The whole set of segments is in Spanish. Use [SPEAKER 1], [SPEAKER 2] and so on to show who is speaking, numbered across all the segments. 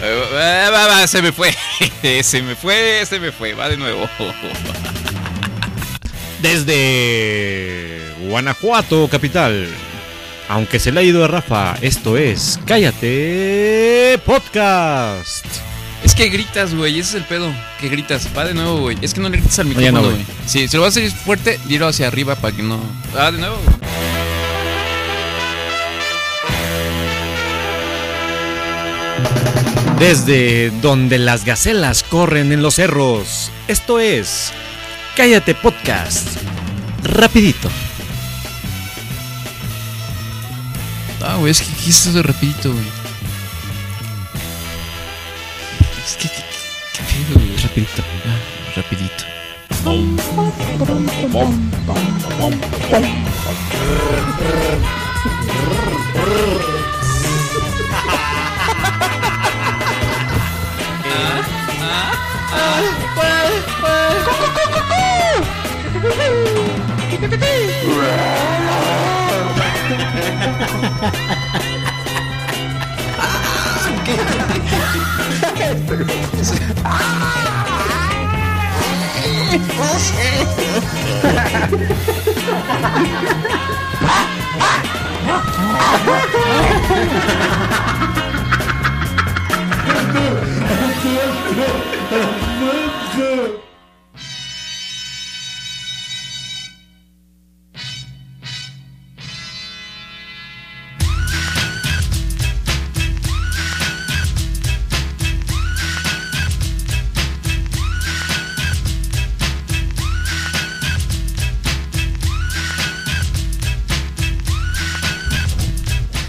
[SPEAKER 1] Eh, va, va, va, se me fue. Se me fue, se me fue. Va de nuevo.
[SPEAKER 2] Desde Guanajuato, capital. Aunque se le ha ido a Rafa, esto es Cállate Podcast.
[SPEAKER 1] Es que gritas, güey, ese es el pedo. Que gritas, va de nuevo, güey. Es que no le gritas al micrófono,
[SPEAKER 2] no,
[SPEAKER 1] güey.
[SPEAKER 2] güey.
[SPEAKER 1] sí, si lo vas a hacer fuerte, dilo hacia arriba para que no. Va de nuevo, güey.
[SPEAKER 2] Desde donde las gacelas corren en los cerros. Esto es Cállate Podcast. Rapidito.
[SPEAKER 1] Ah, güey, es que ¿qué es eso de rapidito, güey. Es que, ¿qué, qué- qué pedo, güey?
[SPEAKER 2] Rapidito.
[SPEAKER 1] Ah, rapidito.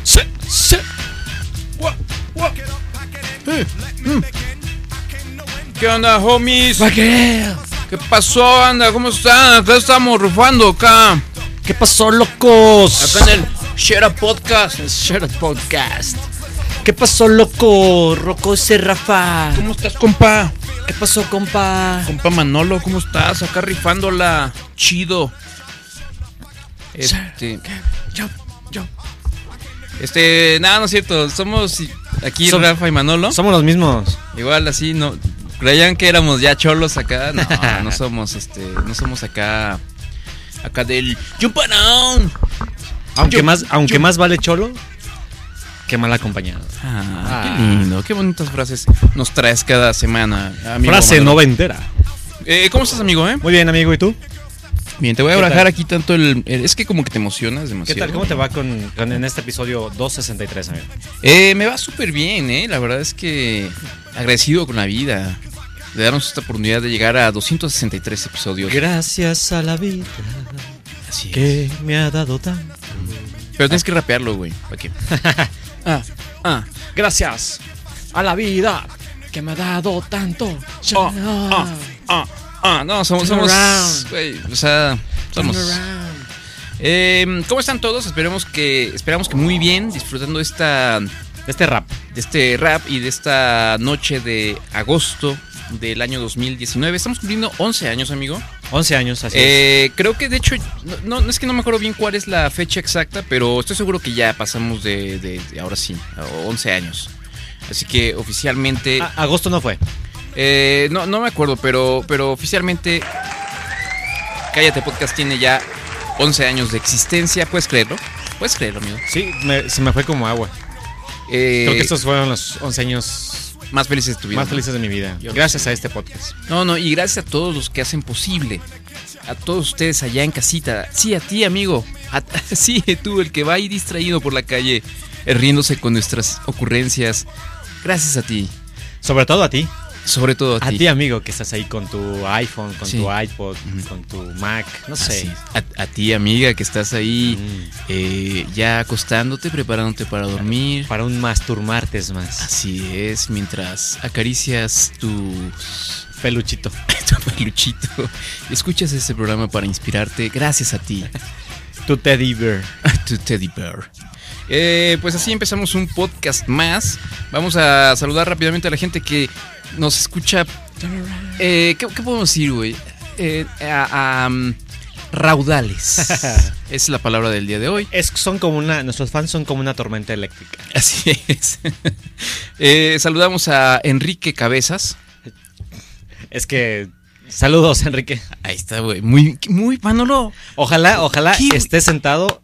[SPEAKER 2] Se, se.
[SPEAKER 1] ¿Qué onda, homies? ¿Qué pasó, banda? ¿Cómo están? Acá estamos rufando acá.
[SPEAKER 2] ¿Qué pasó, locos?
[SPEAKER 1] Acá en el Shera Podcast. Shera Podcast.
[SPEAKER 2] ¿Qué pasó, loco? Rocco ese Rafa.
[SPEAKER 1] ¿Cómo estás, compa?
[SPEAKER 2] ¿Qué pasó, compa?
[SPEAKER 1] Compa Manolo, ¿cómo estás? Acá rifándola. Chido. Este.
[SPEAKER 2] Yo, yo.
[SPEAKER 1] Este. Nada, no es cierto. Somos aquí
[SPEAKER 2] Som-
[SPEAKER 1] Rafa y Manolo.
[SPEAKER 2] Somos los mismos.
[SPEAKER 1] Igual así, no. Creían que éramos ya cholos acá. No, no somos, este. No somos acá. Acá del. Jumpanown.
[SPEAKER 2] Aunque
[SPEAKER 1] Yo-
[SPEAKER 2] más, aunque más vale cholo que mal acompañado.
[SPEAKER 1] Ah,
[SPEAKER 2] Ah.
[SPEAKER 1] qué lindo, qué bonitas frases nos traes cada semana. Amigo
[SPEAKER 2] Frase
[SPEAKER 1] Manolo.
[SPEAKER 2] noventera.
[SPEAKER 1] Eh, ¿Cómo estás, amigo? Eh?
[SPEAKER 2] Muy bien, amigo, ¿y tú?
[SPEAKER 1] Bien, te voy a
[SPEAKER 2] ¿Qué
[SPEAKER 1] abrazar
[SPEAKER 2] tal?
[SPEAKER 1] aquí tanto el, el- Es que como que te emocionas
[SPEAKER 2] ¿Qué
[SPEAKER 1] demasiado.
[SPEAKER 2] tal? ¿Cómo te va con, con- en este episodio 263, amigo?
[SPEAKER 1] Eh, me va súper bien, ¿eh? La verdad es que agradecido con la vida de darnos esta oportunidad de llegar a 263 episodios.
[SPEAKER 2] Gracias a la vida
[SPEAKER 1] Así es.
[SPEAKER 2] me ha dado tan.
[SPEAKER 1] Pero tienes que rapearlo, güey. ¿Para qué? ah, ah.
[SPEAKER 2] Gracias a la vida que me ha dado tanto. Oh,
[SPEAKER 1] Ah, ah, ah, ah. No, somos.
[SPEAKER 2] Turn
[SPEAKER 1] somos
[SPEAKER 2] around.
[SPEAKER 1] güey, o sea, somos. Eh, ¿Cómo están todos? Esperemos que, esperamos que muy bien, disfrutando esta, de
[SPEAKER 2] Este rap.
[SPEAKER 1] este rap y de esta noche de agosto del año 2019. Estamos cumpliendo 11 años, amigo.
[SPEAKER 2] 11 años, así es.
[SPEAKER 1] Eh, creo que de hecho, no, no, no es que no me acuerdo bien cuál es la fecha exacta, pero estoy seguro que ya pasamos de, de- de ahora sí, a 11 años. Así que oficialmente,
[SPEAKER 2] A- agosto no fue.
[SPEAKER 1] eh, no, no me acuerdo, pero, pero oficialmente, Cállate Podcast tiene ya 11 años de existencia. ¿Puedes creerlo? ¿Puedes creerlo, amigo?
[SPEAKER 2] Sí, me- se me fue como agua.
[SPEAKER 1] Eh,
[SPEAKER 2] Creo que estos fueron los 11 años
[SPEAKER 1] más felices de tu vida.
[SPEAKER 2] más
[SPEAKER 1] ¿no?
[SPEAKER 2] felices de mi vida.
[SPEAKER 1] Yo-
[SPEAKER 2] Gracias a este podcast.
[SPEAKER 1] No, no, y gracias a todos los que hacen posible. A todos ustedes allá en casita. Sí, a ti, amigo. A- sí, tú, el que va ahí distraído por la calle, eh, riéndose con nuestras ocurrencias. Gracias a ti.
[SPEAKER 2] Sobre todo a ti.
[SPEAKER 1] Sobre todo a,
[SPEAKER 2] A ti, amigo, que estás ahí con tu iPhone, con
[SPEAKER 1] Sí.
[SPEAKER 2] tu iPod,
[SPEAKER 1] Ujú.
[SPEAKER 2] con tu Mac, no
[SPEAKER 1] Así
[SPEAKER 2] sé.
[SPEAKER 1] es. A, a ti, amiga, que estás ahí
[SPEAKER 2] Mm,
[SPEAKER 1] eh, ya acostándote, preparándote para dormir.
[SPEAKER 2] Para un Mastur Martes más.
[SPEAKER 1] Así es, mientras acaricias tus
[SPEAKER 2] Peluchito.
[SPEAKER 1] tu peluchito. Escuchas este programa para inspirarte. Gracias a ti.
[SPEAKER 2] Tu teddy bear.
[SPEAKER 1] to Teddy Bear. Eh, pues así empezamos un podcast más. Vamos a saludar rápidamente a la gente que nos escucha. Eh, ¿qué, qué podemos decir, güey? Eh, a- a, um, raudales. es la palabra del día de hoy.
[SPEAKER 2] Es, son como una, nuestros fans son como una tormenta eléctrica.
[SPEAKER 1] Así es. Eh, saludamos a Enrique Cabezas.
[SPEAKER 2] Es que. Saludos, Enrique.
[SPEAKER 1] Ahí está, güey. Muy, muy, Manolo.
[SPEAKER 2] Ojalá, ojalá
[SPEAKER 1] ¿Qué?
[SPEAKER 2] estés sentado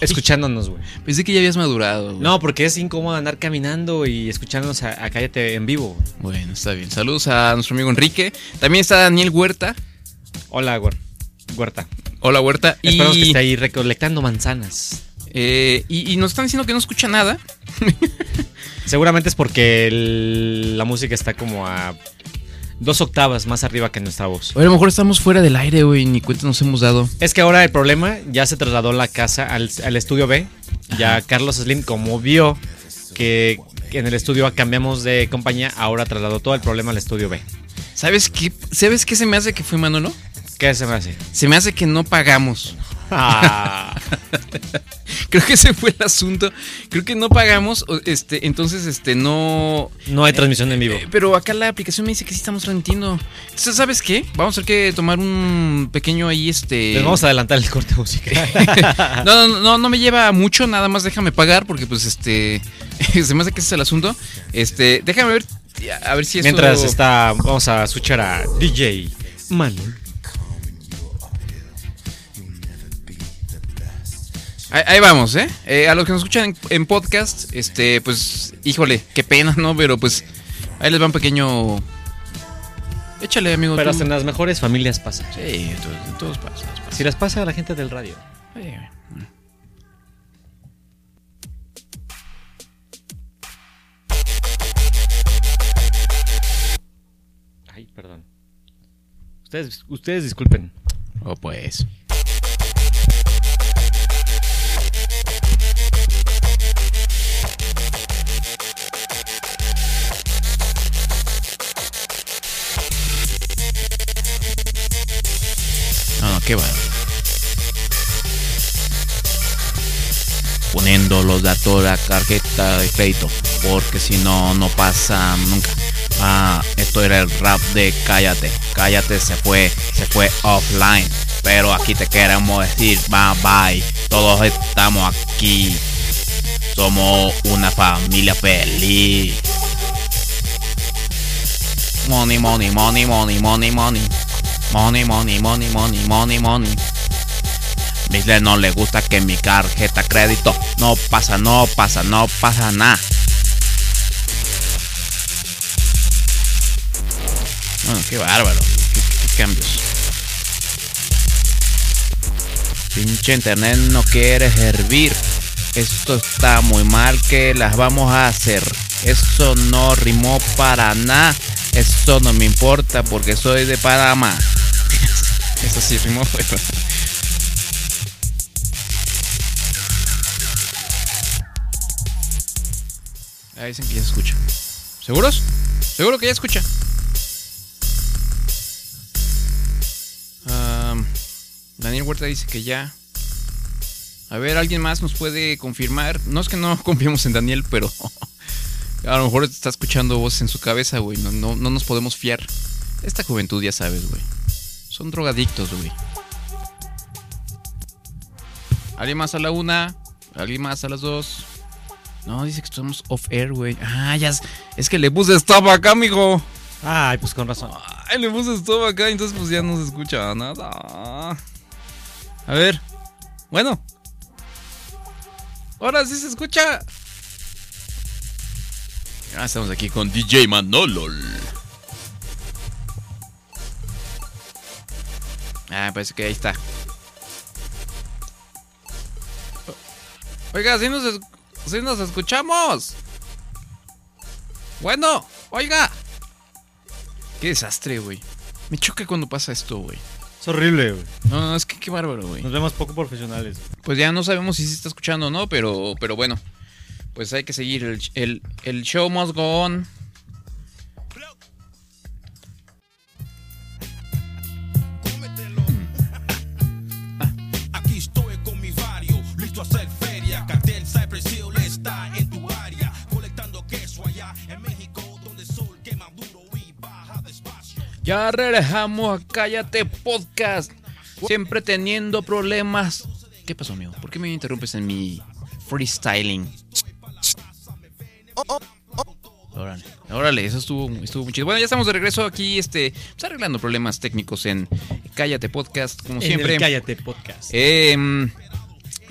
[SPEAKER 2] escuchándonos, güey.
[SPEAKER 1] Pensé que ya habías madurado. güey.
[SPEAKER 2] No, porque es incómodo andar caminando y escuchándonos a, a Cállate en vivo.
[SPEAKER 1] Bueno, está bien. Saludos a nuestro amigo Enrique. También está Daniel Huerta.
[SPEAKER 2] Hola, Huer- Huerta.
[SPEAKER 1] Hola, Huerta. Y,
[SPEAKER 2] Esperamos que esté ahí recolectando manzanas.
[SPEAKER 1] eh, y, y nos están diciendo que no escucha nada.
[SPEAKER 2] Seguramente es porque el- la música está como a dos octavas más arriba que nuestra voz.
[SPEAKER 1] A lo mejor estamos fuera del aire, güey. Ni cuenta nos hemos dado.
[SPEAKER 2] Es que ahora el problema ya se trasladó la casa al, al estudio B. Ya Carlos Slim, como vio que en el estudio A cambiamos de compañía, ahora trasladó todo el problema al estudio B.
[SPEAKER 1] ¿Sabes qué? ¿Sabes qué se me hace que fue Manolo?
[SPEAKER 2] ¿Qué se me hace?
[SPEAKER 1] Se me hace que no pagamos.
[SPEAKER 2] Ah,
[SPEAKER 1] Creo que ese fue el asunto. Creo que no pagamos. o- Este, entonces, este, no.
[SPEAKER 2] no hay transmisión en vivo.
[SPEAKER 1] Eh, Pero acá la aplicación me dice que sí estamos transmitiendo. Entonces, ¿sabes qué? Vamos a tener que tomar un pequeño ahí, este.
[SPEAKER 2] Les Pues vamos a adelantar el corte musical.
[SPEAKER 1] No, no, no, no me lleva mucho, nada más déjame pagar porque pues este se me hace que ese es el asunto. Este, déjame ver a ver si esto
[SPEAKER 2] Mientras este, está, vamos a escuchar a DJ Manuel.
[SPEAKER 1] ahí, ahí vamos, ¿eh? Eh, A los que nos escuchan en, en podcast, este pues híjole, qué pena, ¿no? Pero pues ahí les va un pequeño Échale, amigo. tú.
[SPEAKER 2] Pero hasta en las mejores familias pasa.
[SPEAKER 1] Sí, todos, todos pasan, todos pasan.
[SPEAKER 2] Si las pasa a la gente del radio.
[SPEAKER 1] Sí.
[SPEAKER 2] Ay, perdón. Ustedes, ustedes disculpen.
[SPEAKER 1] O pues. No, no, qué va. Poniendo los datos de la tarjeta de crédito, porque si no, no pasa nunca. Ah, esto era el rap de Cállate. Cállate se fue, se fue offline. Pero aquí te queremos decir bye bye. Todos estamos aquí. Somos una familia feliz. Money, money, money, money, money, money. Money, money, money, money, money, money. Misle no le gusta que mi tarjeta crédito no pasa, no pasa, no pasa nada. Bueno, qué bárbaro. Qué, qué- qué cambios. Pinche internet no quiere hervir. Esto está muy mal que las vamos a hacer. Esto no rimó para nada. Esto no me importa porque soy de Panamá. Eso sí rimó, pero... Ahí dicen que ya se escucha. ¿Seguros? Seguro que ya escucha. Am, Daniel Huerta dice que ya. A ver, ¿alguien más nos puede confirmar? No es que no confiemos en Daniel, pero a lo mejor está escuchando voces en su cabeza, güey. No, no, no nos podemos fiar. Esta juventud, ya sabes, güey. Son drogadictos, güey. ¿Alguien más a la una? ¿Alguien más a las dos? No, dice que estamos off-air, güey. Ah, ya. s- Es que le puse stop acá, amigo.
[SPEAKER 2] Ay, pues con razón.
[SPEAKER 1] Ay, le puse stop acá, entonces pues ya no se escucha nada. A ver. Bueno. Ahora sí se escucha. Ya estamos aquí con DJ Manolo. Ah, parece que ahí está. Oiga, si nos, es- sí nos escuchamos. Bueno, oiga. Qué desastre, güey. Me choca cuando pasa esto, güey.
[SPEAKER 2] Es horrible, güey.
[SPEAKER 1] No, no, es que qué bárbaro, güey.
[SPEAKER 2] Nos vemos poco profesionales.
[SPEAKER 1] Pues ya no sabemos si se está escuchando o no, pero, pero bueno. Pues hay que seguir. El, el, el show must go on.
[SPEAKER 3] Aquí estoy con mi vario, listo a hacer feria. Cartel Cypress Hill está en tu área, colectando queso allá en México, donde el sol quema duro y baja despacio.
[SPEAKER 1] Ya regresamos a Cállate Podcast. Siempre teniendo problemas. ¿Qué pasó, amigo? ¿Por qué me interrumpes en mi freestyling? Órale, órale, eso estuvo, estuvo muy chido. Bueno, ya estamos de regreso aquí, este, pues, arreglando problemas técnicos en Cállate Podcast, como
[SPEAKER 2] En
[SPEAKER 1] siempre.
[SPEAKER 2] el Cállate Podcast.
[SPEAKER 1] Eh,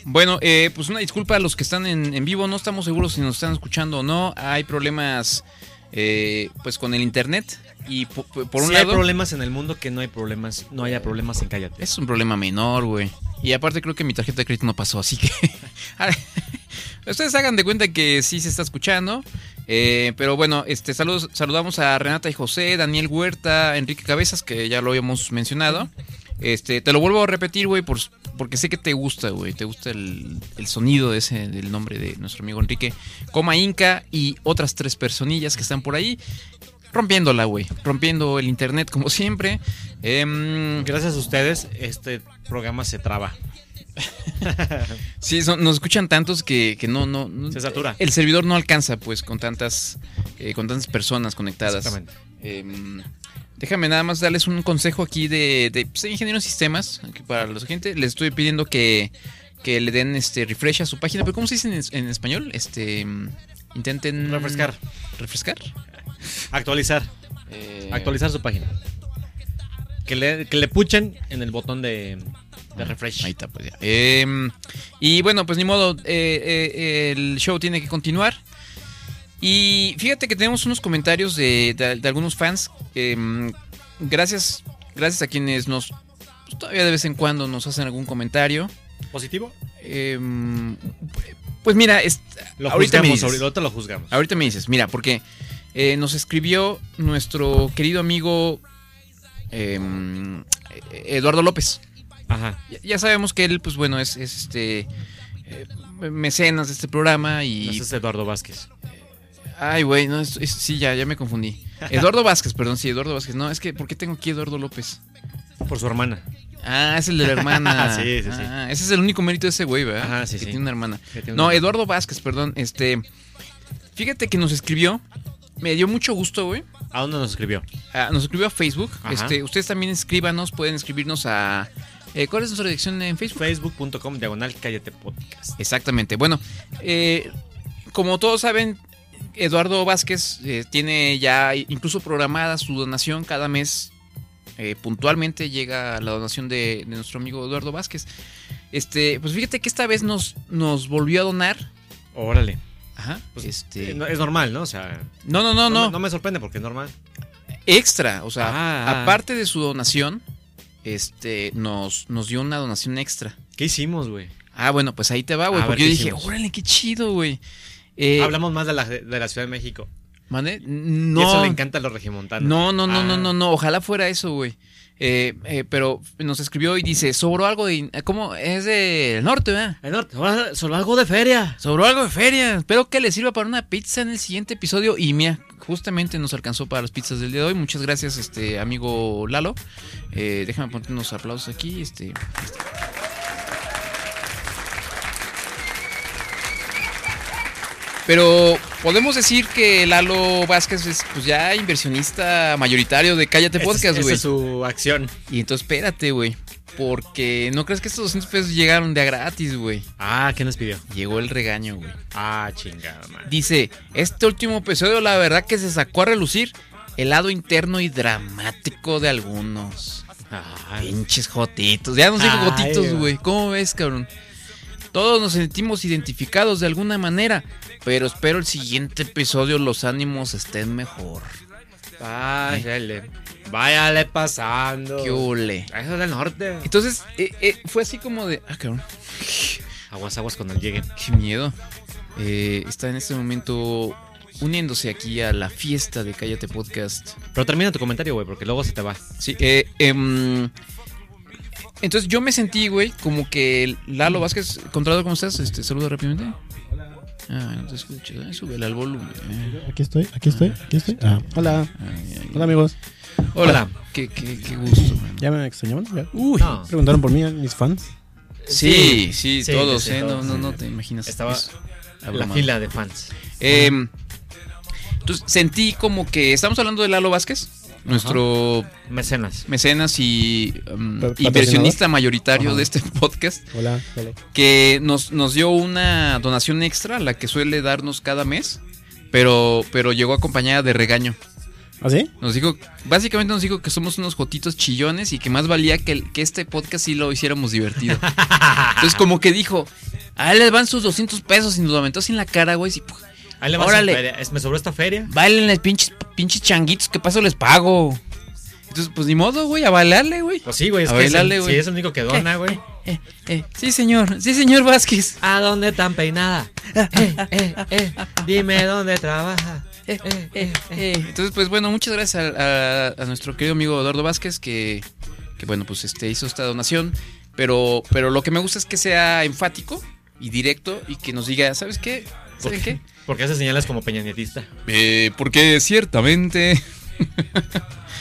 [SPEAKER 1] bueno, eh, pues una disculpa a los que están en, en vivo. No estamos seguros si nos están escuchando o no. Hay problemas eh, pues con el internet. Y po- po- por un
[SPEAKER 2] Si hay
[SPEAKER 1] lado,
[SPEAKER 2] problemas en el mundo que no hay problemas, no haya problemas en Cállate.
[SPEAKER 1] es un problema menor, güey. Y aparte creo que mi tarjeta de crédito no pasó, así que... a ver, Ustedes hagan de cuenta que sí se está escuchando. eh, pero bueno, este saludos, saludamos a Renata y José, Daniel Huerta, Enrique Cabezas, que ya lo habíamos mencionado. Este, te lo vuelvo a repetir, güey, por- porque sé que te gusta, güey. Te gusta el, el sonido de ese, del nombre de nuestro amigo Enrique. Coma Inca y otras tres personillas que están por ahí. Rompiéndola, güey. Rompiendo el internet, como siempre. Em,
[SPEAKER 2] Gracias a ustedes, este programa se traba.
[SPEAKER 1] Sí, son- nos escuchan tantos que, que no, no, no-
[SPEAKER 2] Se satura.
[SPEAKER 1] El servidor no alcanza, pues, con tantas, eh, con tantas personas conectadas.
[SPEAKER 2] Exactamente.
[SPEAKER 1] Em, déjame nada más darles un consejo aquí de, de, pues, de ingenieros de sistemas. que para los gente les estoy pidiendo que, que le den este refresh a su página. ¿Pero cómo se dice en, es- en español? Este em, intenten
[SPEAKER 2] Refrescar.
[SPEAKER 1] Refrescar.
[SPEAKER 2] Actualizar.
[SPEAKER 1] Eh,
[SPEAKER 2] Actualizar su página. Que le, que le puchen en el botón de, de refresh.
[SPEAKER 1] Ahí está, pues ya. Em, y bueno, pues ni modo, eh, eh, el show tiene que continuar. Y fíjate que tenemos unos comentarios de, de- de algunos fans. em, gracias, gracias a quienes nos pues, todavía de vez en cuando nos hacen algún comentario.
[SPEAKER 2] ¿Positivo?
[SPEAKER 1] Em, pues mira, es-
[SPEAKER 2] Lo
[SPEAKER 1] ahorita me
[SPEAKER 2] juzgamos,
[SPEAKER 1] dices.
[SPEAKER 2] ahorita lo juzgamos.
[SPEAKER 1] Ahorita me dices, mira, porque eh, nos escribió nuestro querido amigo em, Eduardo López.
[SPEAKER 2] Ajá.
[SPEAKER 1] Ya- Ya sabemos que él, pues bueno, es, es, este eh, mecenas de este programa
[SPEAKER 2] Ese
[SPEAKER 1] y.
[SPEAKER 2] es Eduardo Vázquez.
[SPEAKER 1] Ay, güey, no, es- es- sí, ya, ya me confundí. Eduardo Vázquez, perdón, sí, Eduardo Vázquez. No, es que, ¿por qué tengo aquí Eduardo López?
[SPEAKER 2] Por su hermana.
[SPEAKER 1] Ah, es el de la hermana.
[SPEAKER 2] Sí, sí, sí.
[SPEAKER 1] Ah, ese es el único mérito de ese güey, ¿verdad?
[SPEAKER 2] Ajá, sí,
[SPEAKER 1] que
[SPEAKER 2] sí.
[SPEAKER 1] tiene una hermana.
[SPEAKER 2] que tiene
[SPEAKER 1] No,
[SPEAKER 2] una-
[SPEAKER 1] Eduardo Vázquez, perdón. Este. Fíjate que nos escribió. Me dio mucho gusto, güey.
[SPEAKER 2] ¿A dónde nos escribió?
[SPEAKER 1] Ah, nos escribió a Facebook.
[SPEAKER 2] Ajá.
[SPEAKER 1] Este, ustedes también escríbanos, pueden escribirnos a. eh, ¿Cuál es nuestra dirección en Facebook?
[SPEAKER 2] Facebook.com diagonal cállate podcast.
[SPEAKER 1] Exactamente. Bueno, eh, como todos saben, Eduardo Vázquez eh, tiene ya incluso programada su donación cada mes. Eh, puntualmente llega la donación de, de nuestro amigo Eduardo Vázquez. Este, pues fíjate que esta vez nos, nos volvió a donar.
[SPEAKER 2] Órale.
[SPEAKER 1] Ajá.
[SPEAKER 2] Pues,
[SPEAKER 1] este,
[SPEAKER 2] eh,
[SPEAKER 1] no,
[SPEAKER 2] no- Es normal, ¿no? O sea,
[SPEAKER 1] no, no,
[SPEAKER 2] me-
[SPEAKER 1] no,
[SPEAKER 2] No me sorprende porque es normal.
[SPEAKER 1] Extra. O sea,
[SPEAKER 2] Ah, ah.
[SPEAKER 1] aparte de su donación, este, nos, nos dio una donación extra.
[SPEAKER 2] ¿Qué hicimos, güey?
[SPEAKER 1] Ah, bueno, pues ahí te va, güey.
[SPEAKER 2] A ver,
[SPEAKER 1] Porque yo
[SPEAKER 2] ¿qué
[SPEAKER 1] dije,
[SPEAKER 2] hicimos?
[SPEAKER 1] órale, qué chido, güey. Eh,
[SPEAKER 2] Hablamos más de la, de la Ciudad de México.
[SPEAKER 1] ¿mande?
[SPEAKER 2] Y
[SPEAKER 1] No.
[SPEAKER 2] eso le encanta a los regimontanos.
[SPEAKER 1] No, no, no, no,
[SPEAKER 2] Ah.
[SPEAKER 1] no, no. Ojalá fuera eso, güey. Eh, eh, pero nos escribió y dice, sobró algo de... ¿Cómo? Es del norte, ¿verdad?
[SPEAKER 2] Ay, no, ahora solo algo de feria.
[SPEAKER 1] Sobró algo de feria. Espero que le sirva para una pizza en el siguiente episodio. Y mira, justamente nos alcanzó para las pizzas del día de hoy. Muchas gracias, este amigo Lalo. Eh, déjame poner unos aplausos aquí. Este. este. Pero podemos decir que Lalo Vázquez es pues ya inversionista mayoritario de Cállate
[SPEAKER 2] Esa es-
[SPEAKER 1] Podcast,
[SPEAKER 2] esa
[SPEAKER 1] güey.
[SPEAKER 2] es su acción.
[SPEAKER 1] Y entonces espérate, güey. Porque no crees que estos 200 pesos llegaron de a gratis, güey.
[SPEAKER 2] Ah, ¿qué nos pidió?
[SPEAKER 1] Llegó el regaño, güey.
[SPEAKER 2] Ah, chingada, man.
[SPEAKER 1] Dice, este último episodio la verdad que se sacó a relucir el lado interno y dramático de algunos.
[SPEAKER 2] Ay,
[SPEAKER 1] Pinches jotitos. Ya nos dijo
[SPEAKER 2] Ay,
[SPEAKER 1] jotitos,
[SPEAKER 2] güey.
[SPEAKER 1] güey. ¿Cómo ves, cabrón? Todos nos sentimos identificados de alguna manera, pero espero el siguiente episodio los ánimos estén mejor.
[SPEAKER 2] váyale. Váyale pasando.
[SPEAKER 1] ¡Qué ole!
[SPEAKER 2] Ah, Eso es del norte.
[SPEAKER 1] Entonces, eh, eh, fue así como de... Ah, cabrón.
[SPEAKER 2] Aguas, aguas cuando llegue.
[SPEAKER 1] Qué miedo. Eh, está en este momento uniéndose aquí a la fiesta de Cállate Podcast.
[SPEAKER 2] Pero termina tu comentario, güey, porque luego se te va.
[SPEAKER 1] Sí, eh, em, entonces yo me sentí, güey, como que Lalo Vázquez, Contrado, ¿cómo estás? Este, saluda rápidamente. Ah, no te escucho, eh, súbele al volumen. eh.
[SPEAKER 4] Aquí estoy, aquí estoy, aquí estoy. Ah, hola,
[SPEAKER 1] Ay, ay,
[SPEAKER 4] hola amigos.
[SPEAKER 1] Hola.
[SPEAKER 2] Hola.
[SPEAKER 1] Qué, qué, qué gusto, man.
[SPEAKER 4] ¿Ya me extrañaban? ¿Ya?
[SPEAKER 2] Uy, no.
[SPEAKER 4] Preguntaron por mí, ¿eh? mis fans.
[SPEAKER 1] Sí, sí,
[SPEAKER 2] Sí,
[SPEAKER 1] todos,
[SPEAKER 2] sí,
[SPEAKER 1] ¿eh? No,
[SPEAKER 2] todos,
[SPEAKER 1] no,
[SPEAKER 2] sí.
[SPEAKER 1] no te imaginas.
[SPEAKER 2] Estaba
[SPEAKER 1] Es
[SPEAKER 2] la
[SPEAKER 1] abrumado.
[SPEAKER 2] fila de fans.
[SPEAKER 1] Em, entonces sentí como que. Estamos hablando de Lalo Vázquez. nuestro
[SPEAKER 2] Mecenas.
[SPEAKER 1] mecenas y um,
[SPEAKER 4] Pa- patrocinador.
[SPEAKER 1] inversionista mayoritario
[SPEAKER 4] Ajá.
[SPEAKER 1] de este podcast,
[SPEAKER 4] Hola, hola.
[SPEAKER 1] que nos, nos dio una donación extra, la que suele darnos cada mes, pero, pero llegó acompañada de regaño.
[SPEAKER 4] ¿Ah, sí?
[SPEAKER 1] Nos dijo, básicamente nos dijo que somos unos jotitos chillones y que más valía que, el- que este podcast sí lo hiciéramos divertido. Entonces, como que dijo, a él les van sus 200 pesos y nos lo aventó así en la cara, güey. así, "Puf,
[SPEAKER 2] Ahí le vas a
[SPEAKER 1] Órale.
[SPEAKER 2] feria. Es- Me sobró esta feria.
[SPEAKER 1] Bailenles pinches, pinches changuitos, que paso les pago. Entonces, pues ni modo, güey, a bailarle, güey.
[SPEAKER 2] Pues sí, güey. Es
[SPEAKER 1] A
[SPEAKER 2] que es el-
[SPEAKER 1] bailarle, güey.
[SPEAKER 2] sí, es el único que dona, güey.
[SPEAKER 1] Eh, eh, sí, señor, sí, señor Vázquez.
[SPEAKER 2] ¿A dónde tan peinada? Eh, eh, eh, dime dónde trabaja.
[SPEAKER 1] Eh, eh, eh, eh. Entonces, pues bueno, muchas gracias a, a- a nuestro querido amigo Eduardo Vázquez que, que, bueno, pues este hizo esta donación. Pero, pero lo que me gusta es que sea enfático y directo y que nos diga, ¿sabes qué? ¿Saben qué?
[SPEAKER 2] Porque hace señales como peñanetista.
[SPEAKER 1] Eh, porque ciertamente.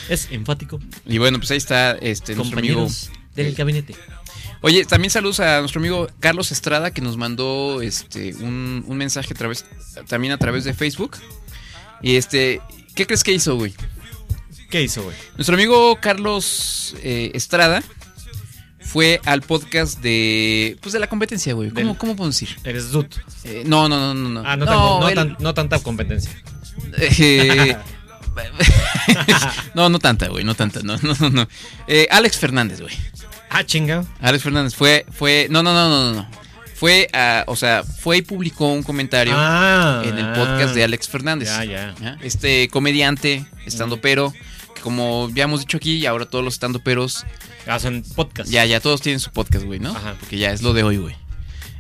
[SPEAKER 2] Es enfático.
[SPEAKER 1] Y bueno, pues ahí está este nuestro amigo. Eh.
[SPEAKER 2] Compañeros del gabinete.
[SPEAKER 1] Oye, también saludos a nuestro amigo Carlos Estrada que nos mandó este un, un mensaje a través, también a través de Facebook. Y este, ¿qué crees que hizo, güey?
[SPEAKER 2] ¿Qué hizo, güey?
[SPEAKER 1] Nuestro amigo Carlos eh, Estrada fue al podcast de. Pues de la competencia, güey. ¿Cómo,
[SPEAKER 2] Del-
[SPEAKER 1] ¿Cómo podemos decir?
[SPEAKER 2] Eres Dud.
[SPEAKER 1] Eh, no, no, no, no, no.
[SPEAKER 2] Ah, no, tan- no
[SPEAKER 1] él-
[SPEAKER 2] tan- no tanta competencia.
[SPEAKER 1] eh, no, no tanta, güey. No tanta, no, no, no, no. Eh, Alex Fernández, güey.
[SPEAKER 2] Ah, chinga.
[SPEAKER 1] Alex Fernández fue, fue. No, no, no, no, no, no. Fue a. O sea, fue y publicó un comentario
[SPEAKER 2] Ah.
[SPEAKER 1] en el podcast de Alex Fernández.
[SPEAKER 2] Ya, ya.
[SPEAKER 1] ¿Ah? Este comediante, estando pero. Como ya hemos dicho aquí, y ahora todos los estando peros
[SPEAKER 2] Hacen podcast.
[SPEAKER 1] Ya, ya todos tienen su podcast, güey, ¿no?
[SPEAKER 2] Ajá.
[SPEAKER 1] Porque ya es lo de hoy, güey.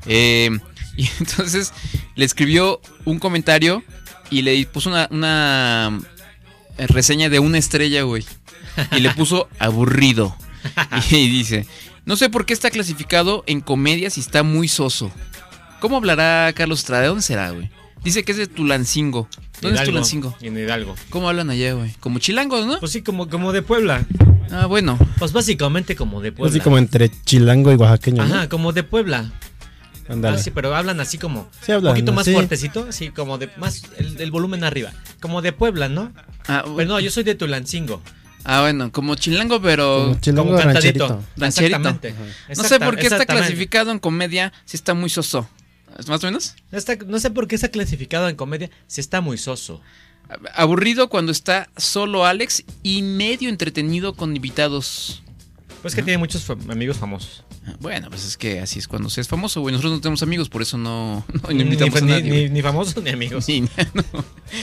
[SPEAKER 1] Eh, y entonces le escribió un comentario y le puso una, una eh, reseña de una estrella, güey. Y le puso aburrido. Y dice, no sé por qué está clasificado en comedia si está muy soso. ¿Cómo hablará Carlos Estrada? ¿De dónde será, güey? Dice que es de Tulancingo. ¿Dónde es
[SPEAKER 2] Hidalgo.
[SPEAKER 1] Tulancingo?
[SPEAKER 2] En Hidalgo.
[SPEAKER 1] ¿Cómo hablan allá, güey? Como chilangos, ¿no?
[SPEAKER 2] Pues sí, como, como de Puebla.
[SPEAKER 1] Ah, bueno.
[SPEAKER 2] Pues básicamente como de Puebla.
[SPEAKER 4] Así Pues como entre chilango y oaxaqueño. ¿no?
[SPEAKER 2] Ajá, como de Puebla.
[SPEAKER 4] Ándale.
[SPEAKER 2] Ah, sí, pero hablan así como
[SPEAKER 4] Sí, hablan
[SPEAKER 2] un poquito más
[SPEAKER 4] así.
[SPEAKER 2] fuertecito, así como de más el, el volumen arriba, como de Puebla, ¿no?
[SPEAKER 1] Ah,
[SPEAKER 2] Pero no, yo soy de Tulancingo,
[SPEAKER 1] ah, bueno, como chilango, pero...
[SPEAKER 4] Como chilango
[SPEAKER 2] como cantadito.
[SPEAKER 4] rancherito.
[SPEAKER 1] Rancherito.
[SPEAKER 2] Exactamente.
[SPEAKER 1] No sé
[SPEAKER 2] Exacta-
[SPEAKER 1] por qué está
[SPEAKER 2] exactamente.
[SPEAKER 1] clasificado en comedia si está muy soso. ¿Es ¿Más o menos?
[SPEAKER 2] No, está- no sé por qué está clasificado en comedia, si está muy soso.
[SPEAKER 1] Aburrido cuando está solo Alex y medio entretenido con invitados.
[SPEAKER 2] Pues que tiene muchos fam- amigos famosos.
[SPEAKER 1] Ah, Bueno, pues es que así es cuando se es famoso, güey. Nosotros no tenemos amigos, por eso no, no
[SPEAKER 2] Ni, pues, ni,
[SPEAKER 1] invitamos a nadie.
[SPEAKER 2] ni-
[SPEAKER 1] güey.
[SPEAKER 2] ni famosos ni amigos.
[SPEAKER 1] Ni- no,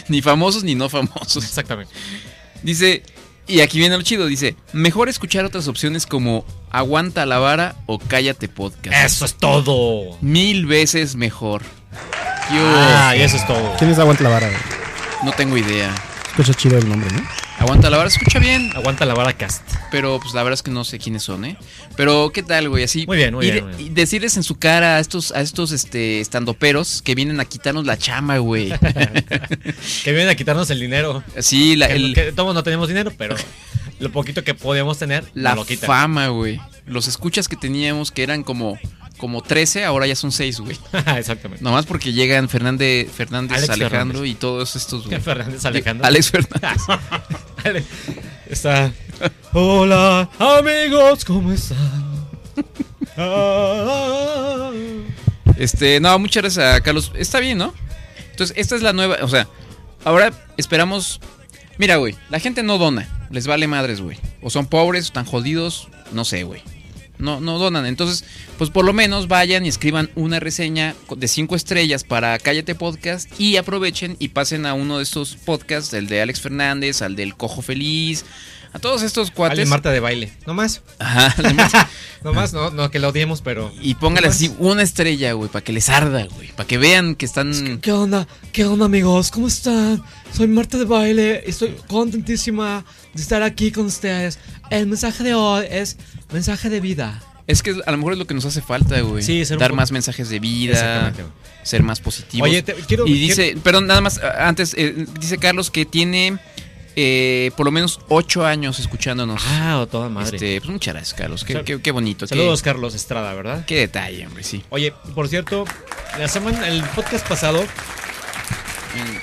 [SPEAKER 1] ni famosos ni no famosos.
[SPEAKER 2] Exactamente.
[SPEAKER 1] Dice, y aquí viene lo chido, dice, mejor escuchar otras opciones como Aguanta la vara o Cállate podcast.
[SPEAKER 2] Eso es todo.
[SPEAKER 1] Mil veces mejor. Yo
[SPEAKER 2] Ah, y eso es todo.
[SPEAKER 4] ¿Quién es Aguanta la Vara? güey?
[SPEAKER 1] no tengo idea.
[SPEAKER 4] Escucha chido el nombre, ¿no?
[SPEAKER 1] Aguanta la vara, escucha bien.
[SPEAKER 2] Aguanta la vara cast.
[SPEAKER 1] Pero pues la verdad es que no sé quiénes son, ¿eh? Pero qué tal, güey, así.
[SPEAKER 2] Muy bien, muy
[SPEAKER 1] y
[SPEAKER 2] bien,
[SPEAKER 1] de-
[SPEAKER 2] muy bien.
[SPEAKER 1] y decirles en su cara a estos, a estos este estandoperos que vienen a quitarnos la chama, güey.
[SPEAKER 2] Que vienen a quitarnos el dinero.
[SPEAKER 1] Así la,
[SPEAKER 2] Que-
[SPEAKER 1] el-
[SPEAKER 2] que todos no tenemos dinero, pero lo poquito que podíamos tener,
[SPEAKER 1] la
[SPEAKER 2] nos lo quitan.
[SPEAKER 1] fama, güey. Los escuchas que teníamos que eran como, como 13, ahora ya son 6, güey.
[SPEAKER 2] Exactamente.
[SPEAKER 1] Nomás porque llegan Fernández, Fernández
[SPEAKER 2] Alex
[SPEAKER 1] Alejandro
[SPEAKER 2] Fernández.
[SPEAKER 1] y todos estos, güey.
[SPEAKER 2] Fernández Alejandro.
[SPEAKER 1] Alex Fernández.
[SPEAKER 2] Ale- Está. Hola, amigos, ¿cómo están? Ah,
[SPEAKER 1] Este, no, muchas gracias a Carlos. Está bien, ¿no? Entonces, esta es la nueva, o sea, ahora esperamos. Mira, güey, la gente no dona, les vale madres, güey. O son pobres, o están jodidos, no sé, güey. No, no donan. Entonces, pues por lo menos vayan y escriban una reseña co- de cinco estrellas para Cállate Podcast y aprovechen y pasen a uno de estos podcasts, el de Alex Fernández, al del Cojo Feliz, a todos estos
[SPEAKER 2] Ale
[SPEAKER 1] cuates. Ah.
[SPEAKER 2] Marta de baile. No más.
[SPEAKER 1] Ajá, al de Marta.
[SPEAKER 2] No más, no, no que lo odiemos, pero.
[SPEAKER 1] Y póngale así una estrella, güey, para que les arda, güey. Para que vean que están.
[SPEAKER 2] ¿Qué onda? ¿Qué onda, amigos? ¿Cómo están? Soy Marta de Baile. Estoy contentísima de estar aquí con ustedes. El mensaje de hoy es mensaje de vida.
[SPEAKER 1] Es que a lo mejor es lo que nos hace falta, güey.
[SPEAKER 2] Sí, ser un
[SPEAKER 1] Dar
[SPEAKER 2] po-
[SPEAKER 1] más mensajes de vida,
[SPEAKER 2] Exactamente.
[SPEAKER 1] ser más positivos.
[SPEAKER 2] Oye, te- quiero-
[SPEAKER 1] y dice, perdón, nada más, ah, antes, eh, dice Carlos que tiene eh, por lo menos ocho años escuchándonos.
[SPEAKER 2] Ah, toda
[SPEAKER 1] Este, pues muchas gracias, Carlos. Qué,
[SPEAKER 2] Sal-
[SPEAKER 1] qué- qué bonito. qué-
[SPEAKER 2] Saludos, Carlos Estrada, ¿verdad?
[SPEAKER 1] Qué, detalle, hombre, sí.
[SPEAKER 2] Oye, por cierto, la semana, el podcast pasado
[SPEAKER 1] Mm,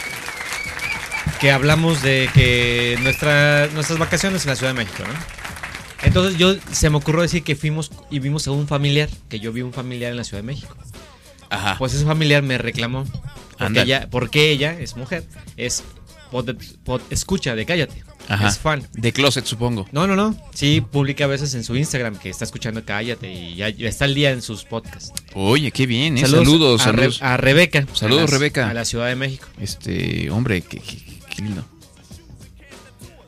[SPEAKER 2] que hablamos de que nuestra- nuestras vacaciones en la Ciudad de México, ¿no? Entonces yo se me ocurrió decir que fuimos y vimos a un familiar, que yo vi un familiar en la Ciudad de México.
[SPEAKER 1] Ajá.
[SPEAKER 2] Pues ese familiar me reclamó. Porque
[SPEAKER 1] Ándale.
[SPEAKER 2] ella, porque ella es mujer, es pod, pod- escucha de cállate.
[SPEAKER 1] Ajá.
[SPEAKER 2] Es fan.
[SPEAKER 1] De closet, supongo.
[SPEAKER 2] No, no, no. Sí, publica a veces en su Instagram que está escuchando Cállate y ya está al día en sus podcasts.
[SPEAKER 1] Oye, qué bien, ¿eh? Saludos, saludos.
[SPEAKER 2] a, Re- a Rebeca.
[SPEAKER 1] Saludos,
[SPEAKER 2] a la-
[SPEAKER 1] Rebeca.
[SPEAKER 2] A la Ciudad de México.
[SPEAKER 1] Este, hombre, qué, qué- qué- qué lindo.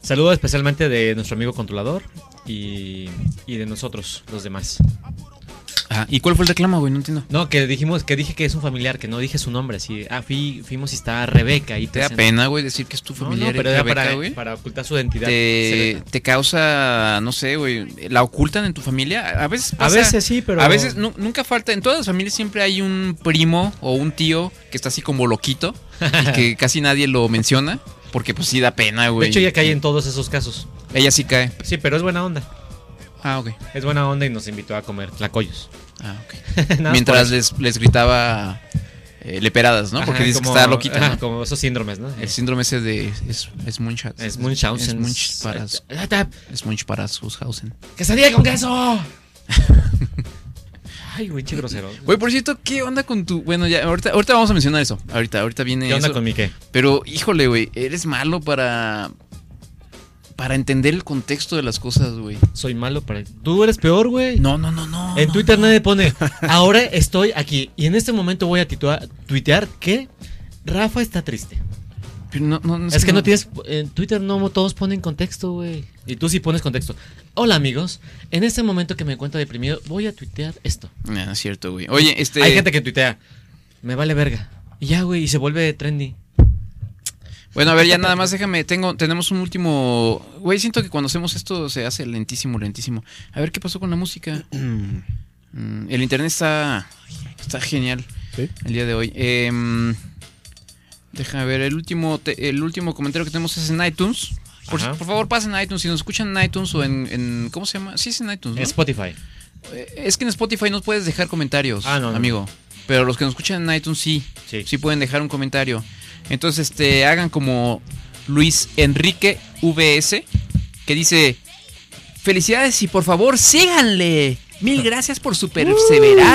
[SPEAKER 2] Saludos especialmente de nuestro amigo controlador y, y de nosotros, los demás.
[SPEAKER 1] Ajá. ¿Y cuál fue el reclamo, güey? No entiendo.
[SPEAKER 2] No, que dijimos, que dije que es un familiar, que no dije su nombre, así. Ah, fui- fuimos y está Rebeca y
[SPEAKER 1] ¿Te da pena, güey, decir que es tu
[SPEAKER 2] No,
[SPEAKER 1] familiar
[SPEAKER 2] no, pero
[SPEAKER 1] y
[SPEAKER 2] era
[SPEAKER 1] Rebeca,
[SPEAKER 2] para,
[SPEAKER 1] güey?
[SPEAKER 2] para ocultar su identidad.
[SPEAKER 1] Te,
[SPEAKER 2] secreta.
[SPEAKER 1] te causa, no sé, güey, la ocultan en tu familia. A veces
[SPEAKER 2] A
[SPEAKER 1] pasa-
[SPEAKER 2] veces sí, pero.
[SPEAKER 1] A veces nu- nunca falta, en todas las familias siempre hay un primo o un tío que está así como loquito y que casi nadie lo menciona porque pues sí da pena,
[SPEAKER 2] De
[SPEAKER 1] güey.
[SPEAKER 2] hecho, ya cae en todos esos casos.
[SPEAKER 1] Ella sí cae.
[SPEAKER 2] Sí, pero es buena onda.
[SPEAKER 1] Ah, ok.
[SPEAKER 2] Es buena onda y nos invitó a comer tlacoyos.
[SPEAKER 1] Ah, ok.
[SPEAKER 2] Nada más
[SPEAKER 1] Mientras
[SPEAKER 2] por-
[SPEAKER 1] les, les gritaba eh, leperadas, ¿no? Porque
[SPEAKER 2] Ajá,
[SPEAKER 1] dices
[SPEAKER 2] como-
[SPEAKER 1] que está loquita,
[SPEAKER 2] ajá,
[SPEAKER 1] ¿no?
[SPEAKER 2] Como esos síndromes, ¿no?
[SPEAKER 1] El síndrome ese de es, es Munchausen.
[SPEAKER 2] Es Munchausen.
[SPEAKER 1] Es Munch para, es Munch para Sushausen.
[SPEAKER 2] ¡Quesadilla con queso! Ay, güey, che grosero.
[SPEAKER 1] Güey, por cierto, ¿qué onda con tu...? Bueno, ya, ahorita, ahorita vamos a mencionar eso. Ahorita, ahorita viene
[SPEAKER 2] ¿Qué onda
[SPEAKER 1] eso.
[SPEAKER 2] con mi qué?
[SPEAKER 1] Pero, híjole, güey, eres malo para... Para entender el contexto de las cosas, güey.
[SPEAKER 2] Soy malo para. Tú eres peor, güey.
[SPEAKER 1] No, no, no, no.
[SPEAKER 2] En
[SPEAKER 1] no.
[SPEAKER 2] Twitter nadie pone. Ahora estoy aquí y en este momento voy a titua- tuitear que Rafa está triste.
[SPEAKER 1] Pero no, no, no
[SPEAKER 2] Es que no tienes. En Twitter no todos ponen contexto, güey. Y tú sí pones contexto. Hola, amigos. En este momento que me encuentro deprimido, voy a tuitear esto.
[SPEAKER 1] No, no Ah, es cierto, güey. Oye, este...
[SPEAKER 2] Hay gente que tuitea. Me vale verga. Y ya, güey, y se vuelve trendy.
[SPEAKER 1] Bueno, a ver, ya nada más déjame, tengo, tenemos un último... Güey, siento que cuando hacemos esto se hace lentísimo, lentísimo. A ver, ¿qué pasó con la música? Mm, el internet está... Está genial.
[SPEAKER 4] Sí.
[SPEAKER 1] el día de hoy. Em, déjame ver, el último, te- el último comentario que tenemos es en iTunes. Por,
[SPEAKER 2] Ajá.
[SPEAKER 1] por favor, pasen a iTunes. Si nos escuchan en iTunes o en, en- ¿Cómo se llama? Sí, es en iTunes. ¿no?
[SPEAKER 2] En Spotify.
[SPEAKER 1] Eh, Es que en Spotify no puedes dejar comentarios,
[SPEAKER 2] Ah, no, no.
[SPEAKER 1] amigo. Pero los que nos escuchan en iTunes sí.
[SPEAKER 2] Sí.
[SPEAKER 1] Sí pueden dejar un comentario. Entonces, este, hagan como Luis Enrique VS, que dice: Felicidades y por favor, síganle. Mil gracias por su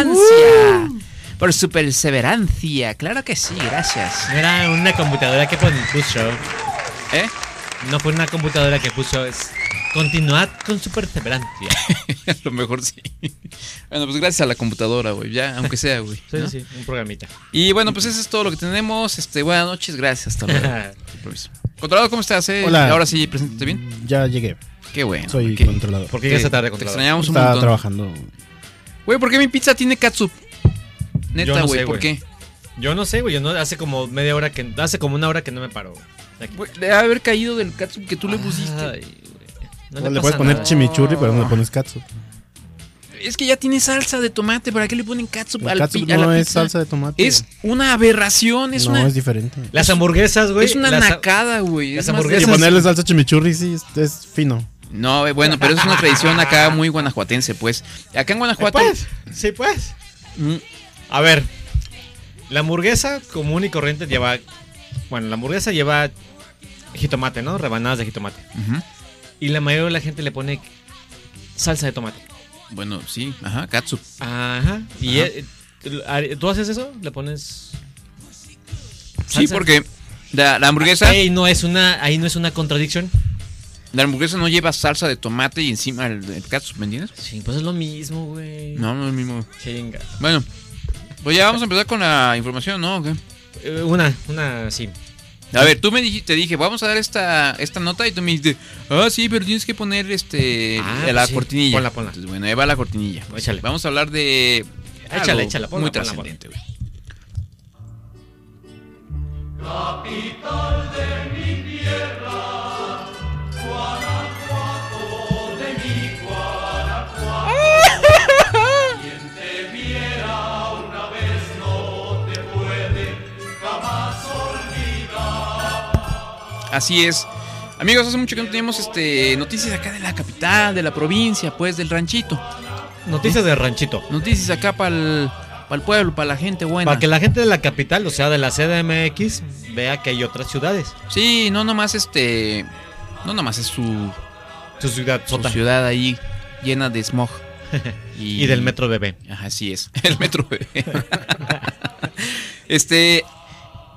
[SPEAKER 1] perseverancia. Por su perseverancia. Claro que sí, gracias.
[SPEAKER 2] No era una computadora que pon- puso.
[SPEAKER 1] ¿Eh?
[SPEAKER 2] No fue una computadora que puso. Es continuad con su perseverancia.
[SPEAKER 1] A lo mejor sí. Bueno, pues gracias a la computadora, güey. Ya, aunque sea, güey.
[SPEAKER 2] Sí,
[SPEAKER 1] ¿no?
[SPEAKER 2] sí, un programita.
[SPEAKER 1] Y bueno, pues eso es todo lo que tenemos. Este, buenas noches, gracias. Hasta luego. Improviso. Controlador, ¿cómo estás? eh?
[SPEAKER 4] Hola.
[SPEAKER 1] Ahora sí, preséntate bien.
[SPEAKER 4] Ya llegué.
[SPEAKER 1] Qué bueno.
[SPEAKER 4] Soy
[SPEAKER 1] qué-
[SPEAKER 4] controlador.
[SPEAKER 2] ¿Por
[SPEAKER 1] qué
[SPEAKER 2] qué llegaste tarde
[SPEAKER 1] Te
[SPEAKER 2] controlador?
[SPEAKER 1] extrañamos un
[SPEAKER 4] Estaba
[SPEAKER 1] montón.
[SPEAKER 4] trabajando.
[SPEAKER 1] Güey, ¿por qué mi pizza tiene katsup?
[SPEAKER 2] Yo
[SPEAKER 1] Neta,
[SPEAKER 2] no
[SPEAKER 1] güey,
[SPEAKER 2] sé,
[SPEAKER 1] ¿por
[SPEAKER 2] güey.
[SPEAKER 1] qué?
[SPEAKER 2] Yo no sé, güey. Yo no, hace como media hora que. Hace como una hora que no me paro. Aquí.
[SPEAKER 1] Güey, Debe haber caído del katsup que tú le pusiste.
[SPEAKER 2] Ay, güey. No
[SPEAKER 4] le
[SPEAKER 2] pasa
[SPEAKER 4] puedes poner
[SPEAKER 2] nada.
[SPEAKER 4] chimichurri, pero no le pones katsu.
[SPEAKER 1] Es que ya tiene salsa de tomate, ¿para qué le ponen katsup al
[SPEAKER 4] El katsu
[SPEAKER 1] pi- a la
[SPEAKER 4] no es
[SPEAKER 1] pizza?
[SPEAKER 4] salsa de tomate.
[SPEAKER 1] Es una aberración, es
[SPEAKER 4] no,
[SPEAKER 1] una
[SPEAKER 4] es diferente.
[SPEAKER 2] Las hamburguesas, güey.
[SPEAKER 1] es una
[SPEAKER 2] las-
[SPEAKER 1] nacada, güey.
[SPEAKER 2] las
[SPEAKER 1] es más
[SPEAKER 4] Y
[SPEAKER 2] hamburguesas-
[SPEAKER 1] de-
[SPEAKER 4] ponerle salsa chimichurri, sí, es, es fino.
[SPEAKER 1] No, güey, bueno, pero es una tradición acá muy guanajuatense, pues. Acá en Guanajuato
[SPEAKER 2] Pues, sí, pues.
[SPEAKER 1] Mm,
[SPEAKER 2] A ver, la hamburguesa común y corriente lleva. Bueno, la hamburguesa lleva jitomate, ¿no? Rebanadas de jitomate.
[SPEAKER 1] ujú.
[SPEAKER 2] Y la mayoría de la gente le pone salsa de tomate.
[SPEAKER 1] Bueno, sí, ajá, katsup.
[SPEAKER 2] Ajá. ¿Y
[SPEAKER 1] Ajá.
[SPEAKER 2] eh, tú haces eso? ¿Le pones.?
[SPEAKER 1] Sí,
[SPEAKER 2] salsa?
[SPEAKER 1] porque la, la hamburguesa
[SPEAKER 2] Ahí no es una, ahí no es una contradicción.
[SPEAKER 1] La hamburguesa no lleva salsa de tomate y encima el, el catsup, ¿me entiendes?
[SPEAKER 2] Sí, pues es lo mismo, güey.
[SPEAKER 1] No, no es el mismo.
[SPEAKER 2] Chinga.
[SPEAKER 1] Bueno, pues ya vamos a empezar con la información, ¿no? ¿O qué?
[SPEAKER 2] Eh, Una, una, sí.
[SPEAKER 1] A ver, tú me dijiste, te dije, vamos a dar esta, esta nota y tú me dijiste, ah, sí, pero tienes que poner este
[SPEAKER 2] Ah,
[SPEAKER 1] la
[SPEAKER 2] pues sí.
[SPEAKER 1] cortinilla.
[SPEAKER 2] Ponla, ponla.
[SPEAKER 1] Entonces, bueno, ahí va la cortinilla.
[SPEAKER 2] Échale.
[SPEAKER 1] Vamos a hablar de. algo
[SPEAKER 2] Échale, échala, ponla,
[SPEAKER 1] Muy
[SPEAKER 2] ponla,
[SPEAKER 1] trascendente, güey. Así es. Amigos, hace mucho que no teníamos este, noticias acá de la capital, de la provincia, pues del ranchito.
[SPEAKER 2] Noticias de ranchito.
[SPEAKER 1] Noticias acá para Para el pueblo, para la gente buena.
[SPEAKER 2] Para que la gente de la capital, o sea, de la CDMX, vea que hay otras ciudades.
[SPEAKER 1] Sí, no nomás este. No nomás es su,
[SPEAKER 2] Su ciudad
[SPEAKER 1] su
[SPEAKER 2] sota.
[SPEAKER 1] ciudad ahí llena de smog.
[SPEAKER 2] Y del metro bebé.
[SPEAKER 1] Ajá, así es. El metro bebé. este.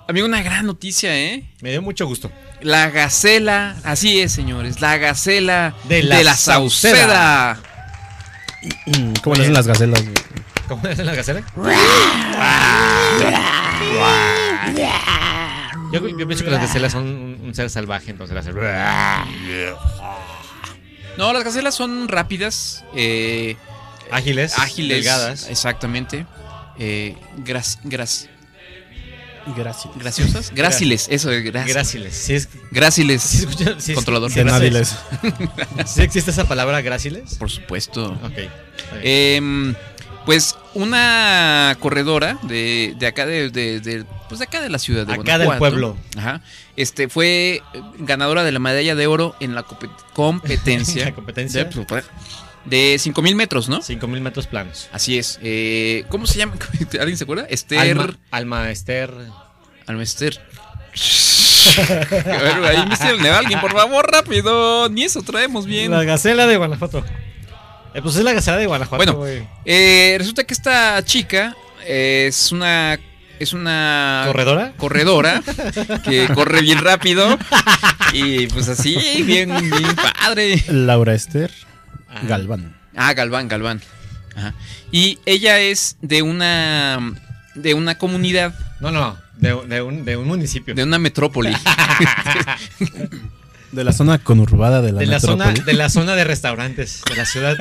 [SPEAKER 1] Amigo, una gran noticia, ¿eh?
[SPEAKER 2] Me dio mucho gusto.
[SPEAKER 1] La Gacela, así es, señores, la Gacela
[SPEAKER 2] De la
[SPEAKER 1] Sauceda.
[SPEAKER 4] ¿Cómo le hacen las gacelas? güey?
[SPEAKER 2] ¿Cómo es la gacela? Yo, yo pienso que las gacelas son un, un ser salvaje, entonces las
[SPEAKER 1] No, las Gacelas son rápidas, eh,
[SPEAKER 2] ágiles,
[SPEAKER 1] ágiles.
[SPEAKER 2] delgadas.
[SPEAKER 1] Exactamente. eh, gras- gras-
[SPEAKER 4] Gracias.
[SPEAKER 1] graciosas. Gráciles, eso es gras-
[SPEAKER 2] Gráciles. Sí, es,
[SPEAKER 1] Gráciles.
[SPEAKER 2] sí se escucha- sí es-
[SPEAKER 1] Controlador.
[SPEAKER 2] sí,
[SPEAKER 4] De nadie
[SPEAKER 2] gracias.
[SPEAKER 4] les-
[SPEAKER 2] ¿Sí existe esa palabra gráciles?
[SPEAKER 1] Por supuesto.
[SPEAKER 2] Ok. está bien.
[SPEAKER 1] Em, pues una corredora de, de acá de, de- de- pues de acá de la ciudad de
[SPEAKER 2] Acá del
[SPEAKER 1] Guanajuato.
[SPEAKER 2] pueblo.
[SPEAKER 1] Ajá. Este fue eh, ganadora de la medalla de oro en la compe- competencia
[SPEAKER 2] La competencia.
[SPEAKER 1] de, pues, de 5000 metros, ¿no?
[SPEAKER 2] 5000 metros planos.
[SPEAKER 1] Así es. Eh, ¿Cómo se llama? ¿Alguien se acuerda? Esther
[SPEAKER 2] Alma, Alma Esther.
[SPEAKER 1] Almester. A ver, ahí me a alguien, por favor, rápido. Ni eso traemos bien.
[SPEAKER 2] La gacela de Guanajuato. Eh, pues es la gacela de Guanajuato,
[SPEAKER 1] Bueno.
[SPEAKER 2] güey.
[SPEAKER 1] Eh, resulta que esta chica es una. Es una.
[SPEAKER 2] ¿Corredora?
[SPEAKER 1] corredora que corre bien rápido y pues así, bien, bien padre.
[SPEAKER 4] Laura Esther
[SPEAKER 2] Ah.
[SPEAKER 4] Galván.
[SPEAKER 1] Ah, Galván, Galván. Ajá. Y ella es de una de una comunidad,
[SPEAKER 2] No, no, de, de un, de un municipio.
[SPEAKER 1] de una metrópoli.
[SPEAKER 4] De la zona conurbada de la,
[SPEAKER 2] de la zona
[SPEAKER 4] metrópoli.
[SPEAKER 2] de la zona de restaurantes de la ciudad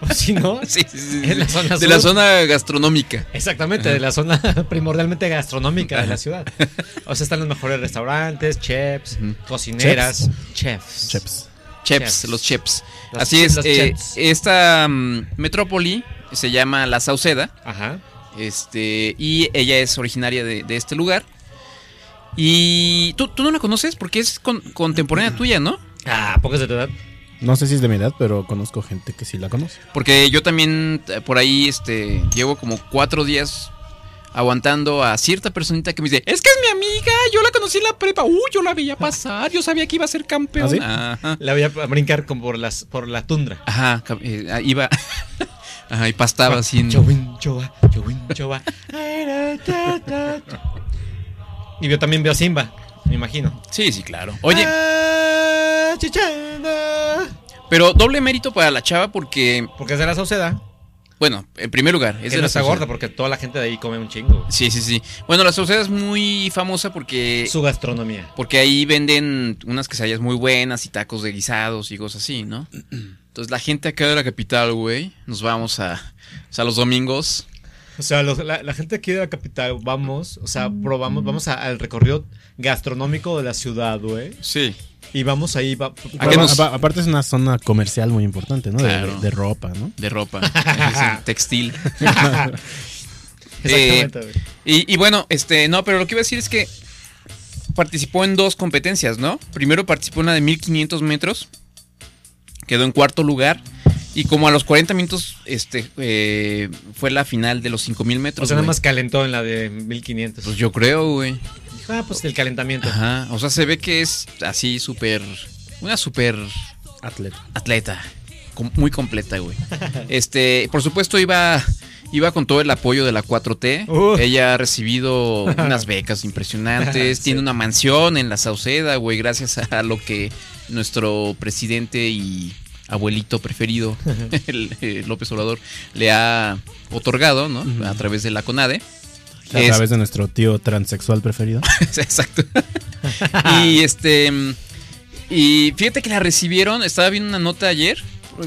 [SPEAKER 2] o si no
[SPEAKER 1] Sí, sí, sí, sí.
[SPEAKER 2] En la zona
[SPEAKER 1] de
[SPEAKER 2] sur.
[SPEAKER 1] la zona gastronómica.
[SPEAKER 2] exactamente de la zona primordialmente gastronómica de la ciudad o sea están los mejores restaurantes chefs
[SPEAKER 1] Ujú.
[SPEAKER 2] cocineras chefs
[SPEAKER 4] Cheps.
[SPEAKER 1] Cheps,
[SPEAKER 2] Cheps.
[SPEAKER 1] los cheps.
[SPEAKER 2] Los-
[SPEAKER 1] Así es,
[SPEAKER 2] los
[SPEAKER 1] eh,
[SPEAKER 2] cheps.
[SPEAKER 1] esta mm, metrópoli se llama La Sauceda.
[SPEAKER 2] ajá
[SPEAKER 1] Este, y ella es originaria de, de este lugar. Y tú, tú no la conoces porque es con- contemporánea tuya, ¿no?
[SPEAKER 2] ah pocos de tu edad
[SPEAKER 4] No sé si es de mi edad, pero conozco gente que sí la conoce.
[SPEAKER 1] Porque yo también eh, por ahí este, llevo como cuatro días aguantando a cierta personita que me dice, es que es mi amiga, yo la conocí en la prepa, uy, yo la veía pasar, yo sabía que iba a ser campeón.
[SPEAKER 4] ¿Ah, sí?
[SPEAKER 1] Ajá.
[SPEAKER 2] la voy a brincar como por las por la tundra
[SPEAKER 1] Ajá, cam- eh, ah, iba Ajá, y
[SPEAKER 2] Ah,
[SPEAKER 1] pastaba así en-
[SPEAKER 2] Chowin, chowa, chowin, chowa. y yo también veo a Simba me imagino
[SPEAKER 1] Sí, sí, claro. Oye,
[SPEAKER 2] Ah, chichana.
[SPEAKER 1] pero doble mérito para la chava porque,
[SPEAKER 2] porque es de la sociedad
[SPEAKER 1] bueno, en primer lugar, es
[SPEAKER 2] que
[SPEAKER 1] de
[SPEAKER 2] no
[SPEAKER 1] la
[SPEAKER 2] está
[SPEAKER 1] sociedad.
[SPEAKER 2] gorda porque toda la gente de ahí come un chingo.
[SPEAKER 1] Sí, sí, sí. Bueno, la Sauceda es muy famosa porque,
[SPEAKER 2] Su gastronomía.
[SPEAKER 1] porque ahí venden unas quesadillas muy buenas y tacos de guisados y cosas así, ¿no? Entonces la gente acá de la capital, güey, nos vamos a, o sea, los domingos.
[SPEAKER 2] O sea, los- la, la gente aquí de la capital, vamos, o sea, probamos, vamos a- al recorrido gastronómico de la ciudad, güey.
[SPEAKER 1] Sí.
[SPEAKER 2] Y vamos ahí, va-
[SPEAKER 1] ¿A qué
[SPEAKER 4] Apa-
[SPEAKER 1] nos-
[SPEAKER 4] apa- Aparte es una zona comercial muy importante, ¿no? De-
[SPEAKER 1] Claro.
[SPEAKER 4] De, ropa, ¿no?
[SPEAKER 1] De ropa, es un textil.
[SPEAKER 2] Exactamente, güey.
[SPEAKER 1] Y, y bueno, este, no, pero lo que iba a decir es que participó en dos competencias, ¿no? Primero participó en la de 1500 metros, quedó en cuarto lugar. Y como a los 40 minutos, este, eh, fue la final de los 5000 metros.
[SPEAKER 2] O sea, nada
[SPEAKER 1] güey.
[SPEAKER 2] más calentó en la de 1500.
[SPEAKER 1] Pues yo creo, güey.
[SPEAKER 2] Dijo, ah, pues el calentamiento.
[SPEAKER 1] Ajá. O sea, se ve que es así súper. Una súper
[SPEAKER 4] Atleta.
[SPEAKER 1] atleta. com- muy completa, güey. Este, por supuesto, iba. Iba con todo el apoyo de la 4T.
[SPEAKER 2] Uh.
[SPEAKER 1] Ella ha recibido unas becas impresionantes. Tiene una mansión en la Sauceda, güey, gracias a lo que nuestro presidente y abuelito preferido, el, eh, López Obrador, le ha otorgado, ¿no? A través de la CONADE.
[SPEAKER 4] A
[SPEAKER 1] Es-
[SPEAKER 4] través de nuestro tío transexual preferido.
[SPEAKER 1] Exacto. y este. mm, Y fíjate que la recibieron. Estaba viendo una nota ayer.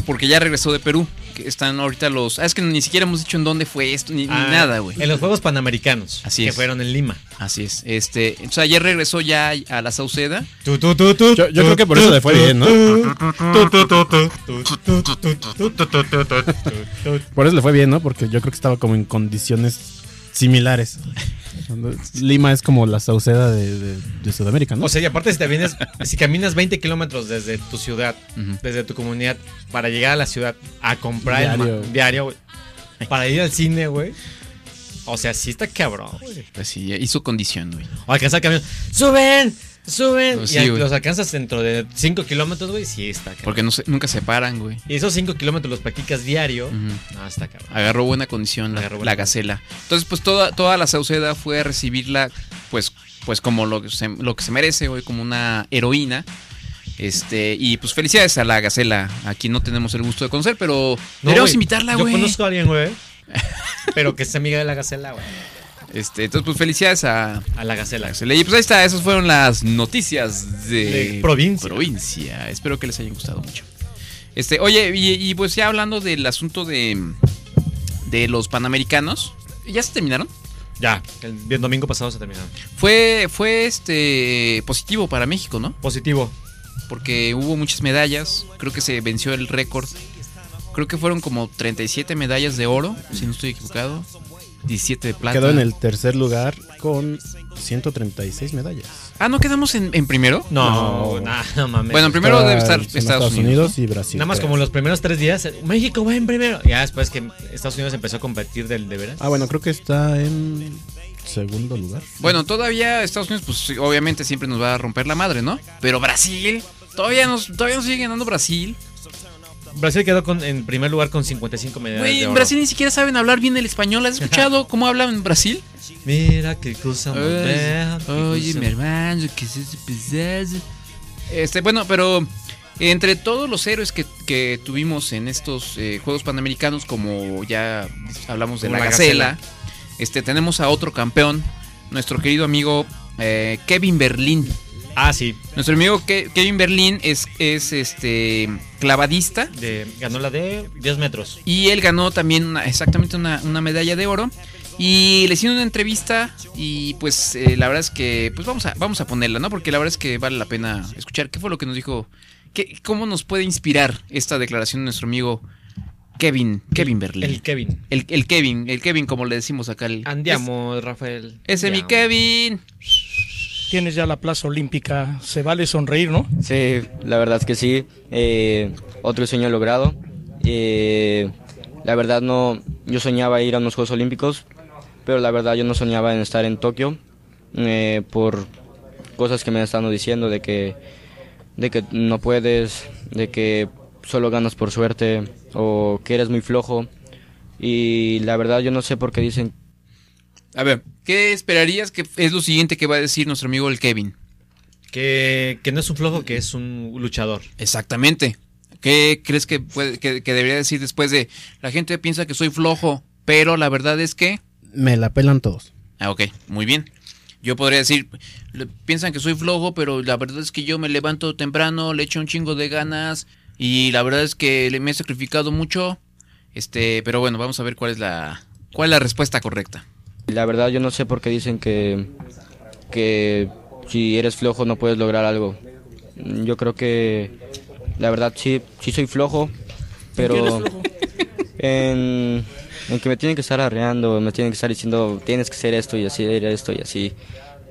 [SPEAKER 1] Porque ya regresó de Perú. Que están ahorita los. Ah, es que ni siquiera hemos dicho en dónde fue esto. Ni, ni
[SPEAKER 2] Ah,
[SPEAKER 1] nada, güey.
[SPEAKER 2] En los Juegos Panamericanos.
[SPEAKER 1] Así
[SPEAKER 2] Que
[SPEAKER 1] es.
[SPEAKER 2] fueron en Lima.
[SPEAKER 1] Así es. Este. Entonces ayer regresó ya a la Sauceda.
[SPEAKER 2] Tú, tú, tú, tú,
[SPEAKER 4] Yo- yo
[SPEAKER 2] tú,
[SPEAKER 4] creo que por
[SPEAKER 2] tú,
[SPEAKER 4] eso le fue
[SPEAKER 2] tú,
[SPEAKER 4] bien, ¿no?
[SPEAKER 2] tú, tú, tú, tú, tú, tú, tú, tú, tú, tú, tú, tú, tú, tú, tú.
[SPEAKER 4] Por eso le fue bien, ¿no? Porque yo creo que estaba como en condiciones similares. Lima es como la sauceda de, de- de Sudamérica, ¿no?
[SPEAKER 2] O sea, y aparte si te vienes, si caminas 20 kilómetros desde tu ciudad,
[SPEAKER 1] Ujú.
[SPEAKER 2] desde tu comunidad, para llegar a la ciudad a comprar el ma-
[SPEAKER 4] Diario.
[SPEAKER 2] diario, güey, para ir al cine, güey. O sea, sí está cabrón, güey.
[SPEAKER 1] Así, pues hizo condición, güey.
[SPEAKER 2] O alcanza el camión. ¡Suben! ¡Suben!
[SPEAKER 1] No,
[SPEAKER 2] y
[SPEAKER 1] Pues sí,
[SPEAKER 2] ahí
[SPEAKER 1] güey.
[SPEAKER 2] los alcanzas dentro de 5 kilómetros, güey. Sí, está cabrón.
[SPEAKER 1] Porque no se- nunca se paran, güey.
[SPEAKER 2] Y esos 5 kilómetros los practicas diario.
[SPEAKER 1] Ujú.
[SPEAKER 2] No, está cabrón.
[SPEAKER 1] Agarró buena condición la,
[SPEAKER 2] Agarró buena
[SPEAKER 1] la gacela. Entonces, pues toda, toda la Sauceda fue a recibirla, pues, pues como lo que se, lo que se merece, güey, como una heroína. Este, y pues felicidades a la gacela, a quien no tenemos el gusto de conocer, pero
[SPEAKER 2] No,
[SPEAKER 1] deberíamos
[SPEAKER 2] güey,
[SPEAKER 1] invitarla, güey.
[SPEAKER 2] Yo conozco a alguien, güey. Pero que es amiga de la gacela, güey.
[SPEAKER 1] Este, entonces, pues felicidades a
[SPEAKER 2] A la
[SPEAKER 1] la
[SPEAKER 2] gacela.
[SPEAKER 1] gacela. Y pues ahí está, esas fueron las noticias de,
[SPEAKER 2] De provincia.
[SPEAKER 1] provincia. Espero que les hayan gustado mucho. Este, oye, y, y, pues ya hablando del asunto de, de los panamericanos, ¿ya se terminaron?
[SPEAKER 2] Ya, el, el domingo pasado se terminó.
[SPEAKER 1] Fue, fue este positivo para México, ¿no?
[SPEAKER 2] Positivo.
[SPEAKER 1] Porque hubo muchas medallas. Creo que se venció el récord. Creo que fueron como 37 medallas de oro, si no estoy equivocado. 17 de plata.
[SPEAKER 4] Quedó en el tercer lugar con 136 medallas.
[SPEAKER 1] Ah, ¿no quedamos en, en primero?
[SPEAKER 2] No,
[SPEAKER 4] No.
[SPEAKER 2] nada, no mames.
[SPEAKER 1] Bueno, primero
[SPEAKER 4] Está-
[SPEAKER 1] debe estar
[SPEAKER 4] son
[SPEAKER 1] Estados Unidos,
[SPEAKER 4] y Brasil.
[SPEAKER 2] Nada más
[SPEAKER 4] creo.
[SPEAKER 2] como los primeros tres días, eh, México va en primero. Ya después que Estados Unidos empezó a competir del de veras.
[SPEAKER 4] Ah, bueno, creo que está en segundo lugar.
[SPEAKER 1] Bueno, todavía Estados Unidos, pues sí, obviamente siempre nos va a romper la madre, ¿no? Pero Brasil, todavía nos, todavía nos sigue ganando Brasil.
[SPEAKER 2] Brasil quedó con- en primer lugar con 55 medallas
[SPEAKER 1] Güey,
[SPEAKER 2] de
[SPEAKER 1] en
[SPEAKER 2] oro.
[SPEAKER 1] Brasil ni siquiera saben hablar bien el español. ¿Has escuchado cómo hablan en Brasil?
[SPEAKER 2] Mira que cosa más
[SPEAKER 1] Ay,
[SPEAKER 2] fea, qué
[SPEAKER 1] Oye,
[SPEAKER 2] cosa-
[SPEAKER 1] mi hermano, que es ese pedazo? Este, bueno, pero entre todos los héroes que, que tuvimos en estos eh, Juegos Panamericanos, como ya hablamos de
[SPEAKER 2] Como
[SPEAKER 1] la
[SPEAKER 2] la
[SPEAKER 1] gacela, este, tenemos a otro campeón, nuestro querido amigo eh, Kevin Berlín.
[SPEAKER 2] Ah, sí.
[SPEAKER 1] Nuestro amigo Ke- Kevin Berlín es, es este clavadista.
[SPEAKER 2] de- ganó la de 10 metros.
[SPEAKER 1] Y él ganó también una- exactamente una, una medalla de oro. Y le hicieron una entrevista y pues eh, la verdad es que pues vamos a, vamos a ponerla, ¿no? Porque la verdad es que vale la pena escuchar qué fue lo que nos dijo, qué, cómo nos puede inspirar esta declaración de nuestro amigo Kevin, Kevin
[SPEAKER 2] El
[SPEAKER 1] Berlín.
[SPEAKER 2] Kevin.
[SPEAKER 1] El, el Kevin, el Kevin como le decimos acá. El,
[SPEAKER 2] Andiamo, Rafael.
[SPEAKER 1] ese mi
[SPEAKER 2] Andiamo.
[SPEAKER 1] Kevin.
[SPEAKER 5] Tienes ya la plaza olímpica, se vale sonreír, ¿no?
[SPEAKER 6] Sí, la verdad que sí. Eh, otro sueño logrado. Eh, la verdad no, yo soñaba ir a unos Juegos Olímpicos, pero la verdad yo no soñaba en estar en Tokio eh, por cosas que me han estado diciendo de que, de que no puedes, de que solo ganas por suerte o que eres muy flojo. Y la verdad yo no sé por qué dicen
[SPEAKER 1] A ver, ¿qué esperarías que es lo siguiente que va a decir nuestro amigo el Kevin?
[SPEAKER 2] Que, que no es un flojo, que es un luchador.
[SPEAKER 1] Exactamente. ¿Qué crees que, puede- que, que debería decir después de la gente piensa que soy flojo, pero la verdad es que...
[SPEAKER 4] Me la pelan todos.
[SPEAKER 1] Ah, ok, muy bien. Yo podría decir, "Le- piensan que soy flojo, pero la verdad es que yo me levanto temprano, le echo un chingo de ganas y la verdad es que le- me he sacrificado mucho. Este, pero bueno, vamos a ver cuál es la cuál es la respuesta correcta.
[SPEAKER 6] La verdad yo no sé por qué dicen que, que si eres flojo no puedes lograr algo. Yo creo que la verdad sí, sí soy flojo, pero en, en que me tienen que estar arreando, me tienen que estar diciendo tienes que ser esto y así, esto y así.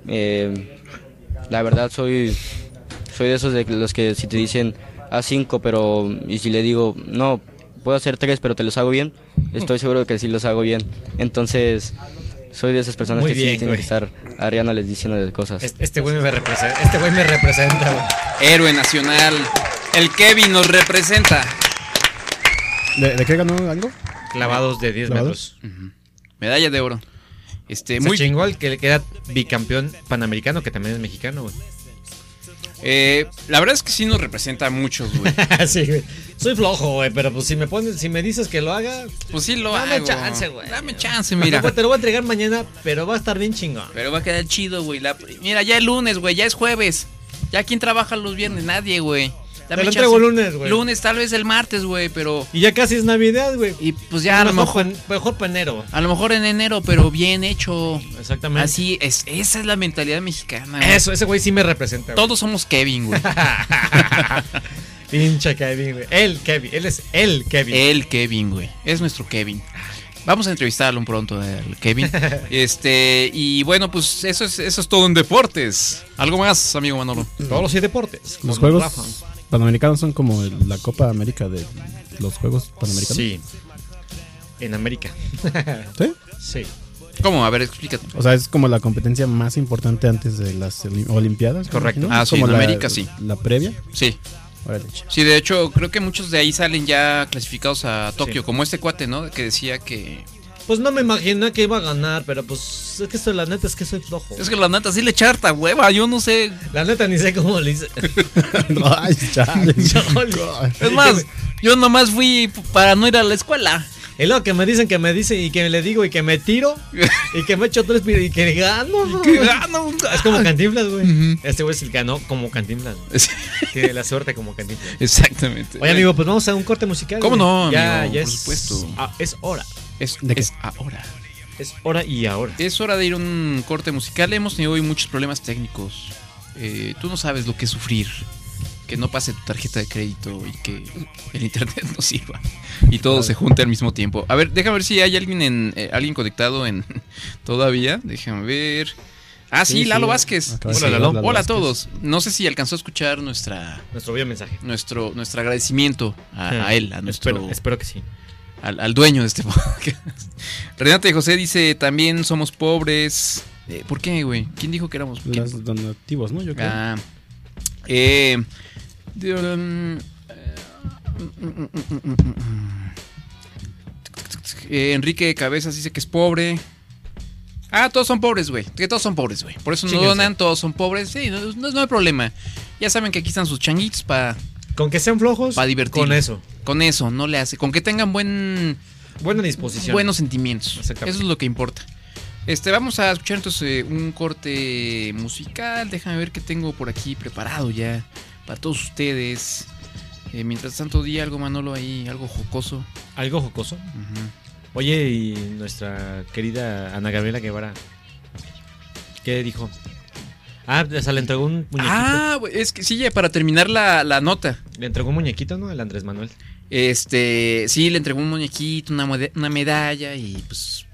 [SPEAKER 6] Eh, la verdad soy, soy de esos de los que si te dicen a cinco, pero y si le digo no, puedo hacer tres, pero te los hago bien, estoy seguro de que sí los hago bien. Entonces soy de esas personas
[SPEAKER 2] Muy
[SPEAKER 6] que
[SPEAKER 2] bien,
[SPEAKER 6] sí tienen
[SPEAKER 2] güey.
[SPEAKER 6] que estar arriándoles diciéndoles cosas.
[SPEAKER 2] Es- Este güey me representa. Este güey me representa, güey.
[SPEAKER 1] Héroe nacional. El Kevin nos representa.
[SPEAKER 4] ¿De, de qué ganó algo?
[SPEAKER 2] Clavados de 10
[SPEAKER 4] ¿Clavados?
[SPEAKER 2] metros.
[SPEAKER 1] Medalla de oro. Este,
[SPEAKER 2] Muy
[SPEAKER 1] muy
[SPEAKER 2] chingó al que le queda bicampeón panamericano, que también es mexicano, güey.
[SPEAKER 1] eh, la verdad es que sí nos representa mucho, güey.
[SPEAKER 2] sí, güey. Soy flojo, güey, pero pues si me pones, si me dices que lo haga,
[SPEAKER 1] Pues sí lo
[SPEAKER 2] Dame
[SPEAKER 1] hago.
[SPEAKER 2] chance, güey.
[SPEAKER 1] Dame chance,
[SPEAKER 2] mira.
[SPEAKER 1] mira.
[SPEAKER 2] te lo voy a entregar mañana, pero va a estar bien chingón.
[SPEAKER 1] Pero va a quedar chido, güey. La- Mira, ya es lunes, güey. Ya es jueves. Ya quién trabaja los viernes, nadie, güey.
[SPEAKER 2] Te lo entrego lunes, güey.
[SPEAKER 1] Lunes, tal vez el martes, güey, pero...
[SPEAKER 2] Y ya casi es Navidad, güey.
[SPEAKER 1] Y pues ya a lo mejor...
[SPEAKER 2] pan- mejor panero.
[SPEAKER 1] A lo mejor en enero, pero bien hecho.
[SPEAKER 2] Exactamente.
[SPEAKER 1] Así es, esa es la mentalidad mexicana. güey.
[SPEAKER 2] Eso, ese güey sí me representa. güey.
[SPEAKER 1] Todos somos Kevin, güey.
[SPEAKER 2] Pinche Kevin, güey. El Kevin. Él es el Kevin.
[SPEAKER 1] El Kevin, güey. Es nuestro Kevin. Vamos a entrevistarlo pronto, al Kevin. Este, y bueno, pues eso es, eso es todo en deportes. ¿Algo más, amigo Manolo?
[SPEAKER 2] Todos los seis deportes.
[SPEAKER 4] Los
[SPEAKER 2] Con
[SPEAKER 4] Juegos
[SPEAKER 2] Rafa.
[SPEAKER 4] Panamericanos son como el- la Copa América de los Juegos Panamericanos.
[SPEAKER 2] Sí. En América.
[SPEAKER 4] ¿Sí?
[SPEAKER 2] Sí.
[SPEAKER 1] ¿Cómo? A ver, explícate.
[SPEAKER 4] O sea, es como la competencia más importante antes de las oli- Olimpiadas. me
[SPEAKER 1] Correcto.
[SPEAKER 4] imagino.
[SPEAKER 1] Ah, sí,
[SPEAKER 4] Como
[SPEAKER 1] en
[SPEAKER 4] la-
[SPEAKER 1] América, sí.
[SPEAKER 4] La previa.
[SPEAKER 1] Sí.
[SPEAKER 4] Órale, chido.
[SPEAKER 1] Sí, de hecho, creo que muchos de ahí salen ya clasificados a Tokio, como este cuate, ¿no? Que decía que...
[SPEAKER 2] Pues no me imaginé que iba a ganar, pero pues es que soy- la neta es que soy flojo.
[SPEAKER 1] Es que la neta sí le charta, hueva, yo no sé.
[SPEAKER 2] La neta ni sé cómo le hice.
[SPEAKER 4] Ay, chale.
[SPEAKER 1] Es más, yo nomás fui p- para no ir a la escuela.
[SPEAKER 2] Y luego que me dicen que me dicen y que le digo y que me tiro y que me echo tres pir- y que gano. ¿no?
[SPEAKER 1] Gano.
[SPEAKER 2] Es como Cantinflas, güey. Este güey es el que ganó como Cantinflas. güey. Tiene la suerte como Cantinflas.
[SPEAKER 1] Exactamente.
[SPEAKER 2] Oye, amigo, pues vamos a un corte musical.
[SPEAKER 1] ¿Cómo
[SPEAKER 2] güey.
[SPEAKER 1] no,
[SPEAKER 2] Ya,
[SPEAKER 1] amigo?
[SPEAKER 2] ya
[SPEAKER 1] Por
[SPEAKER 2] es,
[SPEAKER 1] supuesto.
[SPEAKER 2] ah, es hora.
[SPEAKER 1] Es,
[SPEAKER 4] ¿De qué?
[SPEAKER 1] es ahora.
[SPEAKER 2] Es hora y ahora.
[SPEAKER 1] Es hora de ir a un corte musical. Hemos tenido hoy muchos problemas técnicos. Eh, tú no sabes lo que es sufrir. Que no pase tu tarjeta de crédito y que el internet no sirva. Y todo se junte al mismo tiempo. A ver, déjame ver si hay alguien en eh, alguien conectado en todavía. Déjame ver. Ah, sí,
[SPEAKER 4] Sí, sí.
[SPEAKER 1] Lalo Vázquez.
[SPEAKER 4] Acaba de
[SPEAKER 1] Dice,
[SPEAKER 4] llegar Lalo
[SPEAKER 1] Hola a
[SPEAKER 4] Vázquez".
[SPEAKER 1] todos. No sé si alcanzó a escuchar nuestra
[SPEAKER 2] Nuestro video mensaje.
[SPEAKER 1] nuestro nuestro agradecimiento a,
[SPEAKER 2] Sí.
[SPEAKER 1] a él, a nuestro
[SPEAKER 2] Espero, espero que sí.
[SPEAKER 1] al, al dueño de este podcast. Renate José dice, también somos pobres. Eh, ¿Por qué, güey? ¿Quién dijo que éramos? ¿Quién?
[SPEAKER 4] Los donativos, ¿no? Yo creo.
[SPEAKER 1] Ah, eh, de- um, eh, mm, mm, mm, mm, mm, mm. Eh, Enrique Cabezas dice que es pobre. Ah, todos son pobres, güey. Que todos son pobres, güey. Por eso no
[SPEAKER 2] Chíquense.
[SPEAKER 1] donan, todos son pobres. Sí, no, no- no hay problema. Ya saben que aquí están sus changuitos para
[SPEAKER 2] Con que sean flojos.
[SPEAKER 1] Pa' divertirnos.
[SPEAKER 2] Con eso.
[SPEAKER 1] con eso, no le hace. Con que tengan buen
[SPEAKER 2] Buena disposición.
[SPEAKER 1] buenos sentimientos. Eso
[SPEAKER 2] Exactamente.
[SPEAKER 1] es lo que importa. Este, vamos a escuchar entonces eh, un corte musical. Déjame ver qué tengo por aquí preparado ya para todos ustedes. Eh, mientras tanto, di algo, Manolo, ahí, algo jocoso.
[SPEAKER 2] Algo jocoso.
[SPEAKER 1] Ujú.
[SPEAKER 2] Oye, y nuestra querida Ana Gabriela Guevara. ¿Qué dijo? Ah, o sea, le entregó un muñequito.
[SPEAKER 1] Ah, güey, es que sí, ya para terminar la, la nota.
[SPEAKER 2] Le entregó un muñequito, ¿no? El Andrés Manuel.
[SPEAKER 1] Este, sí, le entregó un muñequito, una, mode- una medalla y pues.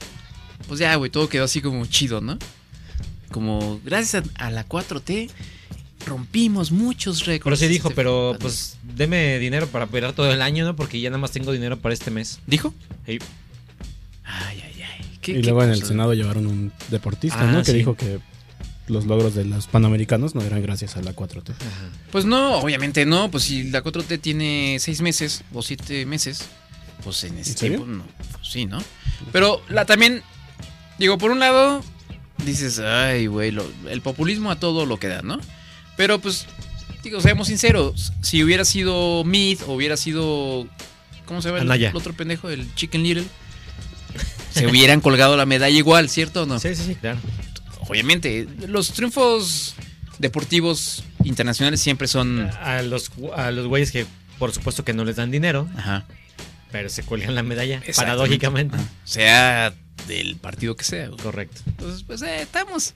[SPEAKER 1] Pues ya, güey, todo quedó así como chido, ¿no? Como gracias a, a la 4T rompimos muchos récords.
[SPEAKER 2] Pero sí dijo,
[SPEAKER 1] Este,
[SPEAKER 2] pero pues deme dinero para operar todo el año, ¿no? Porque ya nada más tengo dinero para este mes.
[SPEAKER 1] ¿Dijo?
[SPEAKER 2] Sí.
[SPEAKER 1] Ay, ay, ay. ¿Qué-
[SPEAKER 4] Y
[SPEAKER 1] qué
[SPEAKER 4] luego en el
[SPEAKER 1] cosa?
[SPEAKER 4] Senado llevaron un deportista,
[SPEAKER 2] Ah,
[SPEAKER 4] ¿no? Que
[SPEAKER 2] sí.
[SPEAKER 4] dijo que los logros de los panamericanos no eran gracias a la 4T.
[SPEAKER 1] Pues no, obviamente no. Pues si la 4T tiene seis meses o siete meses, pues en ese
[SPEAKER 4] ¿En serio?
[SPEAKER 1] tiempo no. pues Sí, ¿no? Pero la también, digo, por un lado, dices, ay, güey, lo- el populismo a todo lo que da, ¿no? Pero pues, digo, seamos sinceros, si hubiera sido Mead o hubiera sido, ¿cómo se llama? El,
[SPEAKER 2] Anaya.
[SPEAKER 1] el otro pendejo, el Chicken Little. Se hubieran colgado la medalla igual, ¿cierto o no?
[SPEAKER 2] Sí, sí, sí, claro.
[SPEAKER 1] obviamente, los triunfos deportivos internacionales siempre son...
[SPEAKER 2] A los, a los güeyes que por supuesto que no les dan dinero,
[SPEAKER 1] Ajá.
[SPEAKER 2] pero se cuelgan la medalla,
[SPEAKER 1] Exactamente.
[SPEAKER 2] paradójicamente.
[SPEAKER 1] Sea del partido que sea. güey.
[SPEAKER 2] Ah. Correcto.
[SPEAKER 1] Entonces, pues eh, estamos...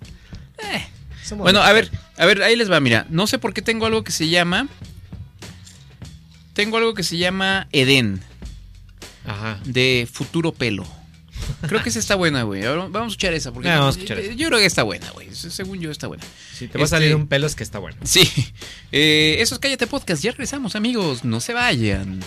[SPEAKER 1] eh.
[SPEAKER 2] Somos
[SPEAKER 1] Bueno,
[SPEAKER 2] los-
[SPEAKER 1] a ver, a ver, ahí les va, mira. No sé por qué tengo algo que se llama... Tengo algo que se llama Edén,
[SPEAKER 2] Ajá.
[SPEAKER 1] de Futuro Pelo. Creo que esa está buena, güey. Ahora Vamos a escuchar esa, porque
[SPEAKER 2] Ah, vamos a escuchar
[SPEAKER 1] yo,
[SPEAKER 2] esa.
[SPEAKER 1] yo creo que está buena, güey. Según yo está buena.
[SPEAKER 2] Si te va
[SPEAKER 1] Este-
[SPEAKER 2] a salir un pelo es que está bueno.
[SPEAKER 1] Sí. Eh, eso es Cállate Podcast. Ya regresamos, amigos. No se vayan.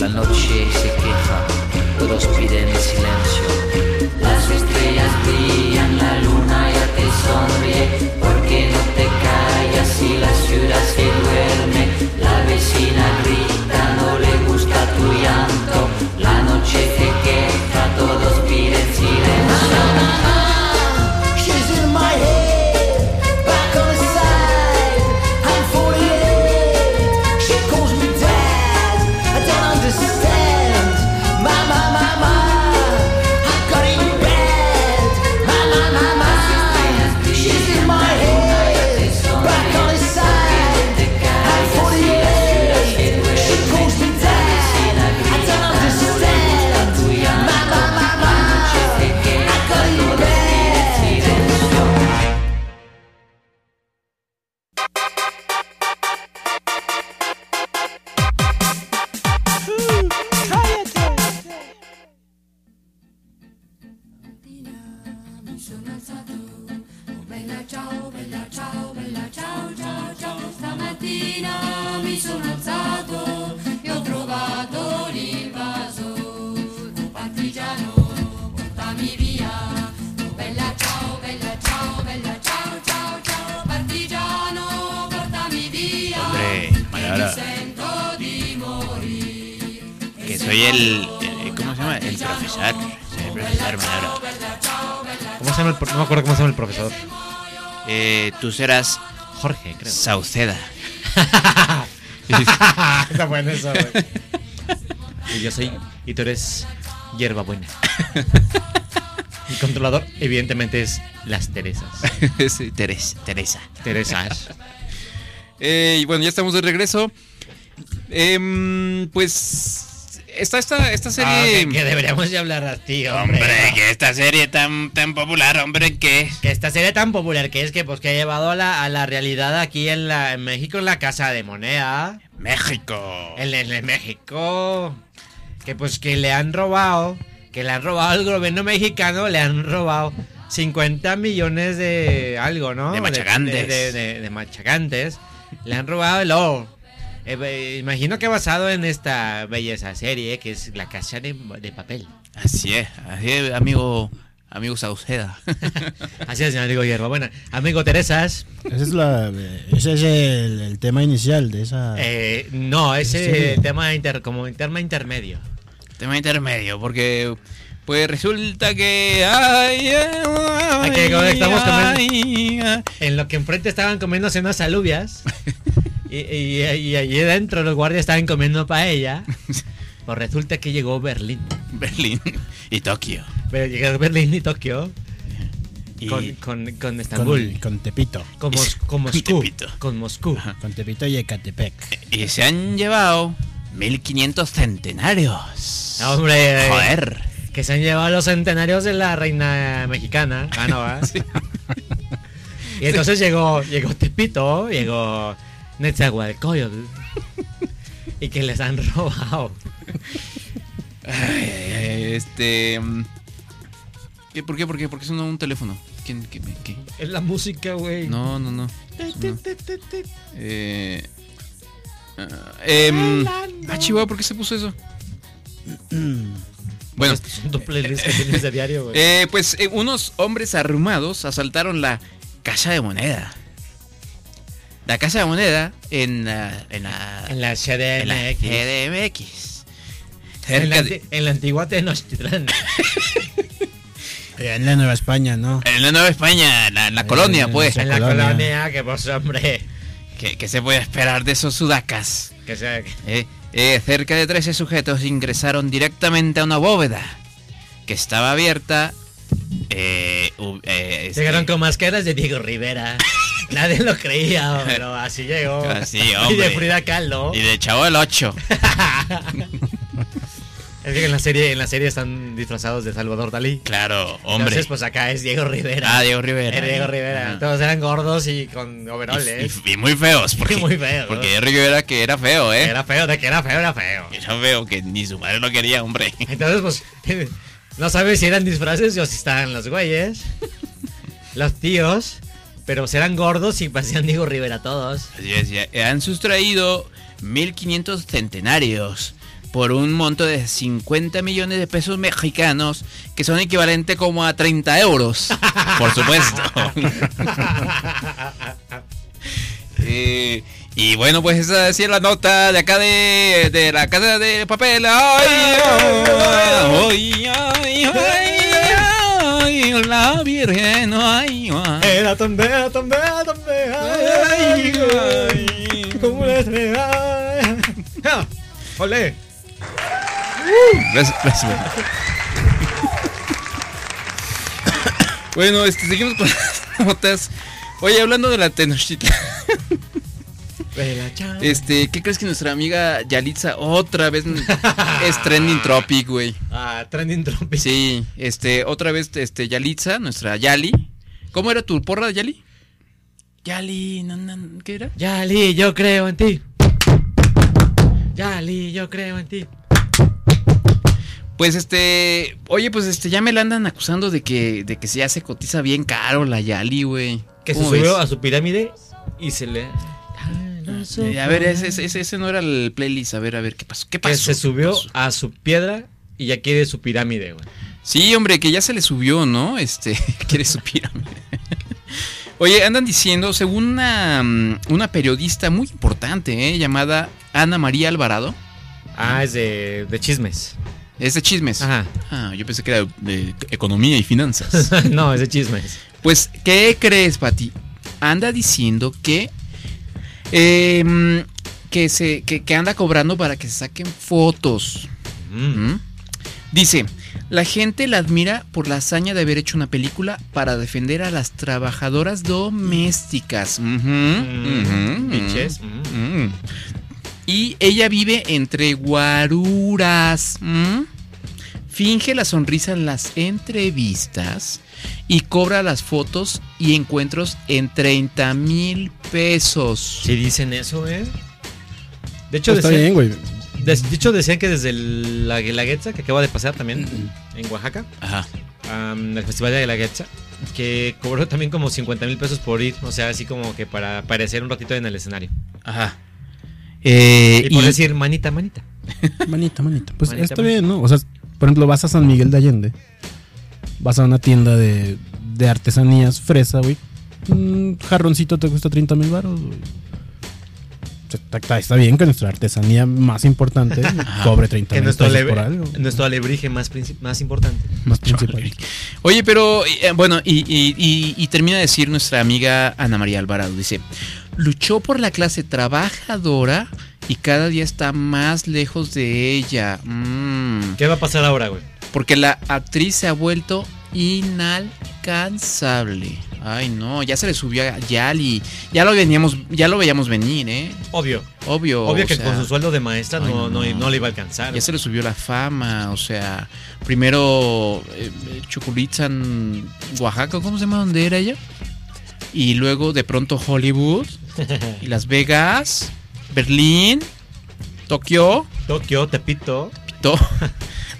[SPEAKER 7] La noche se queja, todos piden el silencio. Las estrellas brillan, la luna ya te sonríe. porque no te callas si la ciudad se duerme? La vecina grita, no le gusta tu llanto. La noche se queja, todos piden silencio.
[SPEAKER 8] Hombre, Maradona. Que soy el, el- ¿Cómo se llama? El profesor. Soy el profesor Maradona.
[SPEAKER 2] ¿Cómo se llama el pro- no me acuerdo cómo se llama el profesor.
[SPEAKER 8] Eh, tú serás
[SPEAKER 2] Jorge, creo.
[SPEAKER 8] Sauceda.
[SPEAKER 2] Está bueno eso, güey. Y yo soy. Y tú eres hierba buena. Mi controlador, evidentemente, es las Teresas.
[SPEAKER 1] Sí.
[SPEAKER 8] Teres- Teresa.
[SPEAKER 2] Teresas.
[SPEAKER 1] Eh, y bueno, ya estamos de regreso. Em, pues está esta, esta
[SPEAKER 2] Ah,
[SPEAKER 1] serie.
[SPEAKER 2] que, que deberíamos ya hablar a ti, hombre.
[SPEAKER 8] Hombre, que esta serie tan, tan popular, hombre, que.
[SPEAKER 2] Que esta serie tan popular que es que pues que ha llevado a la, a la realidad aquí en, la, en México, en la Casa de Moneda,
[SPEAKER 8] México.
[SPEAKER 2] en, en- en México, que pues que le han robado, que le han robado al gobierno mexicano, le han robado 50 millones de algo, ¿no?
[SPEAKER 8] De machacantes.
[SPEAKER 2] De, de- de- de machacantes. Le han robado el oro. Eh, eh, imagino que basado en esta belleza serie que es La Casa de, de Papel.
[SPEAKER 8] Así es, así es, amigo. Amigo Sauceda.
[SPEAKER 2] Así es, amigo Hierba. Bueno, amigo Teresas.
[SPEAKER 9] Esa es la, ese es el, el tema inicial de
[SPEAKER 4] Ah.
[SPEAKER 9] esa.
[SPEAKER 2] Eh, no, ese
[SPEAKER 9] Sí.
[SPEAKER 2] tema inter- como tema intermedio.
[SPEAKER 8] Tema intermedio, porque. Pues resulta que. Ay, ay,
[SPEAKER 2] Aquí conectamos
[SPEAKER 8] ay, ay.
[SPEAKER 2] En lo que enfrente estaban comiéndose unas alubias. y, y- y allí dentro los guardias estaban comiendo paella. Pues resulta que llegó Berlín.
[SPEAKER 8] Berlín y Tokio.
[SPEAKER 2] Pero llegó Berlín y Tokio
[SPEAKER 8] Y
[SPEAKER 2] con, con, con
[SPEAKER 9] con,
[SPEAKER 2] Estambul.
[SPEAKER 9] con Tepito.
[SPEAKER 2] Con, Mos- con
[SPEAKER 8] con
[SPEAKER 2] Moscú.
[SPEAKER 8] Tepito.
[SPEAKER 2] Con Moscú.
[SPEAKER 9] Con Tepito y Ecatepec.
[SPEAKER 8] Y se han llevado 1500 centenarios.
[SPEAKER 2] No, hombre, eh,
[SPEAKER 8] Joder.
[SPEAKER 2] que se han llevado los centenarios de la reina mexicana. Ah, no, ¿verdad? Y entonces llegó, llegó Tepito, llegó Netzahualcoyotl. Y que les han robado.
[SPEAKER 1] Eh, Este. mm, ¿qué, ¿Por qué? ¿Por qué? ¿Por qué sonó un teléfono? ¿Quién? ¿Qué? me- qué?
[SPEAKER 2] Es la música, güey.
[SPEAKER 1] No, no, no. no. Eh. ah, em, ah, chihuahua, ¿por qué se puso eso?
[SPEAKER 2] Mm.
[SPEAKER 1] Bueno,
[SPEAKER 2] Son dos playlists que tienes de diario, güey.
[SPEAKER 1] eh, pues eh, unos hombres armados asaltaron la Casa de Moneda.
[SPEAKER 8] La Casa de Moneda en la. En la.
[SPEAKER 2] En la CDMX.
[SPEAKER 8] en
[SPEAKER 2] En
[SPEAKER 8] la
[SPEAKER 2] la,
[SPEAKER 8] GDMX.
[SPEAKER 2] en la,
[SPEAKER 8] Cerca de-
[SPEAKER 2] antigua Tenochtitlán.
[SPEAKER 9] Allá en la Nueva España,
[SPEAKER 2] Eh,
[SPEAKER 9] ¿no?
[SPEAKER 8] en la Nueva España, la, la
[SPEAKER 9] Eh,
[SPEAKER 8] colonia, pues.
[SPEAKER 9] sí.
[SPEAKER 2] en la
[SPEAKER 9] Colonia.
[SPEAKER 2] colonia, que pues, hombre.
[SPEAKER 8] ¿Qué, qué se puede esperar de esos sudacas?
[SPEAKER 2] Que sea.
[SPEAKER 8] Eh, eh, cerca de 13 sujetos ingresaron directamente a una bóveda que estaba abierta. eh, u- eh, este-
[SPEAKER 2] Llegaron con máscaras de Diego Rivera. Nadie lo creía, pero así llegó.
[SPEAKER 8] Así,
[SPEAKER 2] Y de
[SPEAKER 8] hombre.
[SPEAKER 2] Frida Kahlo.
[SPEAKER 8] Y de Chavo el 8.
[SPEAKER 2] Es que en la serie, en la serie están disfrazados de Salvador Dalí.
[SPEAKER 8] Claro, hombre.
[SPEAKER 2] Entonces, pues acá es Diego Rivera.
[SPEAKER 8] Ah, Diego Rivera.
[SPEAKER 2] Era Diego Rivera.
[SPEAKER 8] Ajá.
[SPEAKER 2] Todos eran gordos y con
[SPEAKER 8] Y,
[SPEAKER 2] overoles.
[SPEAKER 8] y- y muy feos. Porque,
[SPEAKER 2] ¿eh? muy feos.
[SPEAKER 8] Porque Diego Rivera que era feo, ¿eh?
[SPEAKER 2] Era feo, de que era feo, era feo.
[SPEAKER 8] Era feo, que ni su madre lo quería, hombre.
[SPEAKER 2] Entonces, pues, no sabes si eran disfraces o si estaban los güeyes, los tíos, pero pues, eran gordos y parecían Diego Rivera todos.
[SPEAKER 8] Así es, ya- han sustraído 1500 centenarios por un monto de 50 millones de pesos mexicanos, que son equivalente como a 30 euros, por supuesto. Eh, y bueno, pues esa es la nota de acá de, de la casa de papel. Ay, ay, ay, ay, ay, la Virgen, ay, ay.
[SPEAKER 2] Era tan bella, tan bella, tan bella. Ay, ay, como la estrella. Ja, Olé.
[SPEAKER 1] Gracias, gracias, Bueno, Bueno, este, seguimos con las notas. Oye, hablando de la Tenochtitlan, este, ¿qué crees que nuestra amiga Yalitza otra vez es trending tropic, güey?
[SPEAKER 2] Ah, trending tropic.
[SPEAKER 1] Sí, este, otra vez, este, Yalitza, nuestra Yali. ¿Cómo era tu porra de Yali? Yali, no, no, ¿qué era?
[SPEAKER 2] Yali, yo creo en ti. Yali, yo creo en ti.
[SPEAKER 1] Pues este, oye, pues este, ya me la andan acusando de que, de que ya se cotiza bien caro la Yali, güey.
[SPEAKER 2] Que se
[SPEAKER 1] ¿Cómo
[SPEAKER 2] subió
[SPEAKER 1] ves?
[SPEAKER 2] a su pirámide y se le.
[SPEAKER 1] Eh, a ver, ese, ese, ese no era el playlist. A ver, a ver, ¿qué pasó? ¿Qué
[SPEAKER 2] Que
[SPEAKER 1] pasó?
[SPEAKER 2] se subió
[SPEAKER 1] ¿Qué pasó?
[SPEAKER 2] a su piedra y ya quiere su pirámide, güey.
[SPEAKER 1] Sí, hombre, que ya se le subió, ¿no? Este, quiere su pirámide. Oye, andan diciendo, según una, mm, una periodista muy importante, ¿eh? llamada Ana María Alvarado.
[SPEAKER 2] Ah, es de, de chismes.
[SPEAKER 1] Es de chismes.
[SPEAKER 2] Ajá.
[SPEAKER 1] Ah, yo pensé que era de economía y finanzas.
[SPEAKER 2] no, es de chismes.
[SPEAKER 1] Pues, ¿qué crees, Pati? Anda diciendo que. eh, mm, que, se, que, que anda cobrando para que se saquen fotos. ¿Mm? Dice: La gente la admira por la hazaña de haber hecho una película para defender a las trabajadoras domésticas. Ujú, ujú,
[SPEAKER 2] Mm. Pinches.
[SPEAKER 1] ujú. Mm. Y ella vive entre guaruras. ¿m? Finge la sonrisa en las entrevistas y cobra las fotos y encuentros en 30 mil pesos.
[SPEAKER 2] Si dicen eso, ¿eh? De hecho,
[SPEAKER 4] Pues está
[SPEAKER 2] decían-
[SPEAKER 4] bien, güey.
[SPEAKER 2] des- de hecho, decían que desde el- la Guelaguetza, que acaba de pasar también
[SPEAKER 4] Mm.
[SPEAKER 2] en Oaxaca,
[SPEAKER 1] Ajá.
[SPEAKER 2] am, el Festival de Guelaguetza, que cobró también como 50 mil pesos por ir, o sea, así como que para aparecer un ratito en el escenario.
[SPEAKER 1] Ajá. Eh,
[SPEAKER 2] y por
[SPEAKER 1] y-
[SPEAKER 2] decir manita, manita.
[SPEAKER 4] Manita, manita. Pues
[SPEAKER 2] Manita,
[SPEAKER 4] está
[SPEAKER 2] manita.
[SPEAKER 4] bien, ¿no? O sea, por ejemplo, vas a San Miguel de Allende. Vas a una tienda de, de artesanías, fresa, güey. Un jarroncito te cuesta 30 mil baros, güey. O sea, Está, está- está bien que nuestra artesanía más importante cobre 30
[SPEAKER 2] Que
[SPEAKER 4] mil
[SPEAKER 2] nuestro,
[SPEAKER 4] pesos
[SPEAKER 2] ale-
[SPEAKER 4] por algo.
[SPEAKER 2] nuestro alebrije más, princip- más importante.
[SPEAKER 4] Más principal.
[SPEAKER 1] Oye, pero eh, bueno, y, y- y- y termina de decir nuestra amiga Ana María Alvarado. Dice, luchó por la clase trabajadora y cada día está más lejos de ella. Mm.
[SPEAKER 2] ¿Qué va a pasar ahora, güey?
[SPEAKER 1] Porque la actriz se ha vuelto inalcanzable. Ay, no, ya se le subió a Yali. Ya lo veníamos, ya lo veíamos venir, ¿eh?
[SPEAKER 2] Obvio.
[SPEAKER 1] Obvio.
[SPEAKER 2] Obvio
[SPEAKER 1] Oh, o
[SPEAKER 2] que
[SPEAKER 1] sea,
[SPEAKER 2] con su sueldo de maestra
[SPEAKER 1] ay,
[SPEAKER 2] no, no,
[SPEAKER 1] no.
[SPEAKER 2] no le iba a alcanzar.
[SPEAKER 1] Ya se le subió la fama, o sea, primero eh, Chuculitzan, Oaxaca, ¿cómo se llama? ¿Dónde era ella? Y luego de pronto Hollywood, y Las Vegas, Berlín, Tokio.
[SPEAKER 2] Tokio, Tepito.
[SPEAKER 1] Tepito.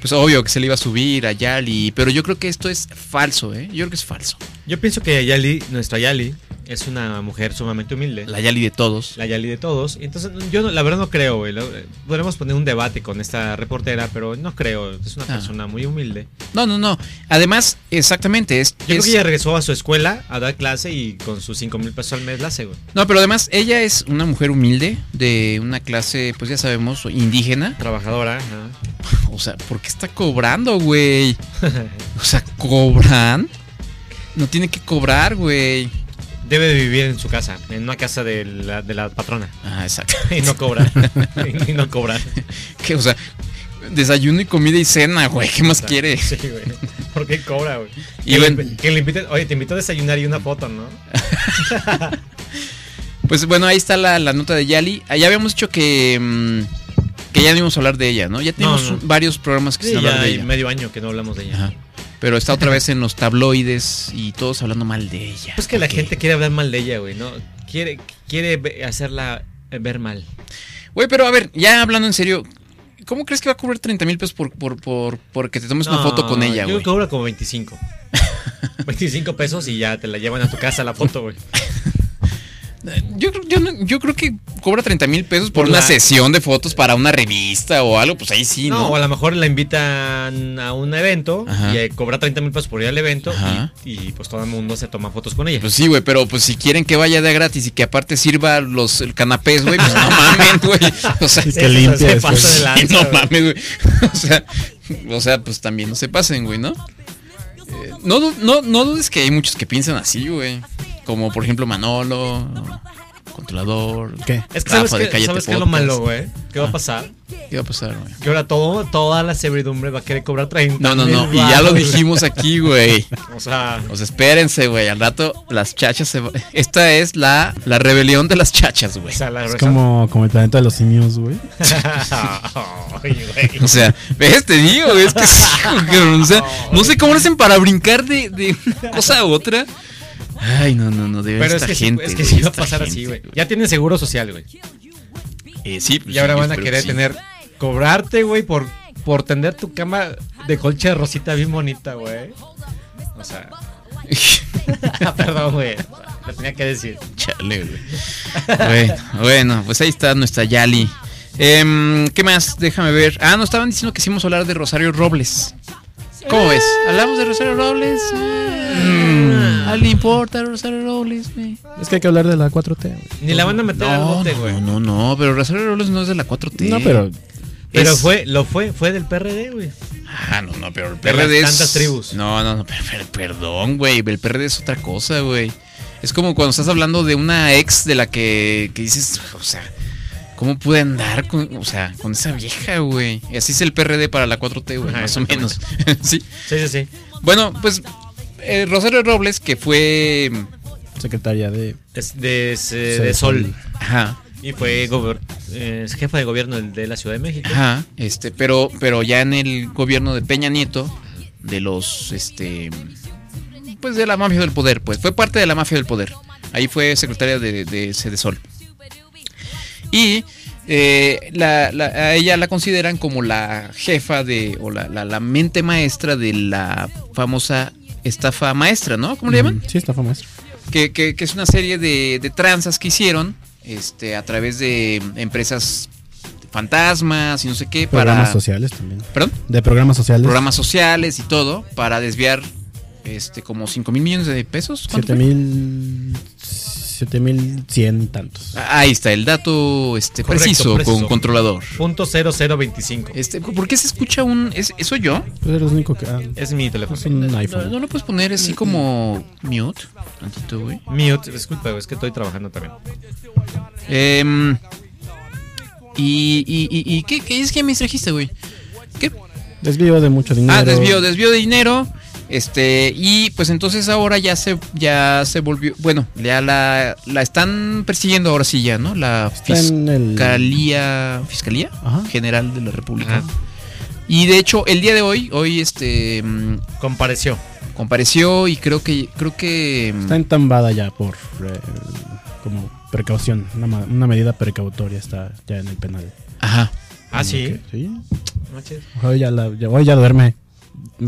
[SPEAKER 1] Pues obvio que se le iba a subir a Yali, pero yo creo que esto es falso, ¿eh? Yo creo que es falso.
[SPEAKER 2] Yo pienso que Yali, nuestra Yali, es una mujer sumamente humilde.
[SPEAKER 1] La Yali de todos.
[SPEAKER 2] La Yali de todos. Entonces, yo no- la verdad no creo, güey. Lo- eh, Podremos poner un debate con esta reportera, pero no creo. Es una
[SPEAKER 1] Ah.
[SPEAKER 2] persona muy humilde.
[SPEAKER 1] No, no, no. Además, exactamente, es...
[SPEAKER 2] Yo creo
[SPEAKER 1] es-
[SPEAKER 2] que ella regresó a su escuela a dar clase y con sus 5 mil pesos al mes la hace, güey.
[SPEAKER 1] No, pero además ella es una mujer humilde, de una clase, pues ya sabemos, indígena.
[SPEAKER 2] Trabajadora.
[SPEAKER 1] O sea, ¿por qué está cobrando, güey? O sea, ¿cobran? No tiene que cobrar, güey.
[SPEAKER 2] Debe de vivir en su casa, en una casa de la, de la patrona.
[SPEAKER 1] Ah, exacto.
[SPEAKER 2] Y no cobrar. y no cobrar.
[SPEAKER 1] Que, o sea, desayuno y comida y cena, güey. ¿Qué más
[SPEAKER 2] O sea,
[SPEAKER 1] quiere?
[SPEAKER 2] Sí, güey. ¿Por qué cobra, güey?
[SPEAKER 1] Y
[SPEAKER 2] Que
[SPEAKER 1] bueno-
[SPEAKER 2] le- que le inviten- oye, te invito a desayunar y una foto, ¿no?
[SPEAKER 1] Pues bueno, ahí está la, la nota de Yali. Allá habíamos dicho que. mm, que ya no íbamos a hablar de ella, ¿no? Ya tenemos
[SPEAKER 2] no.
[SPEAKER 1] un- varios programas que
[SPEAKER 2] Sí,
[SPEAKER 1] se hablan
[SPEAKER 2] ya
[SPEAKER 1] de
[SPEAKER 2] hay
[SPEAKER 1] ella.
[SPEAKER 2] medio año que no hablamos de ella.
[SPEAKER 1] Ajá. Pero está otra vez en los tabloides y todos hablando mal de ella.
[SPEAKER 2] Pues que la
[SPEAKER 1] Ok.
[SPEAKER 2] gente quiere hablar mal de ella, güey, ¿no? Quiere, quiere ve- hacerla eh, ver mal.
[SPEAKER 1] Güey, pero a ver, ya hablando en serio, ¿cómo crees que va a cobrar 30 mil pesos por, por, por, por que te tomes una
[SPEAKER 2] No,
[SPEAKER 1] foto con ella,
[SPEAKER 2] Yo
[SPEAKER 1] güey?
[SPEAKER 2] cobro como 25. 25 pesos y ya te la llevan a tu casa la foto, güey.
[SPEAKER 1] Yo, creo- yo, no- yo creo que cobra 30 mil pesos por,
[SPEAKER 2] Por
[SPEAKER 1] una
[SPEAKER 2] la-
[SPEAKER 1] sesión de fotos para una revista o algo, pues ahí sí,
[SPEAKER 2] no,
[SPEAKER 1] ¿no?
[SPEAKER 2] o a lo mejor la invitan a un evento
[SPEAKER 1] Ajá.
[SPEAKER 2] y eh, cobra 30 mil pesos por ir al evento
[SPEAKER 1] Ajá.
[SPEAKER 2] y, y, pues todo el mundo se toma fotos con ella.
[SPEAKER 1] Pues sí, güey, pero pues si quieren que vaya de gratis y que aparte sirva los el canapés, güey, pues no mames, güey. O sea,
[SPEAKER 4] Y que limpie
[SPEAKER 1] se
[SPEAKER 4] después.
[SPEAKER 1] pasa de
[SPEAKER 4] Sí,
[SPEAKER 1] lanza,
[SPEAKER 4] no
[SPEAKER 1] güey. no mames, güey. O sea, o sea, pues también no se pasen, güey, ¿no? Eh, no, du- no, no dudes que hay muchos que piensan así, güey. Como por ejemplo Manolo, controlador.
[SPEAKER 4] ¿Qué?
[SPEAKER 2] Es que
[SPEAKER 1] Rafa
[SPEAKER 2] sabes,
[SPEAKER 1] de
[SPEAKER 2] que,
[SPEAKER 1] Ah, Cállate
[SPEAKER 2] ¿sabes qué es lo
[SPEAKER 1] Podcast.
[SPEAKER 2] malo, güey. ¿Qué
[SPEAKER 1] Ah.
[SPEAKER 2] va a pasar?
[SPEAKER 1] ¿Qué va a pasar, güey?
[SPEAKER 2] Que ahora todo, toda la servidumbre va a querer cobrar 30
[SPEAKER 1] No, no,
[SPEAKER 2] mil
[SPEAKER 1] no. Y ya lo
[SPEAKER 2] varos.
[SPEAKER 1] dijimos aquí, güey.
[SPEAKER 2] O sea,
[SPEAKER 1] O sea, espérense, güey. Al rato las chachas se va- Esta es la, la rebelión de las chachas, güey.
[SPEAKER 2] o sea, la
[SPEAKER 4] Es como, como el planeta de los simios, güey.
[SPEAKER 2] Ay, güey.
[SPEAKER 1] O sea, ves, te digo, güey, es que sí, güey, cabrón, o sea, no sé cómo lo hacen para brincar de, de una cosa a otra. Ay, no, no, no, debe
[SPEAKER 2] Pero es
[SPEAKER 1] esta
[SPEAKER 2] que, sí-
[SPEAKER 1] gente.
[SPEAKER 2] es que
[SPEAKER 1] güey,
[SPEAKER 2] sí va a
[SPEAKER 1] esta
[SPEAKER 2] pasar
[SPEAKER 1] gente.
[SPEAKER 2] así, güey. Ya tienen seguro social, güey.
[SPEAKER 1] Eh, sí, pues
[SPEAKER 2] Y ahora
[SPEAKER 1] sí,
[SPEAKER 2] van a
[SPEAKER 1] espero que
[SPEAKER 2] querer
[SPEAKER 1] sí.
[SPEAKER 2] tener cobrarte, güey, por, por tener tu cama de colcha rosita bien bonita, güey. O sea, ah, perdón, güey. Lo tenía que decir.
[SPEAKER 1] Chale, güey. Bueno, bueno, pues ahí está nuestra Yali. Em, ¿Qué más? Déjame ver. Ah, nos estaban diciendo que hicimos hablar de Rosario Robles. ¿Cómo ves? ¿Hablamos de Rosario Robles? Mm. ¿A le importa Rosario Robles, güey?
[SPEAKER 4] Es que hay que hablar de la 4T. güey.
[SPEAKER 2] Ni la van a meter al
[SPEAKER 1] No,
[SPEAKER 2] bote, güey.
[SPEAKER 1] no, no, no, pero Rosario Robles no es de la 4T.
[SPEAKER 4] No, pero
[SPEAKER 2] Pero
[SPEAKER 1] es-
[SPEAKER 2] fue, lo fue, fue del PRD, güey.
[SPEAKER 1] Ah, no, no, pero el
[SPEAKER 2] De las
[SPEAKER 1] PRD es...
[SPEAKER 2] tantas tribus.
[SPEAKER 1] No, no, no, pero- pero- perdón, güey. El PRD es otra cosa, güey. Es como cuando estás hablando de una ex de la que, que dices, o sea, ¿cómo pude andar con, o sea, con esa vieja, güey? Y así es el PRD para la 4T, güey,
[SPEAKER 2] Ajá,
[SPEAKER 1] más o menos. sí.
[SPEAKER 2] Sí, sí, sí.
[SPEAKER 1] Bueno, pues eh, Rosario Robles, que fue.
[SPEAKER 4] secretaria de.
[SPEAKER 2] Es de, es, eh,
[SPEAKER 4] Sí,
[SPEAKER 2] de Sol.
[SPEAKER 4] Sol.
[SPEAKER 1] Ajá,
[SPEAKER 2] Y fue gober- eh, es jefa de gobierno del- de la Ciudad de México.
[SPEAKER 1] ajá, este, pero, pero ya en el gobierno de Peña Nieto, de los, este. Pues de la mafia del poder, pues. Fue parte de la mafia del poder. Ahí fue secretaria de, de Sol. Y eh, la- la- a ella la consideran como la jefa de. o la, la- la mente maestra de la famosa estafa maestra, ¿no? ¿Cómo le llaman?
[SPEAKER 4] Mm, Sí, está famoso.
[SPEAKER 1] que, que- que es una serie de, de tranzas que hicieron este, a través de empresas fantasmas y no sé qué
[SPEAKER 4] Programas
[SPEAKER 1] para
[SPEAKER 4] sociales también.
[SPEAKER 1] ¿Perdón?
[SPEAKER 4] De programas sociales.
[SPEAKER 1] programas sociales y todo para desviar este como 5 mil millones de pesos. ¿cuánto fue?
[SPEAKER 4] 7000. 7100 y tantos.
[SPEAKER 1] Ah, Ahí está el dato este,
[SPEAKER 2] Correcto,
[SPEAKER 1] preciso, con
[SPEAKER 2] preciso.
[SPEAKER 1] controlador.
[SPEAKER 2] Punto 0025.
[SPEAKER 1] Este, ¿Por qué se escucha un... ¿es, ¿Eso yo?
[SPEAKER 4] Pues eres el único que. ah,
[SPEAKER 2] Es mi teléfono.
[SPEAKER 4] es un
[SPEAKER 1] ¿No,
[SPEAKER 4] iPhone.
[SPEAKER 1] no lo puedes poner
[SPEAKER 4] Mm,
[SPEAKER 1] así como mute? Tantito, güey.
[SPEAKER 2] Mute, disculpa, güey, es que estoy trabajando también.
[SPEAKER 1] Em, y, y, y- y ¿qué, qué es que me distrajiste, güey? ¿Qué?
[SPEAKER 4] Desvío de mucho dinero.
[SPEAKER 1] Ah, desvío, desvío de dinero. Este, y pues entonces ahora ya se, ya se volvió. Bueno, ya la, la están persiguiendo ahora sí ya, ¿no? La
[SPEAKER 4] Está en el-
[SPEAKER 1] Fiscalía. ¿Fiscalía?
[SPEAKER 4] Ajá.
[SPEAKER 1] General de la República. Y de hecho, el día de hoy, hoy este mm,
[SPEAKER 2] Compareció.
[SPEAKER 1] compareció y creo que, creo que. mm,
[SPEAKER 4] Está entambada ya por. eh, como precaución. Una, ma- una medida precautoria está ya en el penal.
[SPEAKER 1] Ajá.
[SPEAKER 2] Ah, sí. Ah,
[SPEAKER 4] Ok, Sí.
[SPEAKER 2] Manches.
[SPEAKER 4] Hoy ya, la, ya- hoy ya duerme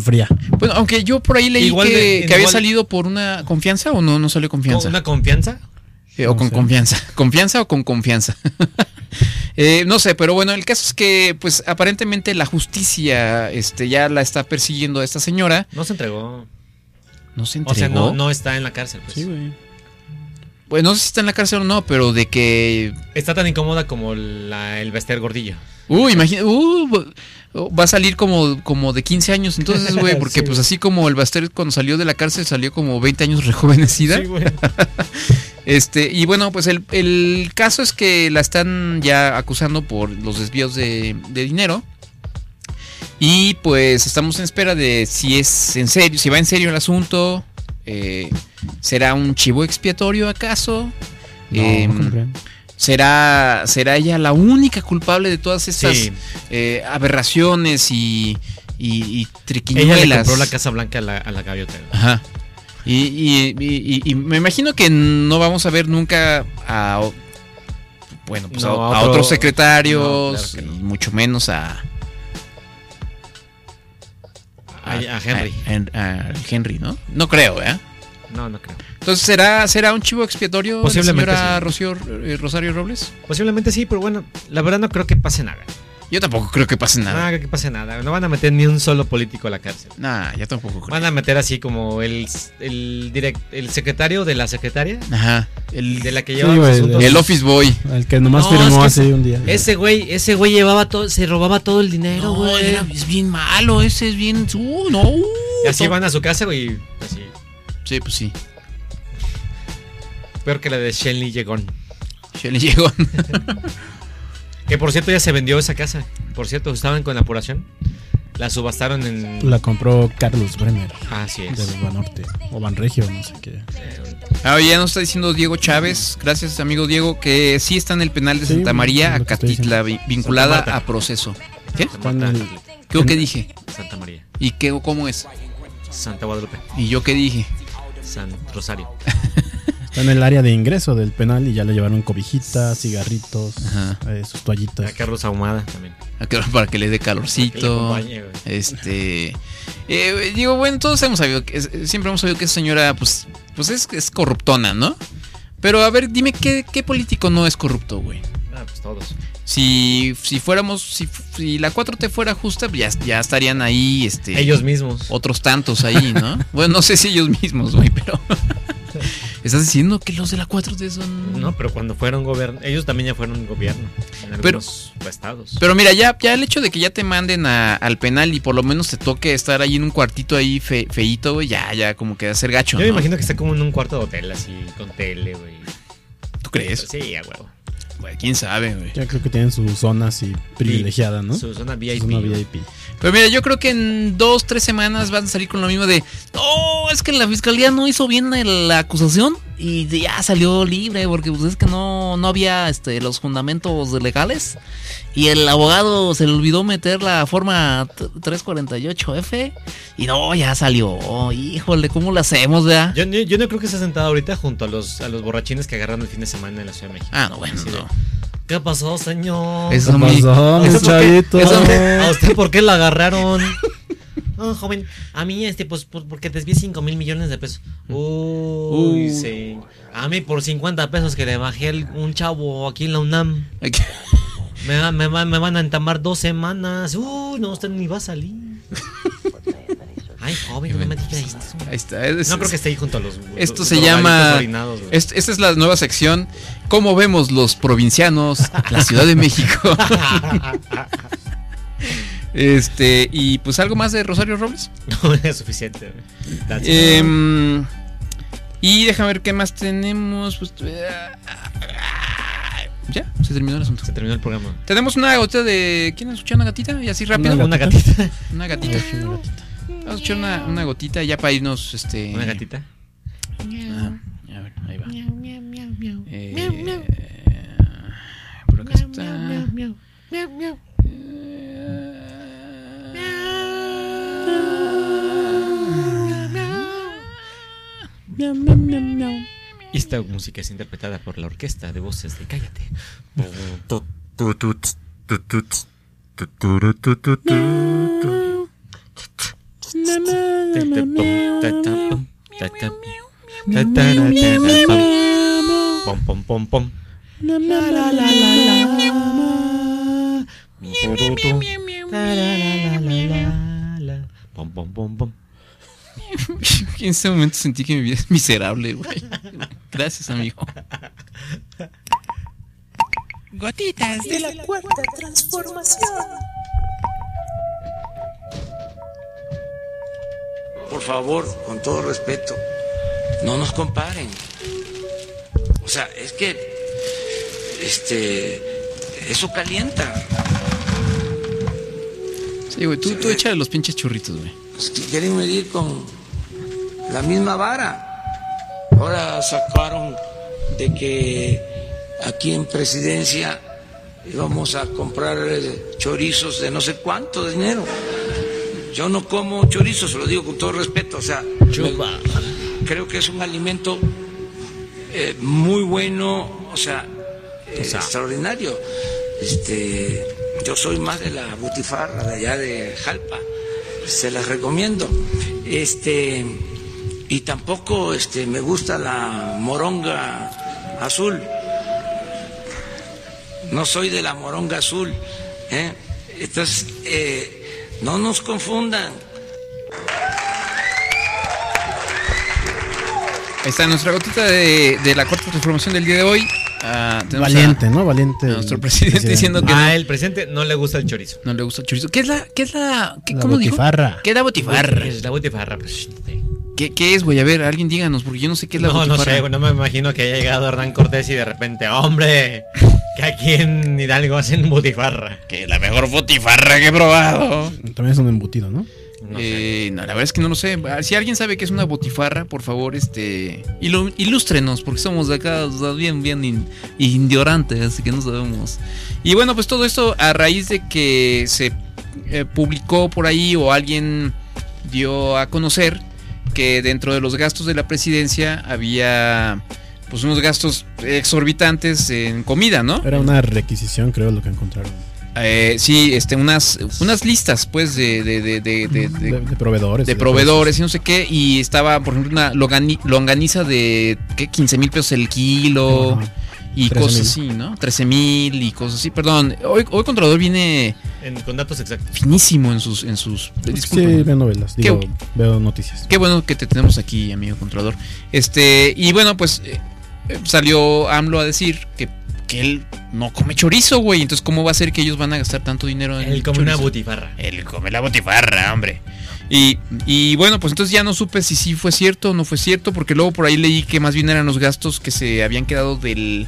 [SPEAKER 4] fría.
[SPEAKER 1] Bueno, aunque yo por ahí leí
[SPEAKER 2] Igual
[SPEAKER 1] que,
[SPEAKER 2] de-
[SPEAKER 1] que había
[SPEAKER 2] igual-
[SPEAKER 1] salido por una confianza o no, no salió
[SPEAKER 2] ¿Con
[SPEAKER 1] confianza.
[SPEAKER 2] ¿Una confianza?
[SPEAKER 1] Eh, o
[SPEAKER 4] No
[SPEAKER 1] con
[SPEAKER 4] sé.
[SPEAKER 1] confianza. ¿Confianza o con confianza? Eh, no sé, pero bueno, el caso es que, pues, aparentemente la justicia este, ya la está persiguiendo a esta señora.
[SPEAKER 2] No se entregó.
[SPEAKER 1] No se entregó.
[SPEAKER 2] O sea, no, no está en la cárcel. Pues.
[SPEAKER 4] Sí, güey.
[SPEAKER 1] Pues, no sé si está en la cárcel o no, pero de que.
[SPEAKER 2] Está tan incómoda como la, el Bester Gordillo.
[SPEAKER 1] Uh, imagina. Uh, va a salir como, como de 15 años entonces, güey, porque,
[SPEAKER 2] Sí,
[SPEAKER 1] pues,
[SPEAKER 2] güey.
[SPEAKER 1] así como el Baster cuando salió de la cárcel salió como 20 años rejuvenecida.
[SPEAKER 2] Sí, güey.
[SPEAKER 1] Este, y bueno, pues el, el caso es que la están ya acusando por los desvíos de, de dinero. Y pues estamos en espera de si es en serio, si va en serio el asunto. eh, ¿Será un chivo expiatorio acaso?
[SPEAKER 4] No,
[SPEAKER 1] Em,
[SPEAKER 4] no compré.
[SPEAKER 1] ¿será, ¿Será ella la única culpable de todas estas
[SPEAKER 2] Sí.
[SPEAKER 1] eh, aberraciones y, y, y
[SPEAKER 2] Ella
[SPEAKER 1] triquiñuelas?
[SPEAKER 2] le compró la Casa Blanca a la, a la gaviota. güey.
[SPEAKER 1] Ajá. Y, y- y- y- y me imagino que no vamos a ver nunca a. o- Bueno, pues a-
[SPEAKER 2] No,
[SPEAKER 1] a,
[SPEAKER 2] a otro-
[SPEAKER 1] otros secretarios,
[SPEAKER 2] No, claro que
[SPEAKER 1] y mucho menos a.
[SPEAKER 2] A- a Henry.
[SPEAKER 4] Ah,
[SPEAKER 1] a- a Henry, ¿no? No creo, ¿eh?
[SPEAKER 2] No, no creo.
[SPEAKER 1] Entonces, ¿será, será un chivo expiatorio la
[SPEAKER 2] Posiblemente
[SPEAKER 1] señora Rocío- eh, Rosario Robles?
[SPEAKER 2] Posiblemente sí, pero bueno, la verdad no creo que pase nada.
[SPEAKER 1] Yo tampoco creo que pase
[SPEAKER 2] No
[SPEAKER 1] nada.
[SPEAKER 2] creo que pase nada. No van a meter ni un solo político a la cárcel.
[SPEAKER 1] Nah, yo tampoco creo.
[SPEAKER 2] Van a meter así como el, el, direct- el secretario de la secretaria.
[SPEAKER 1] Ajá. El,
[SPEAKER 2] De la que
[SPEAKER 4] Sí,
[SPEAKER 2] lleva los
[SPEAKER 4] güey,
[SPEAKER 2] asuntos.
[SPEAKER 1] el office boy.
[SPEAKER 4] El que nomás
[SPEAKER 2] No,
[SPEAKER 4] firmó
[SPEAKER 2] es que
[SPEAKER 4] hace
[SPEAKER 2] ese-
[SPEAKER 4] un día.
[SPEAKER 2] Ese güey, ese güey llevaba todo, se robaba todo el dinero, güey.
[SPEAKER 1] es bien malo, ese es bien. Uh, no. uh,
[SPEAKER 2] Y así
[SPEAKER 1] to-
[SPEAKER 2] van a su casa, güey. Así.
[SPEAKER 1] Sí, pues sí.
[SPEAKER 2] Peor que la de Shenley Llegón.
[SPEAKER 1] Shelly llegó.
[SPEAKER 2] Que por cierto ya se vendió esa casa. Por cierto, estaban con apuración. La subastaron en.
[SPEAKER 4] La compró Carlos Bremer.
[SPEAKER 2] Así
[SPEAKER 4] De
[SPEAKER 2] es.
[SPEAKER 4] Banorte. O Banregio, no sé qué.
[SPEAKER 1] Ah, ya nos está diciendo Diego Chávez, gracias amigo Diego, que sí está en el penal de
[SPEAKER 4] Sí,
[SPEAKER 1] Santa María
[SPEAKER 4] es
[SPEAKER 1] a
[SPEAKER 4] lo que estoy
[SPEAKER 1] Catitla, vi- vinculada
[SPEAKER 2] Santa Marta.
[SPEAKER 1] a proceso. ¿Qué?
[SPEAKER 2] Santa
[SPEAKER 4] Está en el-
[SPEAKER 2] Marta,
[SPEAKER 1] ¿Yo qué dije?
[SPEAKER 2] Santa María.
[SPEAKER 1] ¿Y qué o cómo es?
[SPEAKER 2] Santa Guadalupe.
[SPEAKER 1] ¿Y yo qué dije?
[SPEAKER 2] San Rosario.
[SPEAKER 4] Está en el área de ingreso del penal y ya le llevaron cobijitas, cigarritos,
[SPEAKER 1] Ajá.
[SPEAKER 4] eh, sus toallitas.
[SPEAKER 2] A Carlos Ahumada también.
[SPEAKER 1] Ah, claro, Para que le dé calorcito.
[SPEAKER 2] Para que le acompañe, güey.
[SPEAKER 1] Este. eh, digo, bueno, todos hemos sabido que. es- siempre hemos sabido que esa señora, pues. Pues es, es corruptona, ¿no? Pero a ver, dime qué, qué político no es corrupto, güey.
[SPEAKER 2] Ah, pues todos.
[SPEAKER 1] Si, si fuéramos. Si, si la 4T fuera justa, pues ya, ya estarían ahí, este.
[SPEAKER 2] Ellos mismos.
[SPEAKER 1] otros tantos ahí, ¿no? bueno, no sé si ellos mismos, güey, pero. Estás diciendo que los de la 4T son.
[SPEAKER 2] No, pero cuando fueron gobierno. Ellos también ya fueron gobierno. En
[SPEAKER 1] Pero-
[SPEAKER 2] algunos estados.
[SPEAKER 1] Pero mira, ya, ya el hecho de que ya te manden a- al penal y por lo menos te toque estar ahí en un cuartito ahí fe, feíto, güey, ya, ya como que va a ser gacho.
[SPEAKER 2] Yo me
[SPEAKER 1] ¿no?
[SPEAKER 2] imagino que está como en un cuarto de hotel, así, con tele, güey.
[SPEAKER 1] ¿Tú crees?
[SPEAKER 2] Sí, a huevo.
[SPEAKER 1] Güey, quién sabe, güey.
[SPEAKER 4] Ya creo que tienen su zona así privilegiada, ¿no?
[SPEAKER 2] Su zona VIP.
[SPEAKER 4] Zona VIP.
[SPEAKER 1] Pero mira, yo creo que en dos, tres semanas van a salir con lo mismo de. No, es que la fiscalía no hizo bien el- la acusación y ya salió libre porque pues, es que no, no había este, los fundamentos legales. Y el abogado se le olvidó meter la forma t- 348F y no, ya salió. Híjole, ¿cómo la hacemos, vea?
[SPEAKER 2] Yo, yo- yo no creo que esté sentado ahorita junto a los, a los borrachines que agarraron el fin de semana en la Ciudad de México.
[SPEAKER 1] Ah, no, bueno,
[SPEAKER 2] Así de,
[SPEAKER 1] no.
[SPEAKER 2] ¿Qué pasó, señor?
[SPEAKER 1] Eso
[SPEAKER 4] ¿Qué
[SPEAKER 1] mi-
[SPEAKER 4] pasó,
[SPEAKER 1] eso por
[SPEAKER 4] mis
[SPEAKER 1] qué-
[SPEAKER 4] chavitos?
[SPEAKER 1] eso-
[SPEAKER 2] ¿A usted por qué la agarraron? No, joven, a mí, este, pues, por- porque desvié 5 mil millones de pesos. Mm. Uy,
[SPEAKER 1] Uy.
[SPEAKER 2] sí. A mí por 50 pesos que le bajé el- un chavo aquí en la UNAM. Me, va- me, va- me van a entamar dos semanas. Uy, no, usted ni va a salir. Ay, joven, no me digas eso.
[SPEAKER 1] Ahí está. es-
[SPEAKER 2] No creo que esté ahí junto a los.
[SPEAKER 1] Esto
[SPEAKER 2] los
[SPEAKER 1] se llama.
[SPEAKER 2] drogadictos orinados, güey.
[SPEAKER 1] est- esta es la nueva sección. ¿Cómo vemos los provincianos la Ciudad de México? este. Y pues algo más de Rosario Robles.
[SPEAKER 2] No es suficiente. güey. That's it.
[SPEAKER 1] Em, y déjame ver qué más tenemos. Pues, eh, ya, se terminó el asunto.
[SPEAKER 2] se terminó el programa.
[SPEAKER 1] Tenemos una gotita Ah, de. ¿Quién escuchó una gatita? Y así rápido.
[SPEAKER 2] Una gatita.
[SPEAKER 1] Una gatita. Vamos a echar una, una gotita ya para irnos. Este,
[SPEAKER 2] Una gatita.
[SPEAKER 1] Ajá. A ver, ahí va. Eh, por acá está.
[SPEAKER 2] Y esta música es interpretada por la orquesta de voces de Cállate. Pom, pom, pom, pom. Pom, pom, pom, pom.
[SPEAKER 1] En ese momento sentí que mi vida es miserable, güey. Gracias, amigo.
[SPEAKER 10] Gotitas de la cuarta transformación.
[SPEAKER 3] Por favor, con todo respeto, no nos comparen. O sea, es que este eso calienta.
[SPEAKER 1] Sí, güey, tú, tú échale los pinches churritos, güey.
[SPEAKER 3] Si quieren medir con la misma vara. Ahora sacaron de que aquí en presidencia íbamos a comprar eh, chorizos de no sé cuánto dinero. Yo no como chorizos, se lo digo con todo respeto, o sea, me- creo que es un alimento eh, muy bueno, o sea, eh, extraordinario. Este, yo soy más de la butifarra de allá de Jalpa, se las recomiendo. Este, y tampoco este, me gusta la moronga azul. No soy de la moronga azul. ¿eh? Entonces, eh, no nos confundan.
[SPEAKER 1] Ahí está nuestra gotita de, de la cuarta transformación del día de hoy. Ah, tenemos
[SPEAKER 4] Valiente,
[SPEAKER 1] a-
[SPEAKER 4] ¿no? Valiente.
[SPEAKER 1] a nuestro presidente, diciendo que
[SPEAKER 11] Ah,
[SPEAKER 1] no,
[SPEAKER 11] el presidente no le gusta el chorizo.
[SPEAKER 1] no le gusta el chorizo. ¿Qué es la, qué es la, qué-
[SPEAKER 4] La
[SPEAKER 1] cómo dijo?
[SPEAKER 4] botifarra.
[SPEAKER 1] ¿Qué es la botifarra?
[SPEAKER 11] Es la botifarra.
[SPEAKER 1] ¿Qué, qué es, güey? A ver, alguien díganos, porque yo no sé qué es la
[SPEAKER 11] No, no
[SPEAKER 1] botifarra.
[SPEAKER 11] sé, güey, no me imagino que haya llegado Hernán Cortés y de repente, hombre, que aquí en Hidalgo hacen botifarra.
[SPEAKER 1] Que la mejor botifarra que he probado.
[SPEAKER 4] También es un embutido, ¿no?
[SPEAKER 11] No
[SPEAKER 1] Eh, no, la verdad es que no lo sé. Ah, Si alguien sabe qué es una botifarra, por favor, este ilu- ilústrenos, porque somos de acá o sea, bien, bien in- indiorantes, así que no sabemos. Y bueno, pues todo esto a raíz de que se eh, publicó por ahí o alguien dio a conocer que dentro de los gastos de la presidencia había pues unos gastos exorbitantes en comida, ¿no?
[SPEAKER 4] Era una requisición, creo, lo que encontraron.
[SPEAKER 1] Eh, sí, este, unas, unas listas, pues, de, de- de- de- de- de-
[SPEAKER 4] De, de proveedores.
[SPEAKER 1] de proveedores y no sé qué. Y estaba, por ejemplo, una longani- longaniza de ¿qué? 15 mil pesos el kilo.
[SPEAKER 4] Ajá.
[SPEAKER 1] Y
[SPEAKER 4] 13,000.
[SPEAKER 1] cosas así, ¿no? 13 mil y cosas así. Perdón, hoy, hoy Contralor viene
[SPEAKER 11] En- con datos exactos.
[SPEAKER 1] finísimo en sus... En sus
[SPEAKER 4] Pues
[SPEAKER 1] disculpen.
[SPEAKER 4] Sí, veo novelas, digo,
[SPEAKER 1] ¿Qué?
[SPEAKER 4] veo noticias.
[SPEAKER 1] Qué bueno que te tenemos aquí, amigo Contralor. Este, y bueno, pues eh, eh, salió AMLO a decir que, que él no come chorizo, güey. Entonces, ¿cómo va a ser que ellos van a gastar tanto dinero en
[SPEAKER 11] Él come una
[SPEAKER 1] chorizo?
[SPEAKER 11] botifarra.
[SPEAKER 1] El come la botifarra, hombre. Y, y bueno, pues entonces ya no supe si sí fue cierto o no fue cierto, porque luego por ahí leí que más bien eran los gastos que se habían quedado del.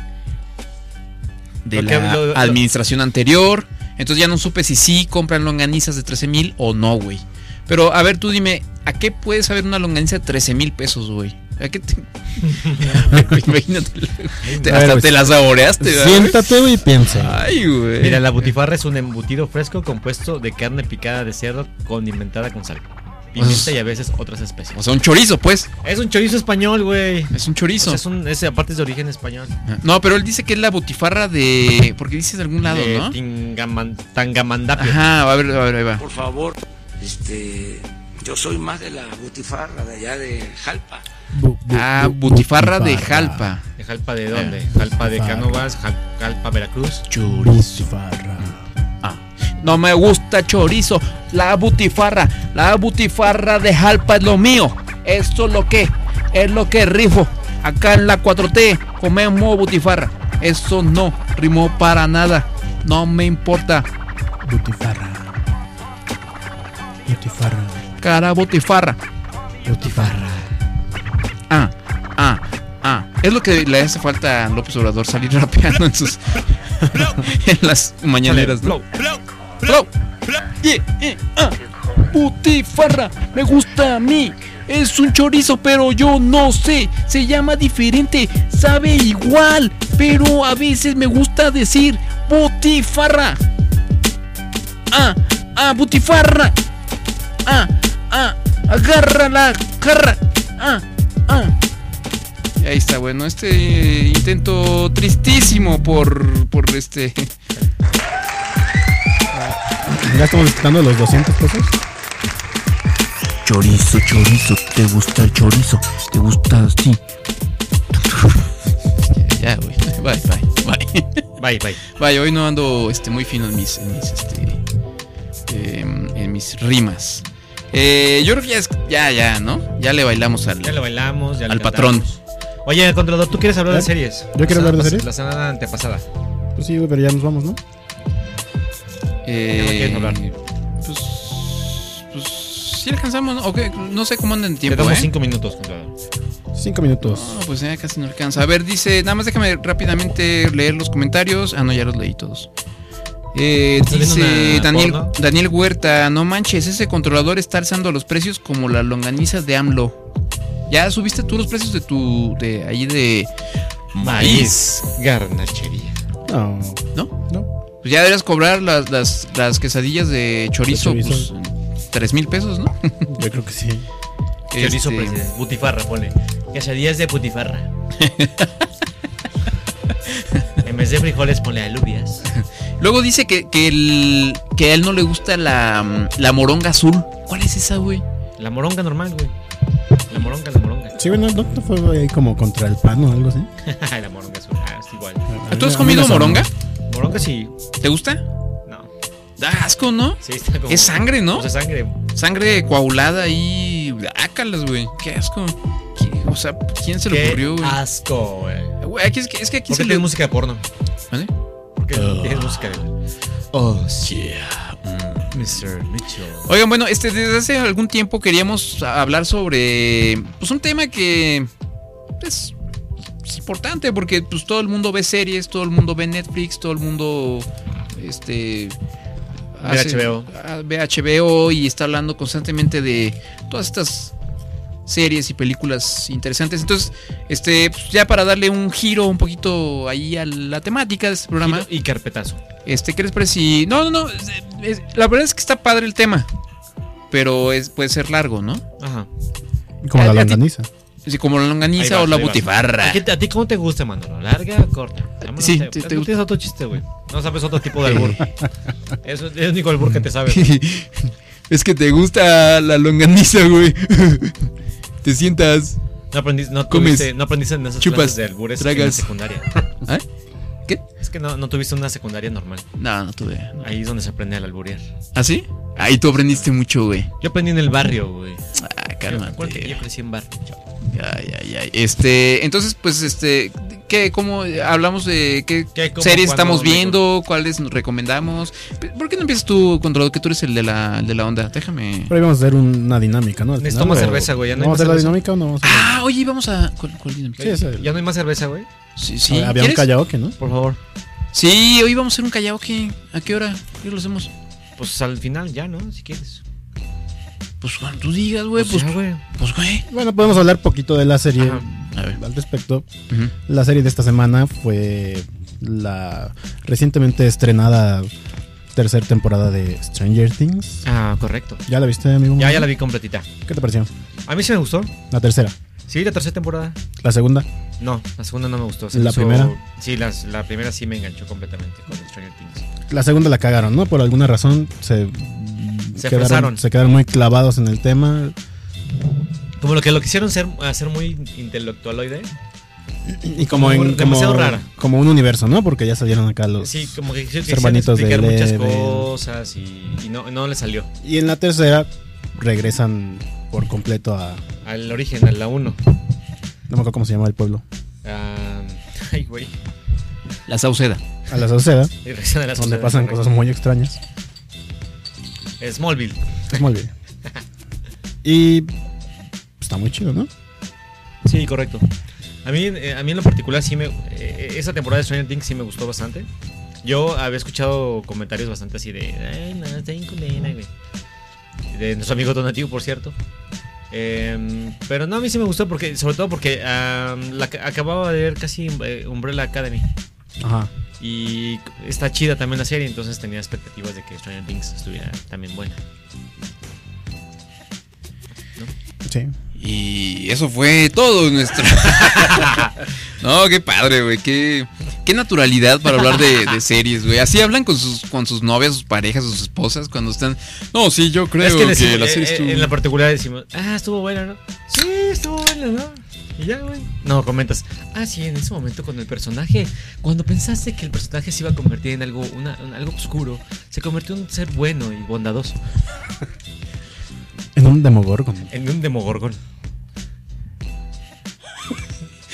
[SPEAKER 1] de
[SPEAKER 11] Lo que-
[SPEAKER 1] la
[SPEAKER 11] lo- lo-
[SPEAKER 1] administración anterior. Entonces ya no supe si sí compran longanizas de 13 mil o no, güey. Pero a ver, tú dime, ¿a qué puede saber una longaniza de 13 mil pesos, güey? ¿A qué te.? Imagínate. te-
[SPEAKER 4] A ver,
[SPEAKER 1] hasta
[SPEAKER 11] pues,
[SPEAKER 4] güey.
[SPEAKER 1] te la saboreaste, ¿verdad, Ah, güey?
[SPEAKER 4] Siéntate güey, y piensa.
[SPEAKER 1] Ay, güey.
[SPEAKER 11] Mira, la botifarra es un embutido fresco compuesto de carne picada de cerdo condimentada con sal, pimienta y a veces otras
[SPEAKER 1] O
[SPEAKER 11] especies.
[SPEAKER 1] sea, un chorizo, pues.
[SPEAKER 11] Es un chorizo español, güey.
[SPEAKER 1] Es un
[SPEAKER 11] O
[SPEAKER 1] chorizo.
[SPEAKER 11] sea, es un, es, aparte es de origen español.
[SPEAKER 1] No, pero él dice que es la botifarra de. Porque dice de algún lado,
[SPEAKER 11] de
[SPEAKER 1] ¿no?
[SPEAKER 11] Tingaman- Tangamandapio.
[SPEAKER 1] Ajá, a ver, a ver, ahí va.
[SPEAKER 3] Por favor, este, yo soy más de la butifarra de allá de Jalpa.
[SPEAKER 4] Bu- bu-
[SPEAKER 1] Ah,
[SPEAKER 4] bu-
[SPEAKER 1] butifarra de
[SPEAKER 4] butifarra.
[SPEAKER 1] Jalpa.
[SPEAKER 11] ¿De Jalpa
[SPEAKER 1] Eh,
[SPEAKER 11] de dónde? Jalpa de
[SPEAKER 4] Farra.
[SPEAKER 11] Cánovas, Jal- Jalpa Veracruz.
[SPEAKER 4] Butifarra.
[SPEAKER 1] Ah. No me gusta chorizo, la butifarra, la butifarra de Jalpa es lo mío. Esto es lo que, es lo que rifo. Acá en la 4T comemos butifarra. Eso no rimó para nada. No me importa.
[SPEAKER 4] Butifarra. Butifarra.
[SPEAKER 1] Cara butifarra.
[SPEAKER 4] Butifarra.
[SPEAKER 1] Ah, ah, ah. Es lo que le hace falta a López Obrador salir rapeando en sus. en las mañaneras, ¿no? Flow. Yeah, eh, ah. Butifarra, me gusta a mí. Es un chorizo, pero yo no sé. Se llama diferente, sabe igual. Pero a veces me gusta decir butifarra. Ah, ah, butifarra. Ah, ah, agarra la jarra. Ah, ah. Y ahí está, bueno, este eh, intento tristísimo por, por este...
[SPEAKER 4] Ya estamos quitando los 200 pesos.
[SPEAKER 7] Chorizo, chorizo, te gusta el chorizo, te gusta así.
[SPEAKER 1] Ya, güey. Bye, bye, bye.
[SPEAKER 11] Bye, bye.
[SPEAKER 1] Vaya, hoy no ando este, muy fino en mis, en mis, este, em, en mis rimas. Eh, yo creo que ya, es- ya, ya, ¿no? Ya le bailamos al...
[SPEAKER 11] Ya lo bailamos, ya lo
[SPEAKER 1] Al
[SPEAKER 11] cantamos. Oye, controlador, ¿tú quieres hablar de
[SPEAKER 4] ¿Eh?
[SPEAKER 11] series?
[SPEAKER 4] Yo quiero
[SPEAKER 11] La
[SPEAKER 4] hablar de
[SPEAKER 11] pas-
[SPEAKER 4] series.
[SPEAKER 11] La semana antepasada.
[SPEAKER 4] Pues sí, güey, pero ya nos vamos, ¿no?
[SPEAKER 1] eh,
[SPEAKER 11] no quieres hablar.
[SPEAKER 1] Pues, pues sí alcanzamos, ¿no? ¿O qué? No sé cómo andan en
[SPEAKER 11] Te
[SPEAKER 1] tiempo,
[SPEAKER 11] damos
[SPEAKER 1] ¿eh?
[SPEAKER 11] cinco minutos, controlador.
[SPEAKER 4] Cinco minutos.
[SPEAKER 1] No, pues ya casi no alcanza. A ver, dice, nada más déjame rápidamente leer los comentarios. Ah, no, ya los leí todos. Eh,
[SPEAKER 11] ¿Estás viendo
[SPEAKER 1] dice
[SPEAKER 11] una
[SPEAKER 1] Daniel,
[SPEAKER 11] porno?
[SPEAKER 1] Daniel Huerta, no manches, ese controlador está alzando los precios como las longanizas de AMLO. Ya subiste tú los precios de tu. de ahí de. Maíz.
[SPEAKER 11] Garnachería.
[SPEAKER 4] No.
[SPEAKER 1] ¿No?
[SPEAKER 4] No.
[SPEAKER 1] Pues ya deberías cobrar las, las, las quesadillas de chorizo,
[SPEAKER 4] De chorizo.
[SPEAKER 1] pues. Tres mil pesos, ¿no?
[SPEAKER 4] Yo creo que sí.
[SPEAKER 11] Chorizo,
[SPEAKER 1] Este,
[SPEAKER 11] presidente. pues, Butifarra, pone. Quesadillas de butifarra. en vez de frijoles, ponle alubias.
[SPEAKER 1] Luego dice que, que, el, que a él no le gusta la, la moronga azul. ¿Cuál es esa, güey?
[SPEAKER 11] La moronga normal, güey. La
[SPEAKER 2] moronga, la moronga.
[SPEAKER 4] Sí, bueno, no, no fue ahí como contra el pan o algo así.
[SPEAKER 2] la moronga es, una- es igual.
[SPEAKER 1] ¿Tú has comido moronga?
[SPEAKER 2] Moronga sí.
[SPEAKER 1] ¿Te gusta?
[SPEAKER 2] No.
[SPEAKER 1] Da asco, ¿no?
[SPEAKER 2] Sí, está como-
[SPEAKER 1] Es sangre, ¿no?
[SPEAKER 2] Pues es sangre.
[SPEAKER 1] Sangre coagulada ahí. Ácalas, güey. Qué asco. Qué- o sea, ¿quién se le
[SPEAKER 2] Qué
[SPEAKER 1] ocurrió, güey?
[SPEAKER 2] asco, güey.
[SPEAKER 1] Güey, aquí es que, es que aquí
[SPEAKER 2] ¿Por
[SPEAKER 1] se
[SPEAKER 2] qué tienes
[SPEAKER 1] le.
[SPEAKER 2] música de porno?
[SPEAKER 1] ¿Vale?
[SPEAKER 2] ¿Por qué tienes música de Ah. Oh, yeah. Mm, Mr. Mitchell.
[SPEAKER 1] Oigan, bueno, este, desde hace algún tiempo queríamos hablar sobre pues, un tema que es, es importante porque pues, todo el mundo ve series, todo el mundo ve Netflix, todo el mundo este,
[SPEAKER 2] Ve HBO.
[SPEAKER 1] ah, ve HBO y está hablando constantemente de todas estas series y películas interesantes. Entonces, este, pues, ya para darle un giro un poquito ahí a la temática de este programa.
[SPEAKER 2] Y carpetazo.
[SPEAKER 1] Este, ¿qué les parece? si- No, no, no. es- es- la verdad es que está padre el tema. Pero es, puede ser largo, ¿no?
[SPEAKER 2] Ajá.
[SPEAKER 4] Como
[SPEAKER 1] A-
[SPEAKER 4] la
[SPEAKER 1] Eh, a ti-
[SPEAKER 4] longaniza.
[SPEAKER 1] Sí, como la
[SPEAKER 2] Ahí
[SPEAKER 1] longaniza
[SPEAKER 2] vas,
[SPEAKER 1] o la
[SPEAKER 2] ahí vas.
[SPEAKER 1] butifarra.
[SPEAKER 2] ¿A, qué- a ti cómo te gusta, Manolo? ¿Larga o corta? Vámonos,
[SPEAKER 1] Sí,
[SPEAKER 2] te,
[SPEAKER 1] te-
[SPEAKER 2] tú
[SPEAKER 1] te-
[SPEAKER 2] tienes otro chiste, güey. No sabes otro tipo de albur. Eso es el único albur que te sabes.
[SPEAKER 1] es que te gusta la longaniza, güey. te sientas.
[SPEAKER 2] No aprendiste, no
[SPEAKER 1] Comes,
[SPEAKER 2] tuviste, no aprendiste en esas
[SPEAKER 1] chupas,
[SPEAKER 2] clases de albures en la
[SPEAKER 1] tragas.
[SPEAKER 2] secundaria.
[SPEAKER 1] ¿Eh?
[SPEAKER 2] ¿Ah?
[SPEAKER 1] ¿Qué?
[SPEAKER 2] Es que no, no tuviste una secundaria normal.
[SPEAKER 1] No, no tuve.
[SPEAKER 2] Ahí es donde se aprende al alburear.
[SPEAKER 1] ¿Ah, sí? Ahí tú aprendiste mucho, güey.
[SPEAKER 2] Yo aprendí en el barrio, güey.
[SPEAKER 1] Ah,
[SPEAKER 2] Yo-
[SPEAKER 1] cálmate.
[SPEAKER 2] acuérdate que yo crecí en barrio.
[SPEAKER 1] Ay, ay, ay. Este, entonces, pues, este, ¿qué, cómo eh, hablamos de qué,
[SPEAKER 2] ¿Qué, cómo,
[SPEAKER 1] series
[SPEAKER 2] cuándo,
[SPEAKER 1] estamos
[SPEAKER 2] dónde,
[SPEAKER 1] viendo? ¿Cuáles nos recomendamos? Pe- ¿Por qué no empiezas tú, Controlador, que tú eres el de la, el de la onda? Déjame.
[SPEAKER 4] Pero ahí vamos a hacer una dinámica, ¿no? Al
[SPEAKER 2] Necesito
[SPEAKER 4] final,
[SPEAKER 2] más
[SPEAKER 4] ¿o-
[SPEAKER 2] cerveza, güey, ya no hay
[SPEAKER 4] ¿Vamos a
[SPEAKER 2] más
[SPEAKER 4] hacer la
[SPEAKER 2] cerveza.
[SPEAKER 4] dinámica o no? Vamos a hacer-
[SPEAKER 1] Ah, oye, vamos a. ¿cuál- cuál dinámica?
[SPEAKER 4] Sí, esa-
[SPEAKER 2] ¿Ya no hay más cerveza, güey?
[SPEAKER 1] Sí, sí.
[SPEAKER 4] Había un
[SPEAKER 1] ¿quieres?
[SPEAKER 4] karaoke, ¿no?
[SPEAKER 2] Por favor.
[SPEAKER 1] Sí, hoy vamos a hacer un karaoke. ¿A qué hora? ¿A ¿Qué hora lo hacemos?
[SPEAKER 2] Pues al final ya, ¿no? Si quieres.
[SPEAKER 1] Pues cuando tú digas, güey, pues,
[SPEAKER 2] ya, güey.
[SPEAKER 1] pues, güey.
[SPEAKER 4] Bueno, podemos hablar poquito de la serie
[SPEAKER 2] Ajá.
[SPEAKER 1] A ver.
[SPEAKER 4] al respecto.
[SPEAKER 1] Ujú.
[SPEAKER 4] La serie de esta semana fue la recientemente estrenada tercera temporada de Stranger Things.
[SPEAKER 2] Ah, correcto.
[SPEAKER 4] ¿Ya la viste, amigo?
[SPEAKER 2] Ya, ya la vi completita.
[SPEAKER 4] ¿Qué te pareció?
[SPEAKER 2] A mí sí me gustó.
[SPEAKER 4] La tercera.
[SPEAKER 2] Sí, la tercera temporada.
[SPEAKER 4] La segunda.
[SPEAKER 2] No, la segunda no me gustó. Se
[SPEAKER 4] ¿La
[SPEAKER 2] hizo-
[SPEAKER 4] primera?
[SPEAKER 2] Sí, las- la, primera sí me enganchó completamente con Stranger Things.
[SPEAKER 4] La segunda la cagaron, ¿no? Por alguna razón se,
[SPEAKER 2] Se
[SPEAKER 4] quedaron,
[SPEAKER 2] forzaron.
[SPEAKER 4] se quedaron muy clavados en el tema.
[SPEAKER 2] Como lo que lo quisieron ser, hacer muy intelectualoide.
[SPEAKER 4] Y como en
[SPEAKER 2] Demasiado
[SPEAKER 4] como,
[SPEAKER 2] rara.
[SPEAKER 4] como un universo, ¿no? Porque ya salieron acá los
[SPEAKER 2] Sí, como que quisieron quisieron
[SPEAKER 4] hermanitos de
[SPEAKER 2] explicar muchas
[SPEAKER 4] Eleven.
[SPEAKER 2] cosas y, y no, no le salió.
[SPEAKER 4] Y en la tercera regresan por completo a no
[SPEAKER 2] Al origen, a la 1.
[SPEAKER 4] me acuerdo cómo se llama el pueblo,
[SPEAKER 2] Ah, ay, güey.
[SPEAKER 1] La Sauceda.
[SPEAKER 4] a la Sauceda,
[SPEAKER 2] Y regresan a las
[SPEAKER 4] donde
[SPEAKER 2] cosas,
[SPEAKER 4] pasan
[SPEAKER 2] correcto.
[SPEAKER 4] cosas muy extrañas.
[SPEAKER 2] Smallville.
[SPEAKER 4] Es muy bien. Y pues, está muy chido, ¿no?
[SPEAKER 2] Sí, correcto. A mí, eh, a mí en lo particular sí me... eh, esa temporada de Stranger Things sí me gustó bastante. Yo había escuchado comentarios bastante así de... Ay, no, está bien culera, güey. De nuestro amigo Donativo, por cierto. Em, pero no, a mí sí me gustó porque... Sobre todo porque am, la, ca- acababa de ver casi eh, Umbrella Academy.
[SPEAKER 4] Ajá.
[SPEAKER 2] Y está chida también la serie, entonces tenía expectativas de que Stranger Things estuviera también buena.
[SPEAKER 4] Sí.
[SPEAKER 1] Y eso fue todo nuestro. no, qué padre, güey. Qué, qué naturalidad para hablar de, de series, güey. Así hablan con sus, con sus novias, sus parejas, sus esposas cuando están. No, sí, yo creo
[SPEAKER 2] Es que,
[SPEAKER 1] que,
[SPEAKER 2] decimos-
[SPEAKER 1] la
[SPEAKER 2] eh,
[SPEAKER 1] serie
[SPEAKER 2] eh,
[SPEAKER 1] estuvo-
[SPEAKER 2] en la particular decimos, ah, estuvo buena, ¿no? Sí, estuvo buena, ¿no? Y ya, güey. No, comentas, ah, sí, en ese momento con el personaje, cuando pensaste que el personaje se iba a convertir en algo, una- en algo oscuro, se convirtió en un ser bueno y bondadoso,
[SPEAKER 4] En un demogorgon.
[SPEAKER 2] en un demogorgon.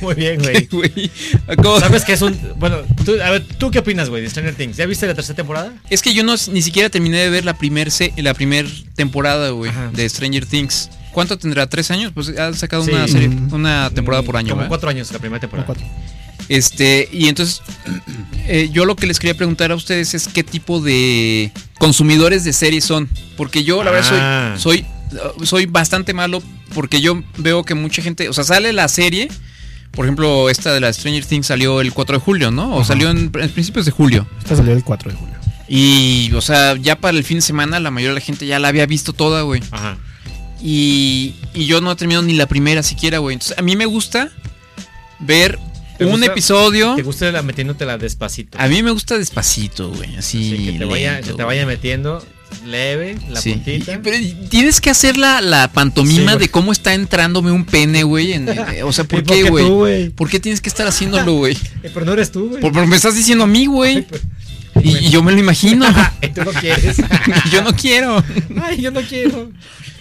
[SPEAKER 2] Muy bien, güey.
[SPEAKER 1] Güey, acabo-
[SPEAKER 2] ¿Sabes qué es un...? Bueno, tú, a ver, ¿tú qué opinas, güey, de Stranger Things? ¿Ya viste la tercera temporada?
[SPEAKER 1] Es que yo no, ni siquiera terminé de ver la primer, se- la primer temporada, güey,
[SPEAKER 2] Ajá.
[SPEAKER 1] de Stranger Things. ¿Cuánto tendrá? ¿Tres años? Pues han sacado
[SPEAKER 2] Sí.
[SPEAKER 1] una serie,
[SPEAKER 4] Mm.
[SPEAKER 1] una Ah, temporada por
[SPEAKER 2] Mm,
[SPEAKER 1] año,
[SPEAKER 2] Como
[SPEAKER 1] ¿verdad?
[SPEAKER 2] cuatro años la primera temporada.
[SPEAKER 4] Cuatro.
[SPEAKER 1] Este, y entonces, eh, yo lo que les quería preguntar a ustedes es qué tipo de consumidores de series son. Porque yo, la
[SPEAKER 2] Ah.
[SPEAKER 1] verdad, soy, soy, soy bastante malo porque yo veo que mucha gente, o sea, sale la serie. Por ejemplo, esta de la Stranger Things salió el 4 de julio, ¿no? O salió en, en principios de julio.
[SPEAKER 4] Esta Este salió el 4 de julio.
[SPEAKER 1] Y, o sea, ya para el fin de semana la mayoría de la gente ya la había visto toda, güey.
[SPEAKER 2] Ajá.
[SPEAKER 1] Y, y yo no he terminado ni la primera siquiera, güey. Entonces, a mí me gusta ver
[SPEAKER 2] ¿Te
[SPEAKER 1] un
[SPEAKER 2] gusta?
[SPEAKER 1] episodio.
[SPEAKER 2] Te gusta la metiéndote la despacito.
[SPEAKER 1] A mí me gusta despacito, güey. Así.
[SPEAKER 2] Así que te vaya,
[SPEAKER 1] lento,
[SPEAKER 2] que te vaya metiendo. leve, la
[SPEAKER 1] Sí.
[SPEAKER 2] puntita.
[SPEAKER 1] Tienes que hacer la, la
[SPEAKER 2] Sí,
[SPEAKER 1] pantomima
[SPEAKER 2] güey.
[SPEAKER 1] de cómo está entrándome un pene, güey. en- en- eh, o sea, ¿por qué, güey? ¿Por qué tienes que estar haciéndolo, güey?
[SPEAKER 2] Eh, pero no eres tú, güey.
[SPEAKER 1] Por- Porque me estás diciendo a mí, güey. Y, y yo me lo imagino.
[SPEAKER 2] Y Ah, eh, tú no quieres.
[SPEAKER 1] Y yo no quiero.
[SPEAKER 2] Ay, yo no quiero.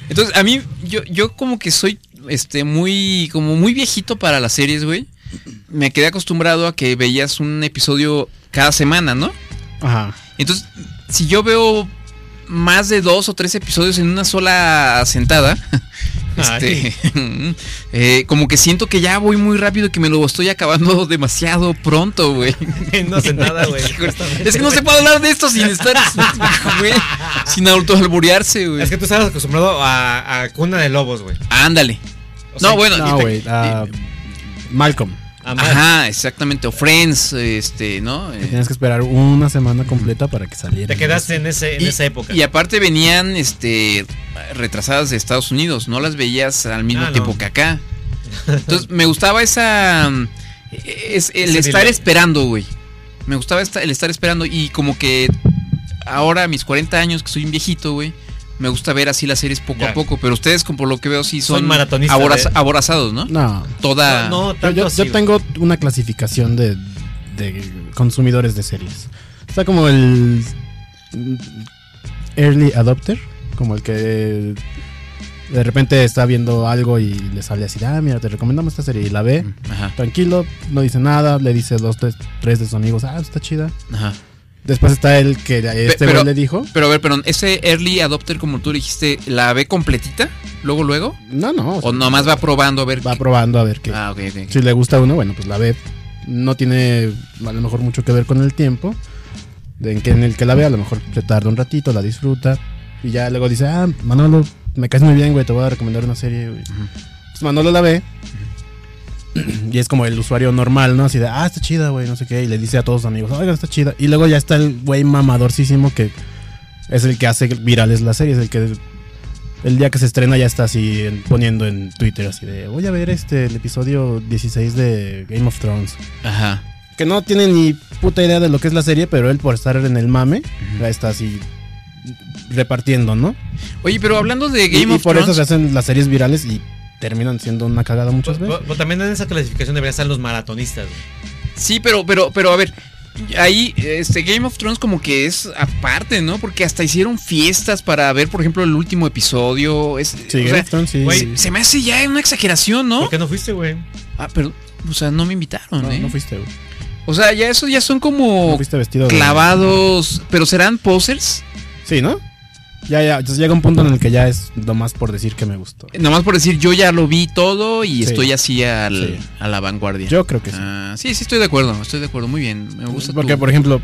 [SPEAKER 1] Entonces, a mí, yo, yo como que soy este muy, como muy viejito para las series, güey. Me quedé acostumbrado a que veías un episodio cada semana, ¿no?
[SPEAKER 4] Ajá.
[SPEAKER 1] Entonces, si yo veo más de dos o tres episodios en una sola sentada, este, eh, como que siento que ya voy muy rápido y que me lo estoy acabando demasiado pronto, güey.
[SPEAKER 2] No sé nada, güey. justamente,
[SPEAKER 1] Es que no se puede hablar de esto sin estar, güey, sin autoalburearse, güey.
[SPEAKER 2] Es que tú estabas acostumbrado a, a cuna de lobos, güey.
[SPEAKER 1] Ándale.
[SPEAKER 2] O sea,
[SPEAKER 1] no, bueno,
[SPEAKER 4] No,
[SPEAKER 1] y- Eh.
[SPEAKER 4] güey.
[SPEAKER 1] y-
[SPEAKER 4] ah, Malcolm.
[SPEAKER 2] a madre.
[SPEAKER 1] Ajá, exactamente. O Friends, este, ¿no?
[SPEAKER 4] Que
[SPEAKER 1] Eh,
[SPEAKER 4] Tienes que esperar una semana completa para que saliera.
[SPEAKER 2] Te quedaste en, ese, en esa época.
[SPEAKER 1] Y aparte venían este retrasadas de Estados Unidos, no las veías al mismo
[SPEAKER 2] Ah, no.
[SPEAKER 1] tiempo que acá. Entonces me gustaba esa mm, es el
[SPEAKER 2] Ese
[SPEAKER 1] estar
[SPEAKER 2] delay.
[SPEAKER 1] esperando, güey. Me gustaba esta- el estar esperando y como que ahora a mis 40 años que soy un viejito, güey, me gusta ver así las series poco
[SPEAKER 2] Ya.
[SPEAKER 1] a poco, pero ustedes como por lo que veo sí
[SPEAKER 2] Son
[SPEAKER 1] son,
[SPEAKER 2] maratonistas,
[SPEAKER 1] aboraz-
[SPEAKER 2] ¿eh?
[SPEAKER 1] aborazados, ¿no?
[SPEAKER 4] No.
[SPEAKER 1] Toda
[SPEAKER 2] No,
[SPEAKER 4] Yo,
[SPEAKER 2] tanto
[SPEAKER 4] yo-
[SPEAKER 2] así,
[SPEAKER 4] yo
[SPEAKER 2] güey.
[SPEAKER 4] tengo una clasificación de, de consumidores de series. Está como el mm, early adopter, como el que de repente está viendo algo y le sale así, ah, mira, te recomendamos esta serie y la ve.
[SPEAKER 1] Ajá,
[SPEAKER 4] Tranquilo, no dice nada, le dice dos, tres, tres de sus amigos, ah, está chida.
[SPEAKER 1] ajá.
[SPEAKER 4] Después está el que este
[SPEAKER 1] pero-
[SPEAKER 4] güey le dijo.
[SPEAKER 1] Pero a ver, perdón, ese early adopter como tú dijiste, ¿la ve completita? Luego luego
[SPEAKER 4] No, no. o sea,
[SPEAKER 1] o nomás va probando a ver
[SPEAKER 4] va
[SPEAKER 1] qué-
[SPEAKER 4] probando a ver qué.
[SPEAKER 1] Ah, ok, ok, ok.
[SPEAKER 4] Si le gusta uno, bueno, pues la ve. No tiene a lo mejor mucho que ver con el tiempo. De en, que, en el que la ve, a lo mejor se tarda un ratito, la disfruta. Y ya luego dice, ah, Manolo, me caes muy bien, güey, te voy a recomendar una serie, güey. Pues Manolo la ve. Y es como el usuario normal, ¿no? Así de, ah, está chida, güey, no sé qué. Y le dice a todos sus amigos, oigan, está chida. Y luego ya está el güey mamadorcísimo que es el que hace virales las series, el que el día que se estrena ya está así en- poniendo en Twitter así de voy a ver este el episodio 16 de Game of Thrones.
[SPEAKER 1] Ajá.
[SPEAKER 4] Que no tiene ni puta idea de lo que es la serie, pero él por estar en el mame ya está así repartiendo, ¿no?
[SPEAKER 1] Oye, pero hablando de
[SPEAKER 4] Y,
[SPEAKER 1] Game
[SPEAKER 4] y
[SPEAKER 1] of
[SPEAKER 4] por eso
[SPEAKER 1] Thrones,
[SPEAKER 4] se hacen las series virales y terminan siendo una cagada muchas
[SPEAKER 1] Pues,
[SPEAKER 2] Pero-
[SPEAKER 4] veces.
[SPEAKER 2] pero también en esa clasificación deberían estar los maratonistas, güey.
[SPEAKER 1] sí, pero, pero, pero a ver, ahí, este Game of Thrones como que es aparte, ¿no? Porque hasta hicieron fiestas para ver, por ejemplo, el último episodio. Es,
[SPEAKER 4] Sí,
[SPEAKER 1] pues, o
[SPEAKER 4] Game
[SPEAKER 1] sea,
[SPEAKER 4] of Thrones, sí.
[SPEAKER 1] güey, se me hace ya una exageración, ¿no?
[SPEAKER 2] ¿Por qué no fuiste, güey?
[SPEAKER 1] Ah, perdón, o sea, no me invitaron,
[SPEAKER 4] no,
[SPEAKER 1] ¿eh?
[SPEAKER 4] no fuiste, güey.
[SPEAKER 1] O sea, ya eso ya son
[SPEAKER 4] No
[SPEAKER 1] como
[SPEAKER 4] fuiste vestido de-
[SPEAKER 1] clavados, pero serán posers,
[SPEAKER 4] Sí, ¿no? Ya, ya, entonces llega un punto en el que ya es nomás por decir que me gustó.
[SPEAKER 1] nomás por decir yo ya lo vi todo y
[SPEAKER 4] Sí.
[SPEAKER 1] estoy así al,
[SPEAKER 4] Sí.
[SPEAKER 1] a la vanguardia.
[SPEAKER 4] Yo creo que sí.
[SPEAKER 1] Ah, sí, sí, estoy de acuerdo, estoy de acuerdo, muy bien, me gusta
[SPEAKER 4] Porque,
[SPEAKER 1] tu-
[SPEAKER 4] por ejemplo,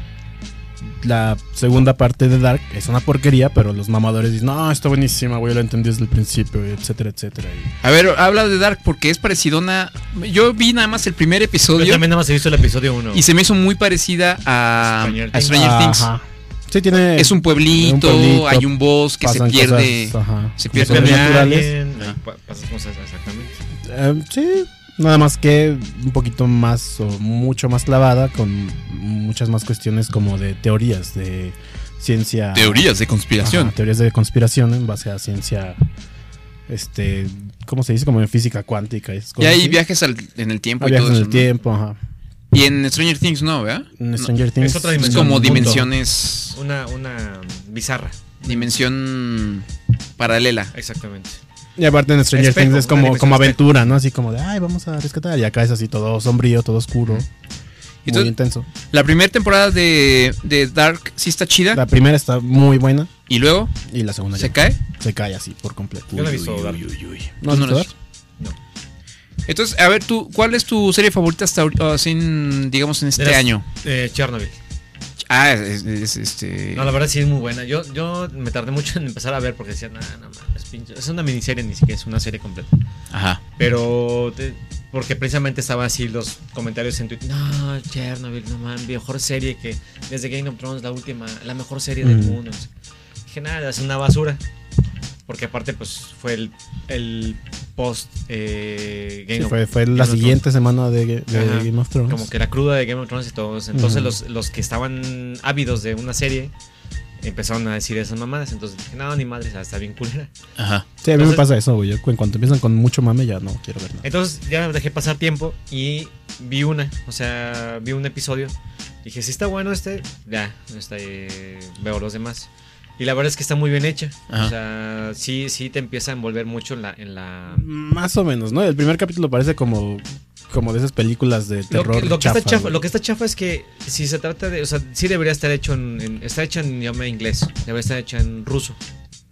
[SPEAKER 4] la segunda parte de Dark es una porquería, pero los mamadores dicen, no, está buenísima, güey, la entendí desde el principio, etcétera, etcétera. Y-
[SPEAKER 1] A ver, habla de Dark porque es parecidona. Yo vi nada más el primer
[SPEAKER 2] Yo
[SPEAKER 1] episodio
[SPEAKER 2] también nada más he visto el episodio 1.
[SPEAKER 1] y se me hizo muy parecida a a Stranger,
[SPEAKER 2] Stranger
[SPEAKER 1] Things.
[SPEAKER 4] Ajá. Sí, tiene...
[SPEAKER 1] Es un pueblito,
[SPEAKER 4] Un pueblito,
[SPEAKER 1] hay un bosque, se
[SPEAKER 4] pasan
[SPEAKER 1] pierde.
[SPEAKER 4] cosas, ajá,
[SPEAKER 1] se
[SPEAKER 4] como
[SPEAKER 1] pierde
[SPEAKER 4] son
[SPEAKER 1] de
[SPEAKER 4] naturales.
[SPEAKER 2] eh,
[SPEAKER 1] Ah.
[SPEAKER 2] Pasas cosas exactamente.
[SPEAKER 4] Eh, sí, nada más que un poquito más o mucho más clavada con muchas más cuestiones como de teorías, de ciencia...
[SPEAKER 1] de
[SPEAKER 4] Ajá, teorías de conspiración en base a ciencia... Este, ¿cómo se dice? Como en física cuántica. es
[SPEAKER 1] y hay
[SPEAKER 4] así.
[SPEAKER 1] viajes al- en el tiempo
[SPEAKER 4] Ah,
[SPEAKER 1] y
[SPEAKER 4] viajes
[SPEAKER 1] todo
[SPEAKER 4] en
[SPEAKER 1] eso.
[SPEAKER 4] el
[SPEAKER 1] ¿no?
[SPEAKER 4] tiempo, ajá.
[SPEAKER 1] Y en Stranger Things no, ¿verdad?
[SPEAKER 4] En
[SPEAKER 1] No,
[SPEAKER 4] Stranger Things.
[SPEAKER 2] otra
[SPEAKER 1] es
[SPEAKER 2] dimensión,
[SPEAKER 1] como
[SPEAKER 2] punto.
[SPEAKER 1] dimensiones.
[SPEAKER 2] Una, una bizarra.
[SPEAKER 1] Dimensión paralela.
[SPEAKER 2] Exactamente.
[SPEAKER 4] Y aparte en Stranger
[SPEAKER 2] Espejo,
[SPEAKER 4] Things es
[SPEAKER 2] una
[SPEAKER 4] como,
[SPEAKER 2] dimensión
[SPEAKER 4] como aventura, ¿no? Así como de, ay, vamos a rescatar. Y acá es así todo sombrío, todo oscuro.
[SPEAKER 1] Entonces-
[SPEAKER 4] muy intenso.
[SPEAKER 1] La primera temporada de, de Dark sí está chida.
[SPEAKER 4] La primera está muy buena
[SPEAKER 1] y luego
[SPEAKER 4] y la segunda
[SPEAKER 1] se
[SPEAKER 4] ya
[SPEAKER 1] cae.
[SPEAKER 4] se cae así por completo.
[SPEAKER 2] Yo no he visto Dark.
[SPEAKER 4] ¿No
[SPEAKER 1] Tú
[SPEAKER 4] has
[SPEAKER 1] no
[SPEAKER 4] visto
[SPEAKER 1] la has
[SPEAKER 4] Dark?
[SPEAKER 1] Entonces, a ver, tú, ¿cuál es tu serie favorita hasta ahori- o sin, digamos, en este
[SPEAKER 2] De las-
[SPEAKER 1] año?
[SPEAKER 2] Eh, Chernobyl.
[SPEAKER 1] Ah, es, es- este.
[SPEAKER 2] No, la verdad sí es muy buena. Yo, yo me tardé mucho en empezar a ver porque decía, no, no mames, pinche. Es una miniserie, ni siquiera es una serie completa.
[SPEAKER 1] Ajá.
[SPEAKER 2] Pero, te- porque precisamente estaban así los comentarios en Twitter. No, Chernobyl, no mames, mejor serie que desde Game of Thrones, la última, la mejor serie del
[SPEAKER 4] Ujú.
[SPEAKER 2] mundo. no sé. Dije, nada, es una basura. Porque aparte, pues fue el, el post eh, Game
[SPEAKER 4] Sí,
[SPEAKER 2] of-
[SPEAKER 4] fue, fue
[SPEAKER 2] Game
[SPEAKER 4] la
[SPEAKER 2] of Thrones.
[SPEAKER 4] siguiente semana de, Ga- de
[SPEAKER 2] Ajá.
[SPEAKER 4] Game of Thrones.
[SPEAKER 2] Como que la cruda de Game of Thrones y todos. Entonces,
[SPEAKER 4] Ujú.
[SPEAKER 2] los, los que estaban ávidos de una serie. empezaron a decir esas mamadas. Entonces dije, no, ni madre, esa está bien culera.
[SPEAKER 4] Ajá. Sí, a mí me
[SPEAKER 2] Entonces-
[SPEAKER 4] pasa eso, güey. Yo, En cuanto empiezan con mucho mame, ya no quiero ver nada.
[SPEAKER 2] Entonces ya dejé pasar tiempo y vi una, o sea, vi un episodio. Dije, si está bueno este, ya, está, eh, veo los demás. Y la verdad es que está muy bien hecha.
[SPEAKER 4] Ajá.
[SPEAKER 2] O sea, sí, sí te empieza a envolver mucho en la... En la
[SPEAKER 4] Más o menos, ¿no? El primer capítulo parece como, como de esas películas de
[SPEAKER 2] lo,
[SPEAKER 4] terror.
[SPEAKER 2] que, lo que
[SPEAKER 4] chafa,
[SPEAKER 2] está chafa,
[SPEAKER 4] güey.
[SPEAKER 2] lo que está chafa es que si se trata de... O sea, sí debería estar hecho en... en- está hecha en idioma inglés. Debería estar hecha en ruso.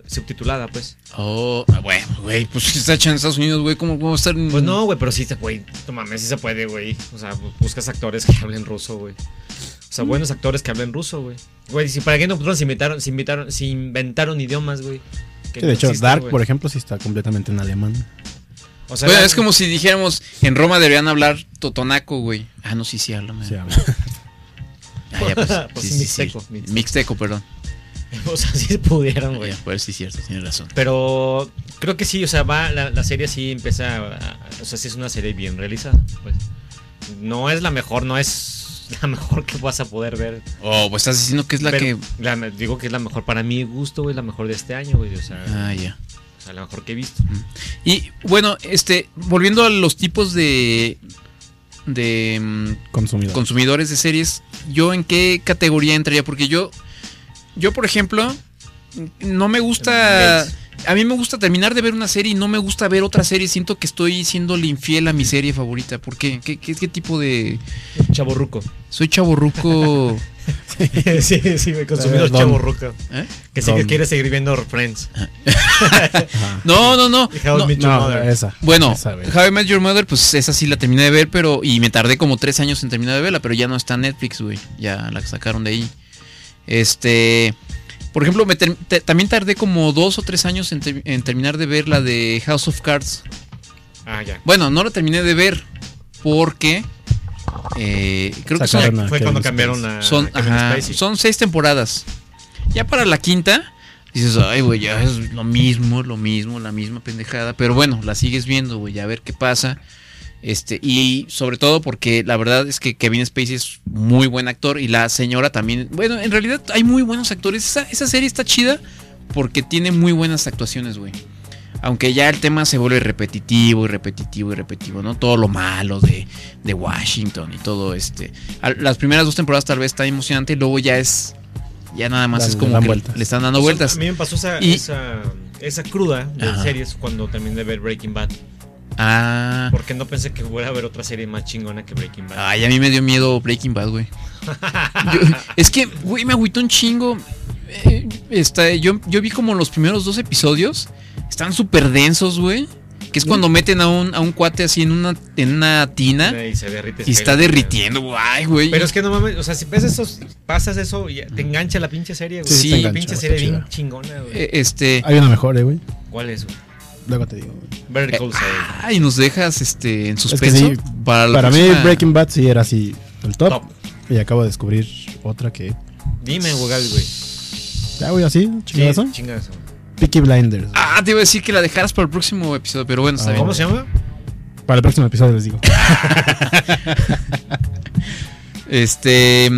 [SPEAKER 2] Subtitulada, pues.
[SPEAKER 1] Oh, bueno, güey, pues si está hecha en Estados Unidos, güey, ¿cómo vamos a estar?
[SPEAKER 2] Pues no, güey, pero sí, se- güey, no mames, sí se puede, güey. O sea, bu- buscas actores que hablen ruso, güey. O sea, buenos actores que hablen ruso, güey. Güey, si para qué no pues, se inventaron, se invitaron, se inventaron idiomas, güey. que
[SPEAKER 4] Sí,
[SPEAKER 2] no
[SPEAKER 4] de hecho,
[SPEAKER 2] existen,
[SPEAKER 4] Dark,
[SPEAKER 2] güey.
[SPEAKER 4] por ejemplo, sí está completamente en alemán.
[SPEAKER 2] O sea,
[SPEAKER 1] Bueno,
[SPEAKER 2] la-
[SPEAKER 1] es como si dijéramos, en Roma deberían hablar totonaco, güey. Ah, no, sí, sí hablan. Sí
[SPEAKER 4] hablan.
[SPEAKER 1] Ah, ya, pues,
[SPEAKER 2] Pues
[SPEAKER 1] sí, sí,
[SPEAKER 2] mixteco,
[SPEAKER 1] sí.
[SPEAKER 2] mixteco.
[SPEAKER 1] Mixteco, perdón.
[SPEAKER 2] O sea, si pudieran,
[SPEAKER 1] güey. Pues sí, cierto, tienes razón.
[SPEAKER 2] Pero creo que sí, o sea, va, la, la serie sí empieza, a- a- o sea, sí es una serie bien realizada, pues. No es la mejor, no es la mejor que vas a poder ver.
[SPEAKER 1] Oh, pues estás diciendo que es la
[SPEAKER 2] Pero
[SPEAKER 1] que.
[SPEAKER 2] la- digo que es la mejor para mi gusto, güey, la mejor de este año, güey, o sea.
[SPEAKER 1] Ah, ya.
[SPEAKER 2] O sea, la mejor que he visto.
[SPEAKER 1] Y bueno, este, volviendo a los tipos de. de. mm,
[SPEAKER 4] Consumidor.
[SPEAKER 1] consumidores de series, ¿yo en qué categoría entraría? Porque yo, yo por ejemplo, no me gusta... A mí me gusta terminar de ver una serie y no me gusta ver otra serie. Siento que estoy siéndole infiel a mi serie favorita. ¿Por qué? ¿Qué, qué- qué tipo de...?
[SPEAKER 2] Chaborruco.
[SPEAKER 1] Soy chaborruco...
[SPEAKER 2] sí, sí, güey, consumidor
[SPEAKER 1] Eh, don.
[SPEAKER 2] chaborruco.
[SPEAKER 1] ¿Eh?
[SPEAKER 2] Que sí que
[SPEAKER 1] Don. Ah.
[SPEAKER 2] quiere seguir viendo Friends.
[SPEAKER 1] No, no, no.
[SPEAKER 2] How I Met Your Mother.
[SPEAKER 1] Bueno,
[SPEAKER 2] Esa, güey.
[SPEAKER 1] How I Met Your Mother, pues esa sí la terminé de ver, pero. Y me tardé como tres años en terminar de verla, pero ya no está en Netflix, güey. Ya la sacaron de ahí. Este. Por ejemplo, me ter- te- también tardé como dos o tres años en, ter- en terminar de ver la de House of Cards.
[SPEAKER 2] Ah, ya.
[SPEAKER 1] Bueno, no la terminé de ver porque. eh, creo que son-
[SPEAKER 2] Sacaron a Fue Kevin cuando Spacey. cambiaron a
[SPEAKER 1] Son,
[SPEAKER 2] Kevin
[SPEAKER 1] ajá,
[SPEAKER 2] Spacey.
[SPEAKER 1] son seis temporadas. Ya para la quinta, dices, ay, güey, ya es lo mismo, lo mismo, la misma pendejada. Pero bueno, la sigues viendo, güey, a ver qué pasa. Este, y sobre todo porque la verdad es que Kevin Spacey es muy buen actor y la señora también. Bueno, en realidad hay muy buenos actores. Esa, esa serie está chida porque tiene muy buenas actuaciones, güey. Aunque ya el tema se vuelve repetitivo y repetitivo y repetitivo, ¿no? Todo lo malo de, de Washington y todo este. Al- Las primeras dos temporadas tal vez está emocionante y luego ya es. Ya nada más
[SPEAKER 4] Dan-
[SPEAKER 1] es
[SPEAKER 4] le
[SPEAKER 1] como
[SPEAKER 4] dan
[SPEAKER 1] que
[SPEAKER 4] vueltas.
[SPEAKER 1] le están dando
[SPEAKER 2] O sea,
[SPEAKER 1] vueltas.
[SPEAKER 2] A mí me pasó esa,
[SPEAKER 1] Y-
[SPEAKER 2] esa, esa cruda de
[SPEAKER 1] Ajá.
[SPEAKER 2] series cuando terminé de ver Breaking Bad.
[SPEAKER 1] Ah.
[SPEAKER 2] Porque no pensé que fuera a ver otra serie más chingona que Breaking Bad.
[SPEAKER 1] Ay, a mí me dio miedo Breaking Bad, güey. Yo- es que, güey, me agüitó un chingo. Eh, está- yo, yo vi como los primeros dos episodios. Están súper densos, güey. Que es cuando meten a un, a un cuate así en una, en una tina.
[SPEAKER 2] Y se derrite.
[SPEAKER 1] ¿eh? Y está derritiendo, güey, güey.
[SPEAKER 2] Pero es que no mames, o sea, si ves eso, pasas eso y te engancha la pinche serie, güey.
[SPEAKER 1] Sí, Sí, te engancha,
[SPEAKER 2] pinche
[SPEAKER 1] está
[SPEAKER 2] serie
[SPEAKER 1] chida.
[SPEAKER 2] bien chingona, güey.
[SPEAKER 1] Eh, este.
[SPEAKER 4] Hay una mejor, eh, güey.
[SPEAKER 2] ¿Cuál es, güey?
[SPEAKER 4] Luego te digo.
[SPEAKER 2] Better Call Saul.
[SPEAKER 1] Ay, nos dejas este, en
[SPEAKER 4] Es que
[SPEAKER 1] suspenso.
[SPEAKER 4] sí,
[SPEAKER 1] para
[SPEAKER 4] para
[SPEAKER 1] la
[SPEAKER 4] mí
[SPEAKER 1] próxima-
[SPEAKER 4] Breaking Bad sí era así el top,
[SPEAKER 2] Top.
[SPEAKER 1] ah,
[SPEAKER 4] Y acabo de descubrir otra que...
[SPEAKER 2] Dime, Google, güey.
[SPEAKER 4] Ya, güey, así, chingazo.
[SPEAKER 2] Sí, chingazo.
[SPEAKER 4] Peaky Blinders.
[SPEAKER 1] Ah, te iba a decir que la dejaras para el próximo episodio, pero bueno, está
[SPEAKER 4] Ah.
[SPEAKER 1] bien.
[SPEAKER 4] ¿Cómo se
[SPEAKER 2] llama?
[SPEAKER 4] Para el próximo episodio les digo.
[SPEAKER 1] Este.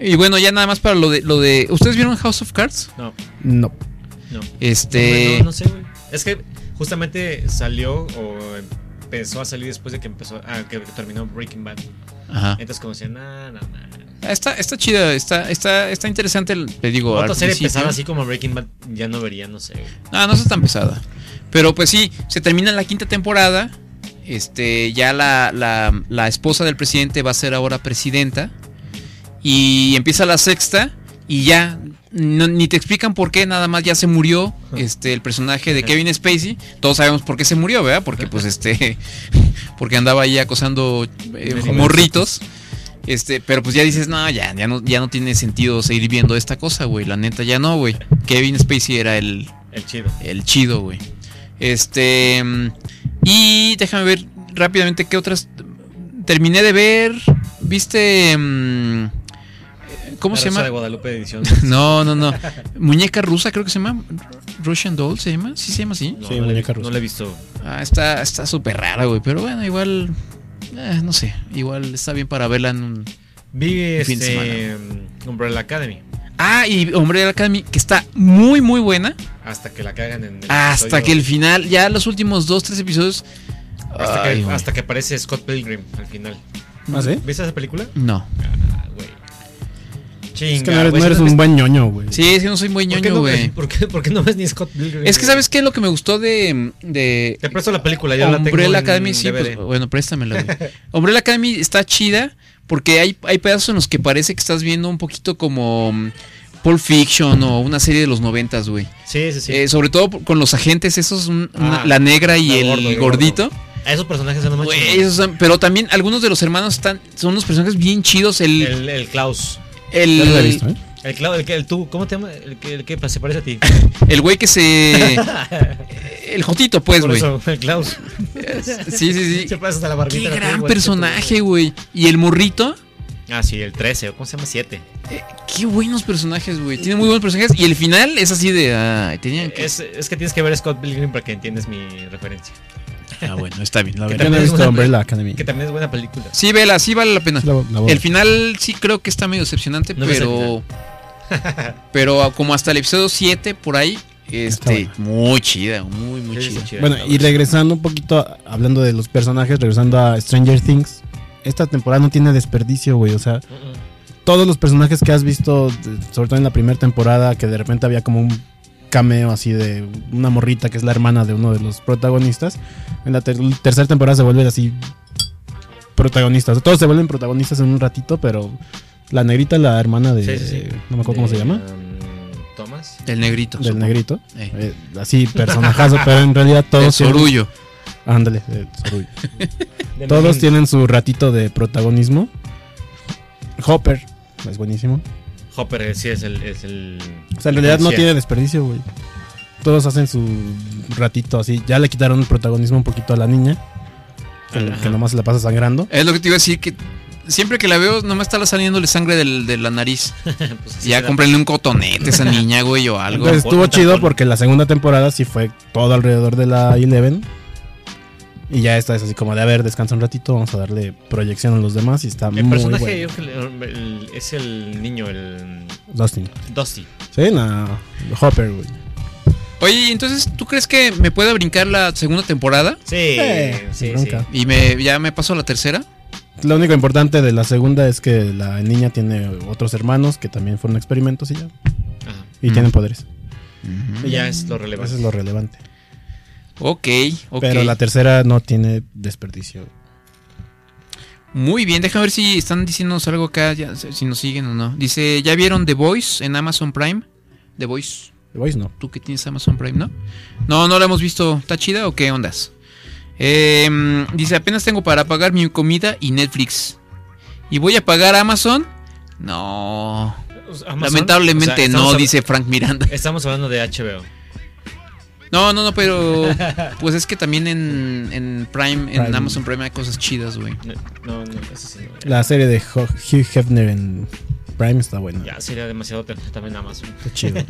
[SPEAKER 1] Y bueno, ya nada más para lo de lo de. ¿Ustedes vieron House of Cards?
[SPEAKER 2] No.
[SPEAKER 4] No.
[SPEAKER 2] No.
[SPEAKER 1] Este.
[SPEAKER 2] No, no, no sé, güey. Es que justamente salió o empezó a salir después de que empezó. Ah, que, que terminó Breaking Bad.
[SPEAKER 1] Ajá.
[SPEAKER 2] Entonces, como decía, nada, nada, nada.
[SPEAKER 1] Ah, Está, está chida, está, está, está interesante, te digo.
[SPEAKER 2] Otra
[SPEAKER 1] al
[SPEAKER 2] serie
[SPEAKER 1] principio.
[SPEAKER 2] pesada así como Breaking Bad ya no vería, no sé, güey.
[SPEAKER 1] Ah, no está tan pesada. Pero pues sí, se termina la quinta temporada. Este, ya la, la- la esposa del presidente va a ser ahora presidenta. Y empieza la sexta. Y ya, no- ni te explican por qué, nada más ya se murió este, el personaje de Kevin Spacey. Todos sabemos por qué se murió, ¿verdad? Porque pues este. Porque andaba ahí acosando eh,
[SPEAKER 8] Mendigos.
[SPEAKER 1] morritos. Este, pero pues ya dices, no, ya, ya no, ya no tiene sentido seguir viendo esta cosa, güey. La neta, ya no, güey. Kevin Spacey era el,
[SPEAKER 2] El chido.
[SPEAKER 1] el chido, güey. Este. mm, Y déjame ver rápidamente qué otras. Terminé de ver. ¿Viste. mm, eh, ¿Cómo
[SPEAKER 2] La
[SPEAKER 1] se
[SPEAKER 2] Rosa
[SPEAKER 1] llama?
[SPEAKER 2] de Guadalupe edición.
[SPEAKER 1] No, no, no. Muñeca rusa, creo que se llama. Russian Doll, ¿se llama? Sí, se llama así.
[SPEAKER 2] No, no la he vi- No la he visto.
[SPEAKER 1] Ah, está está súper rara, güey. Pero bueno, igual. eh, no sé. Igual está bien para verla en un.
[SPEAKER 2] Vi
[SPEAKER 1] un fin de semana.
[SPEAKER 2] este, Umbrella Academy.
[SPEAKER 1] Ah, y Hombre de la Academy, que está muy, muy buena.
[SPEAKER 2] Hasta que la cagan en el
[SPEAKER 1] Ah, Hasta
[SPEAKER 2] episodio-
[SPEAKER 1] que el final, ya los últimos dos, tres episodios.
[SPEAKER 2] Hasta,
[SPEAKER 1] Ay,
[SPEAKER 2] que,
[SPEAKER 1] güey.
[SPEAKER 2] hasta que aparece Scott Pilgrim al final.
[SPEAKER 1] ¿Ah, sí?
[SPEAKER 2] ¿Viste esa película?
[SPEAKER 1] No. Ah,
[SPEAKER 2] Chinga,
[SPEAKER 4] Es que no eres,
[SPEAKER 2] güey, ¿sí
[SPEAKER 4] no eres
[SPEAKER 2] has
[SPEAKER 4] un
[SPEAKER 2] visto?
[SPEAKER 4] buen ñoño, güey.
[SPEAKER 1] Sí, es que no soy muy
[SPEAKER 2] ¿Por qué
[SPEAKER 1] ñoño,
[SPEAKER 2] no-
[SPEAKER 1] güey.
[SPEAKER 2] ¿Por qué, por qué no ves ni Scott Pilgrim?
[SPEAKER 1] Es que, ¿sabes qué? Lo que me gustó de. de
[SPEAKER 2] Te presto la película, yo la tengo
[SPEAKER 1] Umbrella
[SPEAKER 2] en
[SPEAKER 1] Academy, sí, pues,
[SPEAKER 2] DVD.
[SPEAKER 1] bueno, préstamela, güey. Umbrella Academy está chida porque hay, hay pedazos en los que parece que estás viendo un poquito como. mm, Pulp Fiction o una serie de los noventas, güey.
[SPEAKER 2] Sí, sí, sí.
[SPEAKER 1] Eh, sobre todo por- con los agentes, esos, un- una-
[SPEAKER 2] Ah,
[SPEAKER 1] la negra y
[SPEAKER 2] el
[SPEAKER 1] el,
[SPEAKER 2] gordo, y el
[SPEAKER 1] gordito.
[SPEAKER 2] A esos personajes son los más
[SPEAKER 1] Güey,
[SPEAKER 2] chingones.
[SPEAKER 1] esos son- pero también algunos de los hermanos están, son unos personajes bien chidos. El,
[SPEAKER 2] El, el Klaus.
[SPEAKER 1] el-
[SPEAKER 4] ¿eh?
[SPEAKER 2] El Klaus, el, que- el tú, ¿cómo te llamas? El, que- el que se parece a ti.
[SPEAKER 1] el güey que se. el Jotito, pues,
[SPEAKER 2] Por
[SPEAKER 1] güey.
[SPEAKER 2] eso, el Klaus.
[SPEAKER 1] Sí, sí, sí.
[SPEAKER 2] Se pasa hasta la barbita.
[SPEAKER 1] Qué
[SPEAKER 2] la
[SPEAKER 1] gran
[SPEAKER 2] tengo,
[SPEAKER 1] personaje, güey. Y el morrito.
[SPEAKER 2] Ah, sí, el 13, o ¿cómo se llama? 7.
[SPEAKER 1] Qué buenos personajes, güey. Tiene muy buenos personajes. Y el final es así de. Ay, tenían que.
[SPEAKER 2] Es, es que tienes que ver Scott Pilgrim para que entiendas mi referencia.
[SPEAKER 1] Ah, bueno, está bien. La
[SPEAKER 2] Que
[SPEAKER 1] veré. Yo
[SPEAKER 2] también
[SPEAKER 1] no he
[SPEAKER 2] es
[SPEAKER 1] visto
[SPEAKER 2] buena-
[SPEAKER 1] Umbrella Academy.
[SPEAKER 2] Que también es buena película.
[SPEAKER 1] Sí, vela, sí vale la pena.
[SPEAKER 4] La- la voy a
[SPEAKER 1] el
[SPEAKER 4] ver.
[SPEAKER 1] final sí creo que está medio decepcionante,
[SPEAKER 2] No me
[SPEAKER 1] pero. pero como hasta el episodio 7, por ahí. Este, muy chida, muy, muy chida.
[SPEAKER 4] Bueno, y regresando un poquito, a- hablando de los personajes, regresando a Stranger Things, esta temporada no tiene desperdicio, güey. O sea, todos los personajes que has visto, de- sobre todo en la primera temporada, que de repente había como un cameo así de una morrita que es la hermana de uno de los protagonistas, en la ter- tercera temporada se vuelven así protagonistas. O sea, todos se vuelven protagonistas en un ratito, pero la negrita, la hermana de...
[SPEAKER 2] Sí, sí, sí.
[SPEAKER 4] No me acuerdo cómo se
[SPEAKER 2] De,
[SPEAKER 4] llama.
[SPEAKER 2] um, Thomas.
[SPEAKER 1] Del negrito.
[SPEAKER 4] Del
[SPEAKER 1] supongo.
[SPEAKER 4] negrito.
[SPEAKER 1] Eh.
[SPEAKER 4] Eh, así, personajazo, pero en realidad
[SPEAKER 1] Del
[SPEAKER 4] todos. tienen-
[SPEAKER 1] sorullo.
[SPEAKER 4] Ándale, del sorullo.
[SPEAKER 1] Del
[SPEAKER 4] todos
[SPEAKER 1] Memín.
[SPEAKER 4] tienen su ratito de protagonismo. Hopper, es buenísimo.
[SPEAKER 2] Hopper, eh, sí, es el. Es el
[SPEAKER 4] O sea, en realidad no
[SPEAKER 2] policía.
[SPEAKER 4] tiene desperdicio, güey. Todos hacen su ratito así. Ya le quitaron el protagonismo un poquito a la niña. Que,
[SPEAKER 1] Ajá.
[SPEAKER 4] que nomás se la pasa sangrando.
[SPEAKER 1] Es lo que te iba a decir, que siempre que la veo, nomás está saliéndole sangre del- de la nariz.
[SPEAKER 2] Pues así
[SPEAKER 1] ya
[SPEAKER 2] será.
[SPEAKER 1] cómprenle un cotonete a esa niña, güey, o algo.
[SPEAKER 4] Entonces estuvo chido porque la segunda temporada sí fue todo alrededor de la Eleven. Y ya esta es así como de, a ver, descansa un ratito, vamos a darle proyección a los demás y está
[SPEAKER 2] El
[SPEAKER 4] muy
[SPEAKER 2] personaje
[SPEAKER 4] bueno.
[SPEAKER 2] yo creo que el- el- es el niño, el. mm,
[SPEAKER 4] Dustin.
[SPEAKER 2] Dusty.
[SPEAKER 4] Sí, no, Hopper, güey.
[SPEAKER 1] Oye, entonces, ¿tú crees que me pueda brincar la segunda temporada?
[SPEAKER 2] Sí,
[SPEAKER 4] Eh, sí, sin sí. bronca.
[SPEAKER 1] ¿Y me, ya me paso a la tercera?
[SPEAKER 4] Lo único importante de la segunda es que la niña tiene otros hermanos que también fueron experimentos y ya. Y tienen poderes.
[SPEAKER 2] Y ya es lo relevante.
[SPEAKER 4] Eso es lo relevante.
[SPEAKER 1] Ok, ok.
[SPEAKER 4] Pero la tercera no tiene desperdicio.
[SPEAKER 1] Muy bien, déjame ver si están diciéndonos algo acá, ya, si nos siguen o no. Dice, ¿ya vieron The Voice en Amazon Prime? The Voice.
[SPEAKER 4] The Voice no.
[SPEAKER 1] Tú que tienes Amazon Prime, ¿no? No, no la hemos visto. ¿Está chida o qué ondas? Eh, mm, dice, apenas tengo para pagar mi comida y Netflix. ¿Y voy a pagar Amazon? No.
[SPEAKER 2] Amazon,
[SPEAKER 1] Lamentablemente
[SPEAKER 2] o sea, estamos
[SPEAKER 1] no,
[SPEAKER 2] hab-
[SPEAKER 1] dice Frank Miranda.
[SPEAKER 2] Estamos hablando de HBO.
[SPEAKER 1] No, no, no, pero pues es que también en, en Prime, en
[SPEAKER 4] Prime.
[SPEAKER 1] Amazon Prime hay cosas chidas, güey.
[SPEAKER 2] No, no, eso sí. no.
[SPEAKER 4] La serie de Ho- Hugh Hefner en Prime está buena.
[SPEAKER 2] Ya sería demasiado ter- también Amazon.
[SPEAKER 4] Qué chido.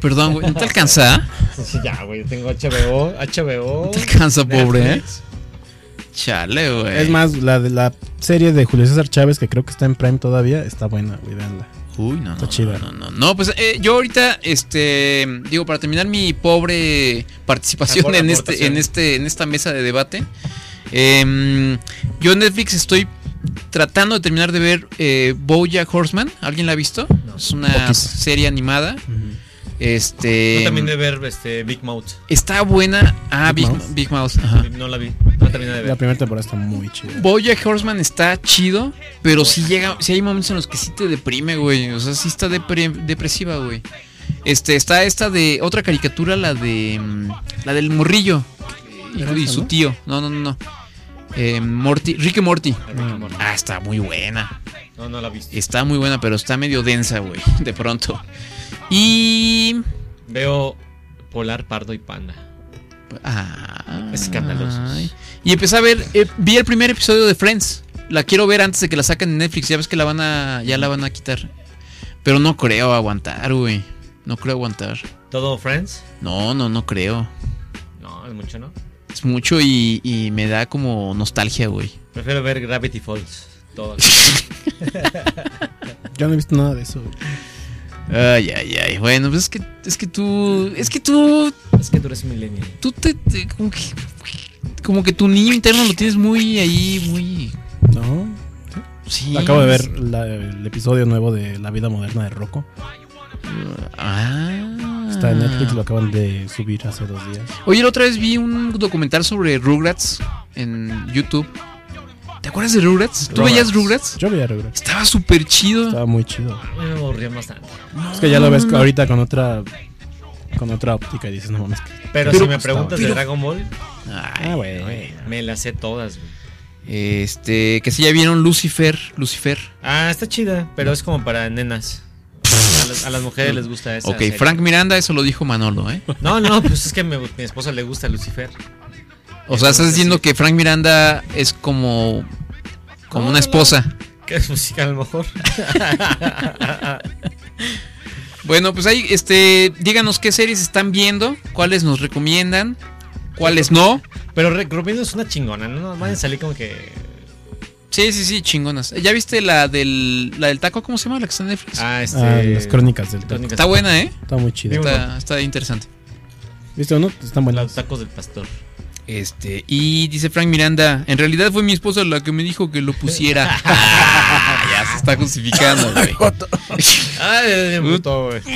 [SPEAKER 1] Perdón, güey, ¿no te alcanza?
[SPEAKER 2] Sí, ya, güey, tengo HBO, HBO.
[SPEAKER 1] Te alcanza, pobre, ¿eh?
[SPEAKER 2] Netflix.
[SPEAKER 1] Chale, güey.
[SPEAKER 4] Es más, la de la serie de Julio César Chávez, que creo que está en Prime todavía, está buena, güey, véanla.
[SPEAKER 1] Uy, no,
[SPEAKER 4] Está chida.
[SPEAKER 1] No, no, pues eh, yo ahorita, este, digo, para terminar mi pobre participación
[SPEAKER 8] Pobre
[SPEAKER 1] en este,
[SPEAKER 8] aportación.
[SPEAKER 1] en este, en esta mesa de debate, em, yo en Netflix estoy tratando de terminar de ver eh, BoJack Horseman. ¿Alguien la ha visto? Es una
[SPEAKER 2] Poquito.
[SPEAKER 1] serie animada. Este,
[SPEAKER 2] Yo también de ver este, Big Mouth.
[SPEAKER 1] está buena. Ah, Big, Big Mouth. ajá.
[SPEAKER 2] No la vi, no la terminé de ver.
[SPEAKER 4] La primera temporada está muy chida.
[SPEAKER 1] Bojack Horseman está chido, pero sí llega, sí hay momentos en los que sí te deprime, güey. O sea, sí está depre- depresiva, güey. Este, está esta de otra caricatura, la de mm, la del morrillo y, y su tío. No, no, no, no. Eh, Morty, Rick y Morty. Ah, está muy buena.
[SPEAKER 2] No, no la viste.
[SPEAKER 1] Está muy buena, pero está medio densa, güey, de pronto. Y
[SPEAKER 2] Veo Polar, Pardo y Panda.
[SPEAKER 1] Ah,
[SPEAKER 2] Escandalosos.
[SPEAKER 1] ay. Y empecé a ver, eh, vi el primer episodio de Friends. La quiero ver antes de que la saquen en Netflix. Ya ves que la van a, ya la van a quitar. Pero no creo aguantar, güey. No creo aguantar.
[SPEAKER 2] ¿Todo Friends?
[SPEAKER 1] No, no, no creo.
[SPEAKER 2] No, es mucho, ¿no?
[SPEAKER 1] Es mucho y, y me da como nostalgia, güey.
[SPEAKER 2] Prefiero ver Gravity Falls. Todo.
[SPEAKER 4] Yo no he visto nada de eso.
[SPEAKER 1] Ay, ay, ay. Bueno, pues es que, es que tú. Es que tú.
[SPEAKER 2] Es que tú eres millennial.
[SPEAKER 1] Tú te. te- como, que, como que tu niño interno lo tienes muy ahí, muy.
[SPEAKER 4] No.
[SPEAKER 1] Sí.
[SPEAKER 4] Acabo de ver la- el episodio nuevo de La vida moderna de Rocco.
[SPEAKER 1] Ah.
[SPEAKER 4] Está en Netflix, lo acaban de subir hace dos días.
[SPEAKER 1] Oye, la otra vez vi un documental sobre Rugrats en YouTube. ¿Te acuerdas de Rugrats? ¿Tú
[SPEAKER 4] Rugrats.
[SPEAKER 1] veías Rugrats? Mm.
[SPEAKER 4] Yo veía Rugrats.
[SPEAKER 1] Estaba súper chido.
[SPEAKER 4] Estaba muy chido.
[SPEAKER 2] Me aburrió bastante.
[SPEAKER 4] Es que ya lo
[SPEAKER 1] Mm.
[SPEAKER 4] ves ahorita con otra con otra óptica y dices, no mames. que-
[SPEAKER 2] Pero, si me preguntas de
[SPEAKER 4] pero-
[SPEAKER 2] Dragon Ball,
[SPEAKER 1] Ah, güey.
[SPEAKER 2] me las sé todas. güey.
[SPEAKER 1] Este, que si ya vieron Lucifer, Lucifer.
[SPEAKER 2] Ah, está chida, pero es como para nenas. A las, a las mujeres les gusta esa
[SPEAKER 1] ok,
[SPEAKER 2] serie.
[SPEAKER 1] Frank Miranda, eso lo dijo Manolo, ¿eh?
[SPEAKER 2] No, no, pues es que me- mi esposa le gusta Lucifer.
[SPEAKER 1] O sea, estás diciendo que Frank Miranda es como. como una esposa.
[SPEAKER 2] Que es música a lo mejor.
[SPEAKER 1] Bueno, pues ahí, este, díganos qué series están viendo, cuáles nos recomiendan, cuáles no.
[SPEAKER 2] Pero recomiendo es una chingona, ¿no? Vayan a salir como que.
[SPEAKER 1] Sí, sí, sí, chingonas. ¿Ya viste la del, la del taco? ¿Cómo se llama? La que está en Netflix.
[SPEAKER 2] Ah,
[SPEAKER 4] este- Ah, las crónicas del Crónicas.
[SPEAKER 1] Está buena, ¿eh?
[SPEAKER 4] Está muy chida.
[SPEAKER 1] Está, está interesante.
[SPEAKER 4] ¿Viste o no? Están buenas.
[SPEAKER 2] Los tacos del pastor.
[SPEAKER 1] Este, y dice Frank Miranda, en realidad fue mi esposa la que me dijo que lo pusiera. Ah, ya se está justificando, güey.
[SPEAKER 2] Ay, puto, güey.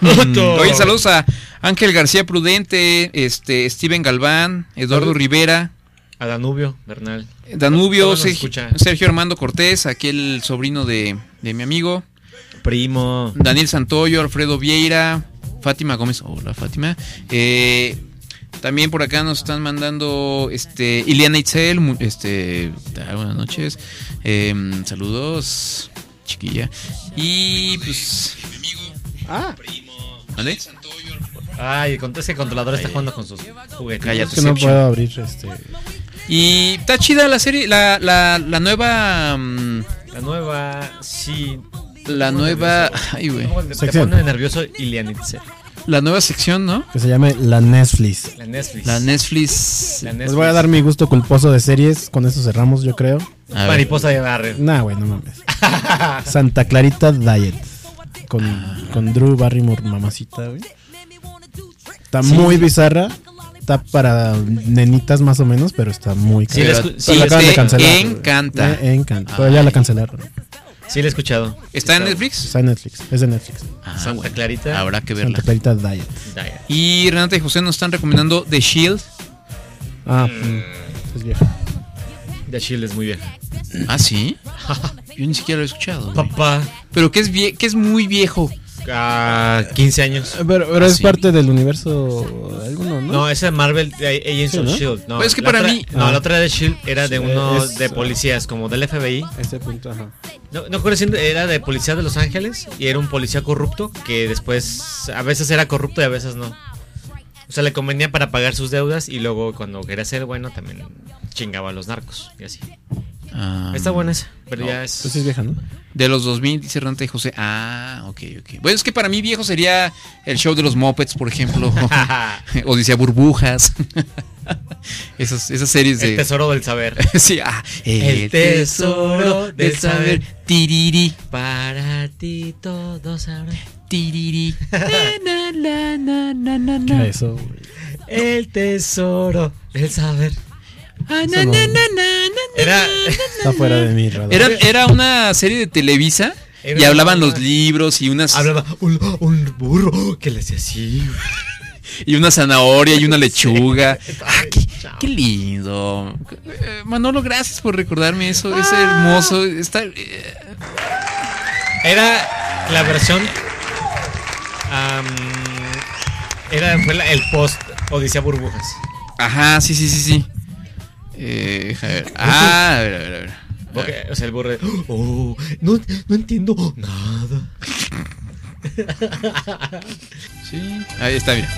[SPEAKER 1] Mm. Oye, saludos a Ángel García Prudente, este, Steven Galván, Eduardo
[SPEAKER 2] Salud.
[SPEAKER 1] Rivera,
[SPEAKER 2] A Danubio, Bernal.
[SPEAKER 1] Danubio,
[SPEAKER 2] Todo nos
[SPEAKER 1] Sergi-
[SPEAKER 2] escucha.
[SPEAKER 1] Sergio, Armando Cortés, aquí el sobrino de, de mi amigo,
[SPEAKER 2] Primo.
[SPEAKER 1] Daniel Santoyo, Alfredo Vieira, Fátima Gómez, hola Fátima. Eh, también por acá nos están mandando este Ileana Itzel, mu- este ah, buenas noches. Eh, saludos, chiquilla. Y pues
[SPEAKER 4] Ah.
[SPEAKER 1] ¿vale?
[SPEAKER 2] Ay, con- es que el controlador está jugando con sus juguetes.
[SPEAKER 1] Cállate,
[SPEAKER 4] Es que no puedo abrir este.
[SPEAKER 1] Y está chida la serie, la, la, la nueva. mm,
[SPEAKER 2] La nueva, sí.
[SPEAKER 1] La nueva. Ay, güey.
[SPEAKER 2] Te
[SPEAKER 4] Sección.
[SPEAKER 2] pone nervioso Ilian Itzel.
[SPEAKER 1] La nueva sección, ¿no?
[SPEAKER 4] Que se llame La Netflix.
[SPEAKER 2] La Netflix.
[SPEAKER 1] La Netflix.
[SPEAKER 2] La
[SPEAKER 4] Les voy a dar mi gusto culposo de series. Con eso cerramos, yo creo.
[SPEAKER 1] A ver.
[SPEAKER 2] Mariposa de barrio.
[SPEAKER 4] Nah, güey, no mames. Santa Clarita Diet. Con, con Drew Barrymore, mamacita, güey. Está
[SPEAKER 2] Sí.
[SPEAKER 4] muy bizarra. Está para nenitas más o menos, pero está muy
[SPEAKER 2] Sí, la escu-
[SPEAKER 4] cabrón.
[SPEAKER 2] sí,
[SPEAKER 4] la acaban
[SPEAKER 2] sí,
[SPEAKER 4] de cancelar. güey.
[SPEAKER 1] encanta.
[SPEAKER 4] Me encanta. Pero ya la cancelaron.
[SPEAKER 2] Sí, la he escuchado.
[SPEAKER 1] ¿Está en Netflix?
[SPEAKER 4] Está en Netflix. Es de Netflix.
[SPEAKER 1] Ah,
[SPEAKER 2] Santa
[SPEAKER 1] bueno.
[SPEAKER 2] Clarita.
[SPEAKER 1] Habrá que verla.
[SPEAKER 4] Santa Clarita Diet.
[SPEAKER 2] Diet.
[SPEAKER 1] Y Renata y José nos están recomendando The Shield.
[SPEAKER 4] Ah, mm, es vieja.
[SPEAKER 2] The Shield es muy vieja.
[SPEAKER 1] Ah, sí. Yo ni siquiera lo he escuchado. güey.
[SPEAKER 2] Papá.
[SPEAKER 1] Pero que es, vie- que es muy viejo.
[SPEAKER 2] Ah, 15 años.
[SPEAKER 4] Eh, Pero, pero es
[SPEAKER 1] sí.
[SPEAKER 4] parte del universo alguno, ¿no?
[SPEAKER 2] No, esa es Marvel de Agents
[SPEAKER 4] Sí,
[SPEAKER 2] of
[SPEAKER 4] ¿no?
[SPEAKER 2] Shield. No,
[SPEAKER 1] Pues es que
[SPEAKER 2] la
[SPEAKER 1] para
[SPEAKER 2] otra-
[SPEAKER 1] mí-
[SPEAKER 2] No,
[SPEAKER 4] Ah.
[SPEAKER 2] la otra de Shield era de
[SPEAKER 4] Sí,
[SPEAKER 2] uno
[SPEAKER 4] es-
[SPEAKER 2] de policías, como del FBI.
[SPEAKER 4] Ese punto, ajá.
[SPEAKER 2] No, no recuerdo si era de policía de Los Ángeles y era un policía corrupto que después a veces era corrupto y a veces no. O sea, le convenía para pagar sus deudas y luego cuando quería ser bueno también chingaba a los narcos y así.
[SPEAKER 1] Ah,
[SPEAKER 2] Está buena esa, pero
[SPEAKER 1] no.
[SPEAKER 2] ya es...
[SPEAKER 4] Pues sí es vieja, ¿no?
[SPEAKER 1] De los 2000, dice Renata y José. Ah, ok, ok. Bueno, es que para mí viejo sería el show de los Muppets, por ejemplo. o decía Burbujas. esas, esas series de.
[SPEAKER 2] El tesoro del saber.
[SPEAKER 1] Sí, ah,
[SPEAKER 2] El tesoro del saber.
[SPEAKER 1] Tiriri,
[SPEAKER 2] Para ti todo sabrá.
[SPEAKER 1] tiriri. Na, na, na, na, na,
[SPEAKER 4] ¿Qué
[SPEAKER 1] na.
[SPEAKER 4] era eso, güey?
[SPEAKER 2] El tesoro del saber.
[SPEAKER 1] Ah,
[SPEAKER 4] Eso
[SPEAKER 1] na,
[SPEAKER 4] no.
[SPEAKER 1] na, na, na, na.
[SPEAKER 2] Era...
[SPEAKER 4] Está fuera de mi radar.
[SPEAKER 1] Era, era una serie de Televisa
[SPEAKER 2] Era
[SPEAKER 1] y hablaban
[SPEAKER 2] una-
[SPEAKER 1] los libros y unas,
[SPEAKER 2] Hablaba un, un burro que le hacía así.
[SPEAKER 1] y una zanahoria y una lechuga.
[SPEAKER 2] Ah,
[SPEAKER 1] Qué lindo. Eh, Manolo, gracias por recordarme eso.
[SPEAKER 2] Ah.
[SPEAKER 1] Es hermoso. Está, eh,
[SPEAKER 2] Era la versión. am, era fue la- el post Odisea Burbujas.
[SPEAKER 1] ajá, sí, sí, sí, sí. Eh, a ver. Ah, a ver, a ver, a ver.
[SPEAKER 2] Porque, o sea, el burro. de, "Oh, no, no entiendo nada.
[SPEAKER 1] Sí. Ahí está, mira.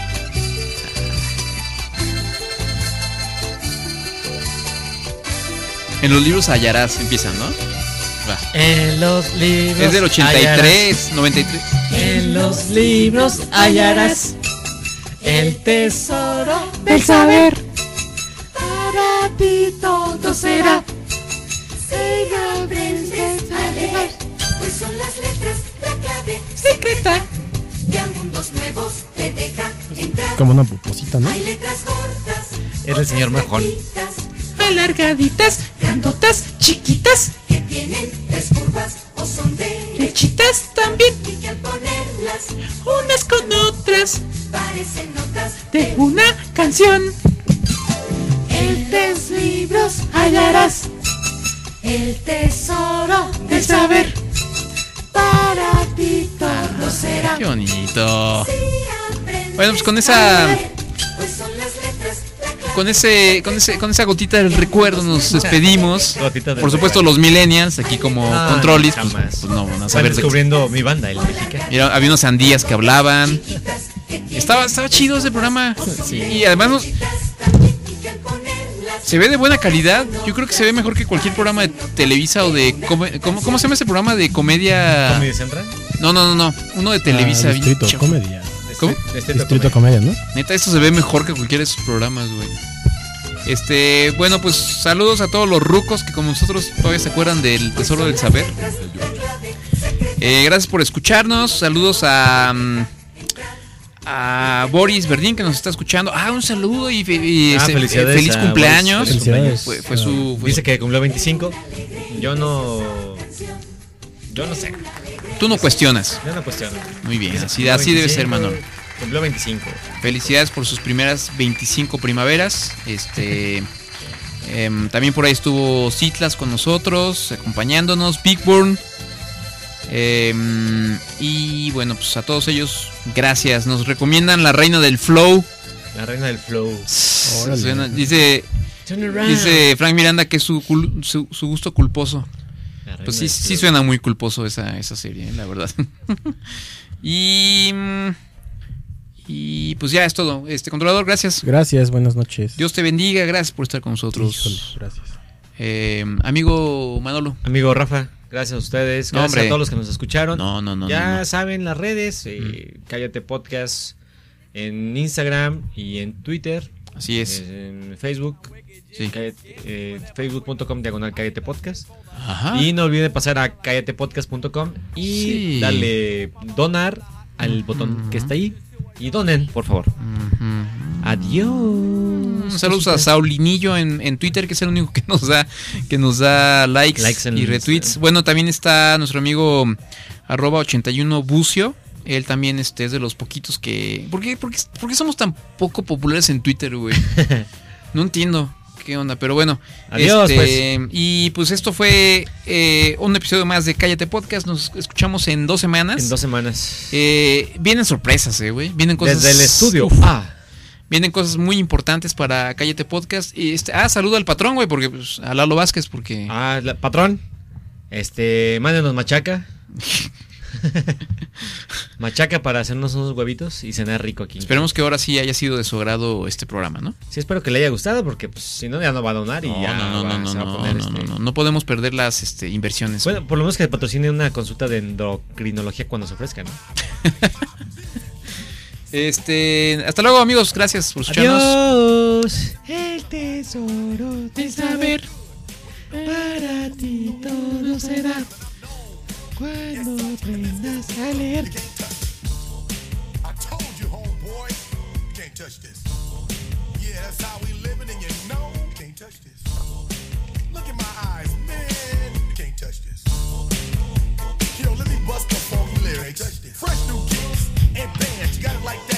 [SPEAKER 1] En los libros hallarás, empiezan, ¿no? Va.
[SPEAKER 2] En los libros.
[SPEAKER 1] Es del 83, 93.
[SPEAKER 2] En los libros hallarás el tesoro del saber. Para ti todo será.
[SPEAKER 8] Si lo aprendes a leer, pues son las letras la clave. Sí,
[SPEAKER 12] secreta que a mundos nuevos te deja entrar.
[SPEAKER 4] Como una pupusita, ¿no?
[SPEAKER 12] Hay letras cortas,
[SPEAKER 2] Era el señor Mejón.
[SPEAKER 12] alargaditas, grandotas, chiquitas, que tienen tres curvas o son derechitas también. Y que al ponerlas unas con otras parecen notas de una canción. En tres libros hallarás el tesoro del saber. Para ti todo será.
[SPEAKER 1] Qué bonito. Bueno, pues con
[SPEAKER 12] A
[SPEAKER 1] esa
[SPEAKER 12] ver, Pues son las letras
[SPEAKER 1] con ese con ese con esa gotita del recuerdo nos despedimos.
[SPEAKER 2] Gotita del
[SPEAKER 1] Por supuesto los millennials aquí como
[SPEAKER 2] Ah,
[SPEAKER 1] controlis pues,
[SPEAKER 2] jamás.
[SPEAKER 1] pues no van a
[SPEAKER 2] Van
[SPEAKER 1] saber de-
[SPEAKER 2] descubriendo mi banda, el mexicano.
[SPEAKER 1] Mira, había unos sandías que hablaban. Estaba estaba chido ese programa. Y además nos- se ve de buena calidad. Yo creo que se ve mejor que cualquier programa de Televisa o de come- ¿cómo, cómo se llama ese programa de comedia?
[SPEAKER 2] ¿Comedy Central? Este,
[SPEAKER 1] No, no, no, no. Uno de Televisa.
[SPEAKER 4] Ah,
[SPEAKER 1] bien
[SPEAKER 4] Distrito
[SPEAKER 1] chafa.
[SPEAKER 4] Comedia.
[SPEAKER 1] ¿Cómo?
[SPEAKER 2] este
[SPEAKER 4] Distrito Comedia, ¿no?
[SPEAKER 1] Neta, esto se ve mejor que cualquiera de sus programas, güey. Este, bueno, pues saludos a todos los rucos que como nosotros todavía se acuerdan del Tesoro del Saber. Eh, gracias por escucharnos. Saludos a, mm, a Boris Verdín que nos está escuchando. Ah, un saludo y, fe- y,
[SPEAKER 2] Ah,
[SPEAKER 1] este,
[SPEAKER 2] felicidades
[SPEAKER 1] eh, feliz
[SPEAKER 2] a
[SPEAKER 1] cumpleaños.
[SPEAKER 2] Boris, feliz cumpleaños.
[SPEAKER 1] Fue, fue su... fue
[SPEAKER 2] Dice
[SPEAKER 1] su-
[SPEAKER 2] que cumplió 25. Yo no. Yo no sé.
[SPEAKER 1] Tú no cuestionas.
[SPEAKER 2] Yo no cuestiono.
[SPEAKER 1] Muy bien,
[SPEAKER 2] Dice que
[SPEAKER 1] así-
[SPEAKER 2] cumplió
[SPEAKER 1] así debe ser,
[SPEAKER 2] 25,
[SPEAKER 1] Manolo.
[SPEAKER 2] Cumplió 25.
[SPEAKER 1] Felicidades por sus primeras 25 primaveras. Este. em, también por ahí estuvo Citlas con nosotros, acompañándonos, Big Burn. Em, y bueno, pues a todos ellos, gracias. Nos recomiendan La Reina del Flow.
[SPEAKER 2] La reina del flow.
[SPEAKER 1] Suena- dice,
[SPEAKER 2] Turn around.
[SPEAKER 1] dice Frank Miranda que es su, cul- su, su gusto culposo.
[SPEAKER 2] La
[SPEAKER 1] Pues sí,
[SPEAKER 2] reina del
[SPEAKER 1] sí
[SPEAKER 2] flow.
[SPEAKER 1] suena muy culposo esa, esa serie, eh, la verdad. y, mm, y pues ya es todo. Este controlador, gracias.
[SPEAKER 4] Gracias, buenas noches.
[SPEAKER 1] Dios te bendiga, gracias por estar con nosotros. Eh,
[SPEAKER 4] gracias.
[SPEAKER 1] amigo Manolo.
[SPEAKER 2] Amigo Rafa, gracias a ustedes.
[SPEAKER 1] No,
[SPEAKER 2] Gracias
[SPEAKER 1] hombre.
[SPEAKER 2] a todos los que nos escucharon.
[SPEAKER 1] No, no, no,
[SPEAKER 2] Ya
[SPEAKER 1] no, Mm. no.
[SPEAKER 2] saben las redes: eh, Cállate Podcast en Instagram y en Twitter.
[SPEAKER 1] Así es.
[SPEAKER 2] En Facebook. Cállate- eh, Facebook.com diagonal Cállate Podcast.
[SPEAKER 1] Ajá.
[SPEAKER 2] Y no olviden pasar a cállatepodcast.com
[SPEAKER 1] Ah.
[SPEAKER 2] y
[SPEAKER 1] Sí. Mm-hmm.
[SPEAKER 2] darle donar al botón que está ahí. Y donen, por favor. Adiós.
[SPEAKER 1] Mm, Saludos a Saulinillo en, en Twitter, que es el único que nos da, que nos da likes,
[SPEAKER 2] Likes en
[SPEAKER 1] y
[SPEAKER 2] el
[SPEAKER 1] retweets. Bueno, también está nuestro amigo mm, arroba 81 Bucio. Él también este, es de los poquitos que. ¿Por qué, por qué- por qué somos tan poco populares en Twitter, güey? no entiendo qué onda, pero bueno.
[SPEAKER 2] Adiós,
[SPEAKER 1] este, Y pues esto fue eh, un episodio más de Cállate Podcast. Nos escuchamos en dos semanas.
[SPEAKER 2] En dos semanas.
[SPEAKER 1] Eh, vienen sorpresas, eh, güey. Vienen cosas.
[SPEAKER 2] Desde el estudio.
[SPEAKER 1] Uf.
[SPEAKER 2] Ah.
[SPEAKER 1] Vienen cosas muy importantes para Cállate Podcast. Y este, ah, saludo al patrón, güey, porque pues, a Lalo Vázquez, porque.
[SPEAKER 2] Ah, la- patrón. Este, mándenos machaca. machaca para hacernos unos huevitos y cenar rico aquí.
[SPEAKER 1] Esperemos que ahora sí haya sido de su agrado este programa, ¿no?
[SPEAKER 2] Sí, espero que le haya gustado porque pues, si no ya no va a donar y
[SPEAKER 1] No,
[SPEAKER 2] ya
[SPEAKER 1] no, no,
[SPEAKER 2] Ah,
[SPEAKER 1] no,
[SPEAKER 2] va-
[SPEAKER 1] no,
[SPEAKER 2] se va a
[SPEAKER 1] no,
[SPEAKER 2] poner
[SPEAKER 1] no,
[SPEAKER 2] este-
[SPEAKER 1] no, no, no podemos perder las este, inversiones.
[SPEAKER 2] Bueno, por lo menos que patrocine una consulta de endocrinología cuando se ofrezca, ¿no?
[SPEAKER 1] Este, hasta luego, amigos. Gracias por escucharnos.
[SPEAKER 2] Adiós. El tesoro del saber.
[SPEAKER 12] Para ti todo será cuando aprendas a leer.
[SPEAKER 13] I told you, homeboy, you can't touch this. Yeah, that's how we living, and you know you can't touch this. Look at my eyes, man, you can't touch this. Yo, let me bust the funky lyrics. Fresh new kicks and bands, you got it like that.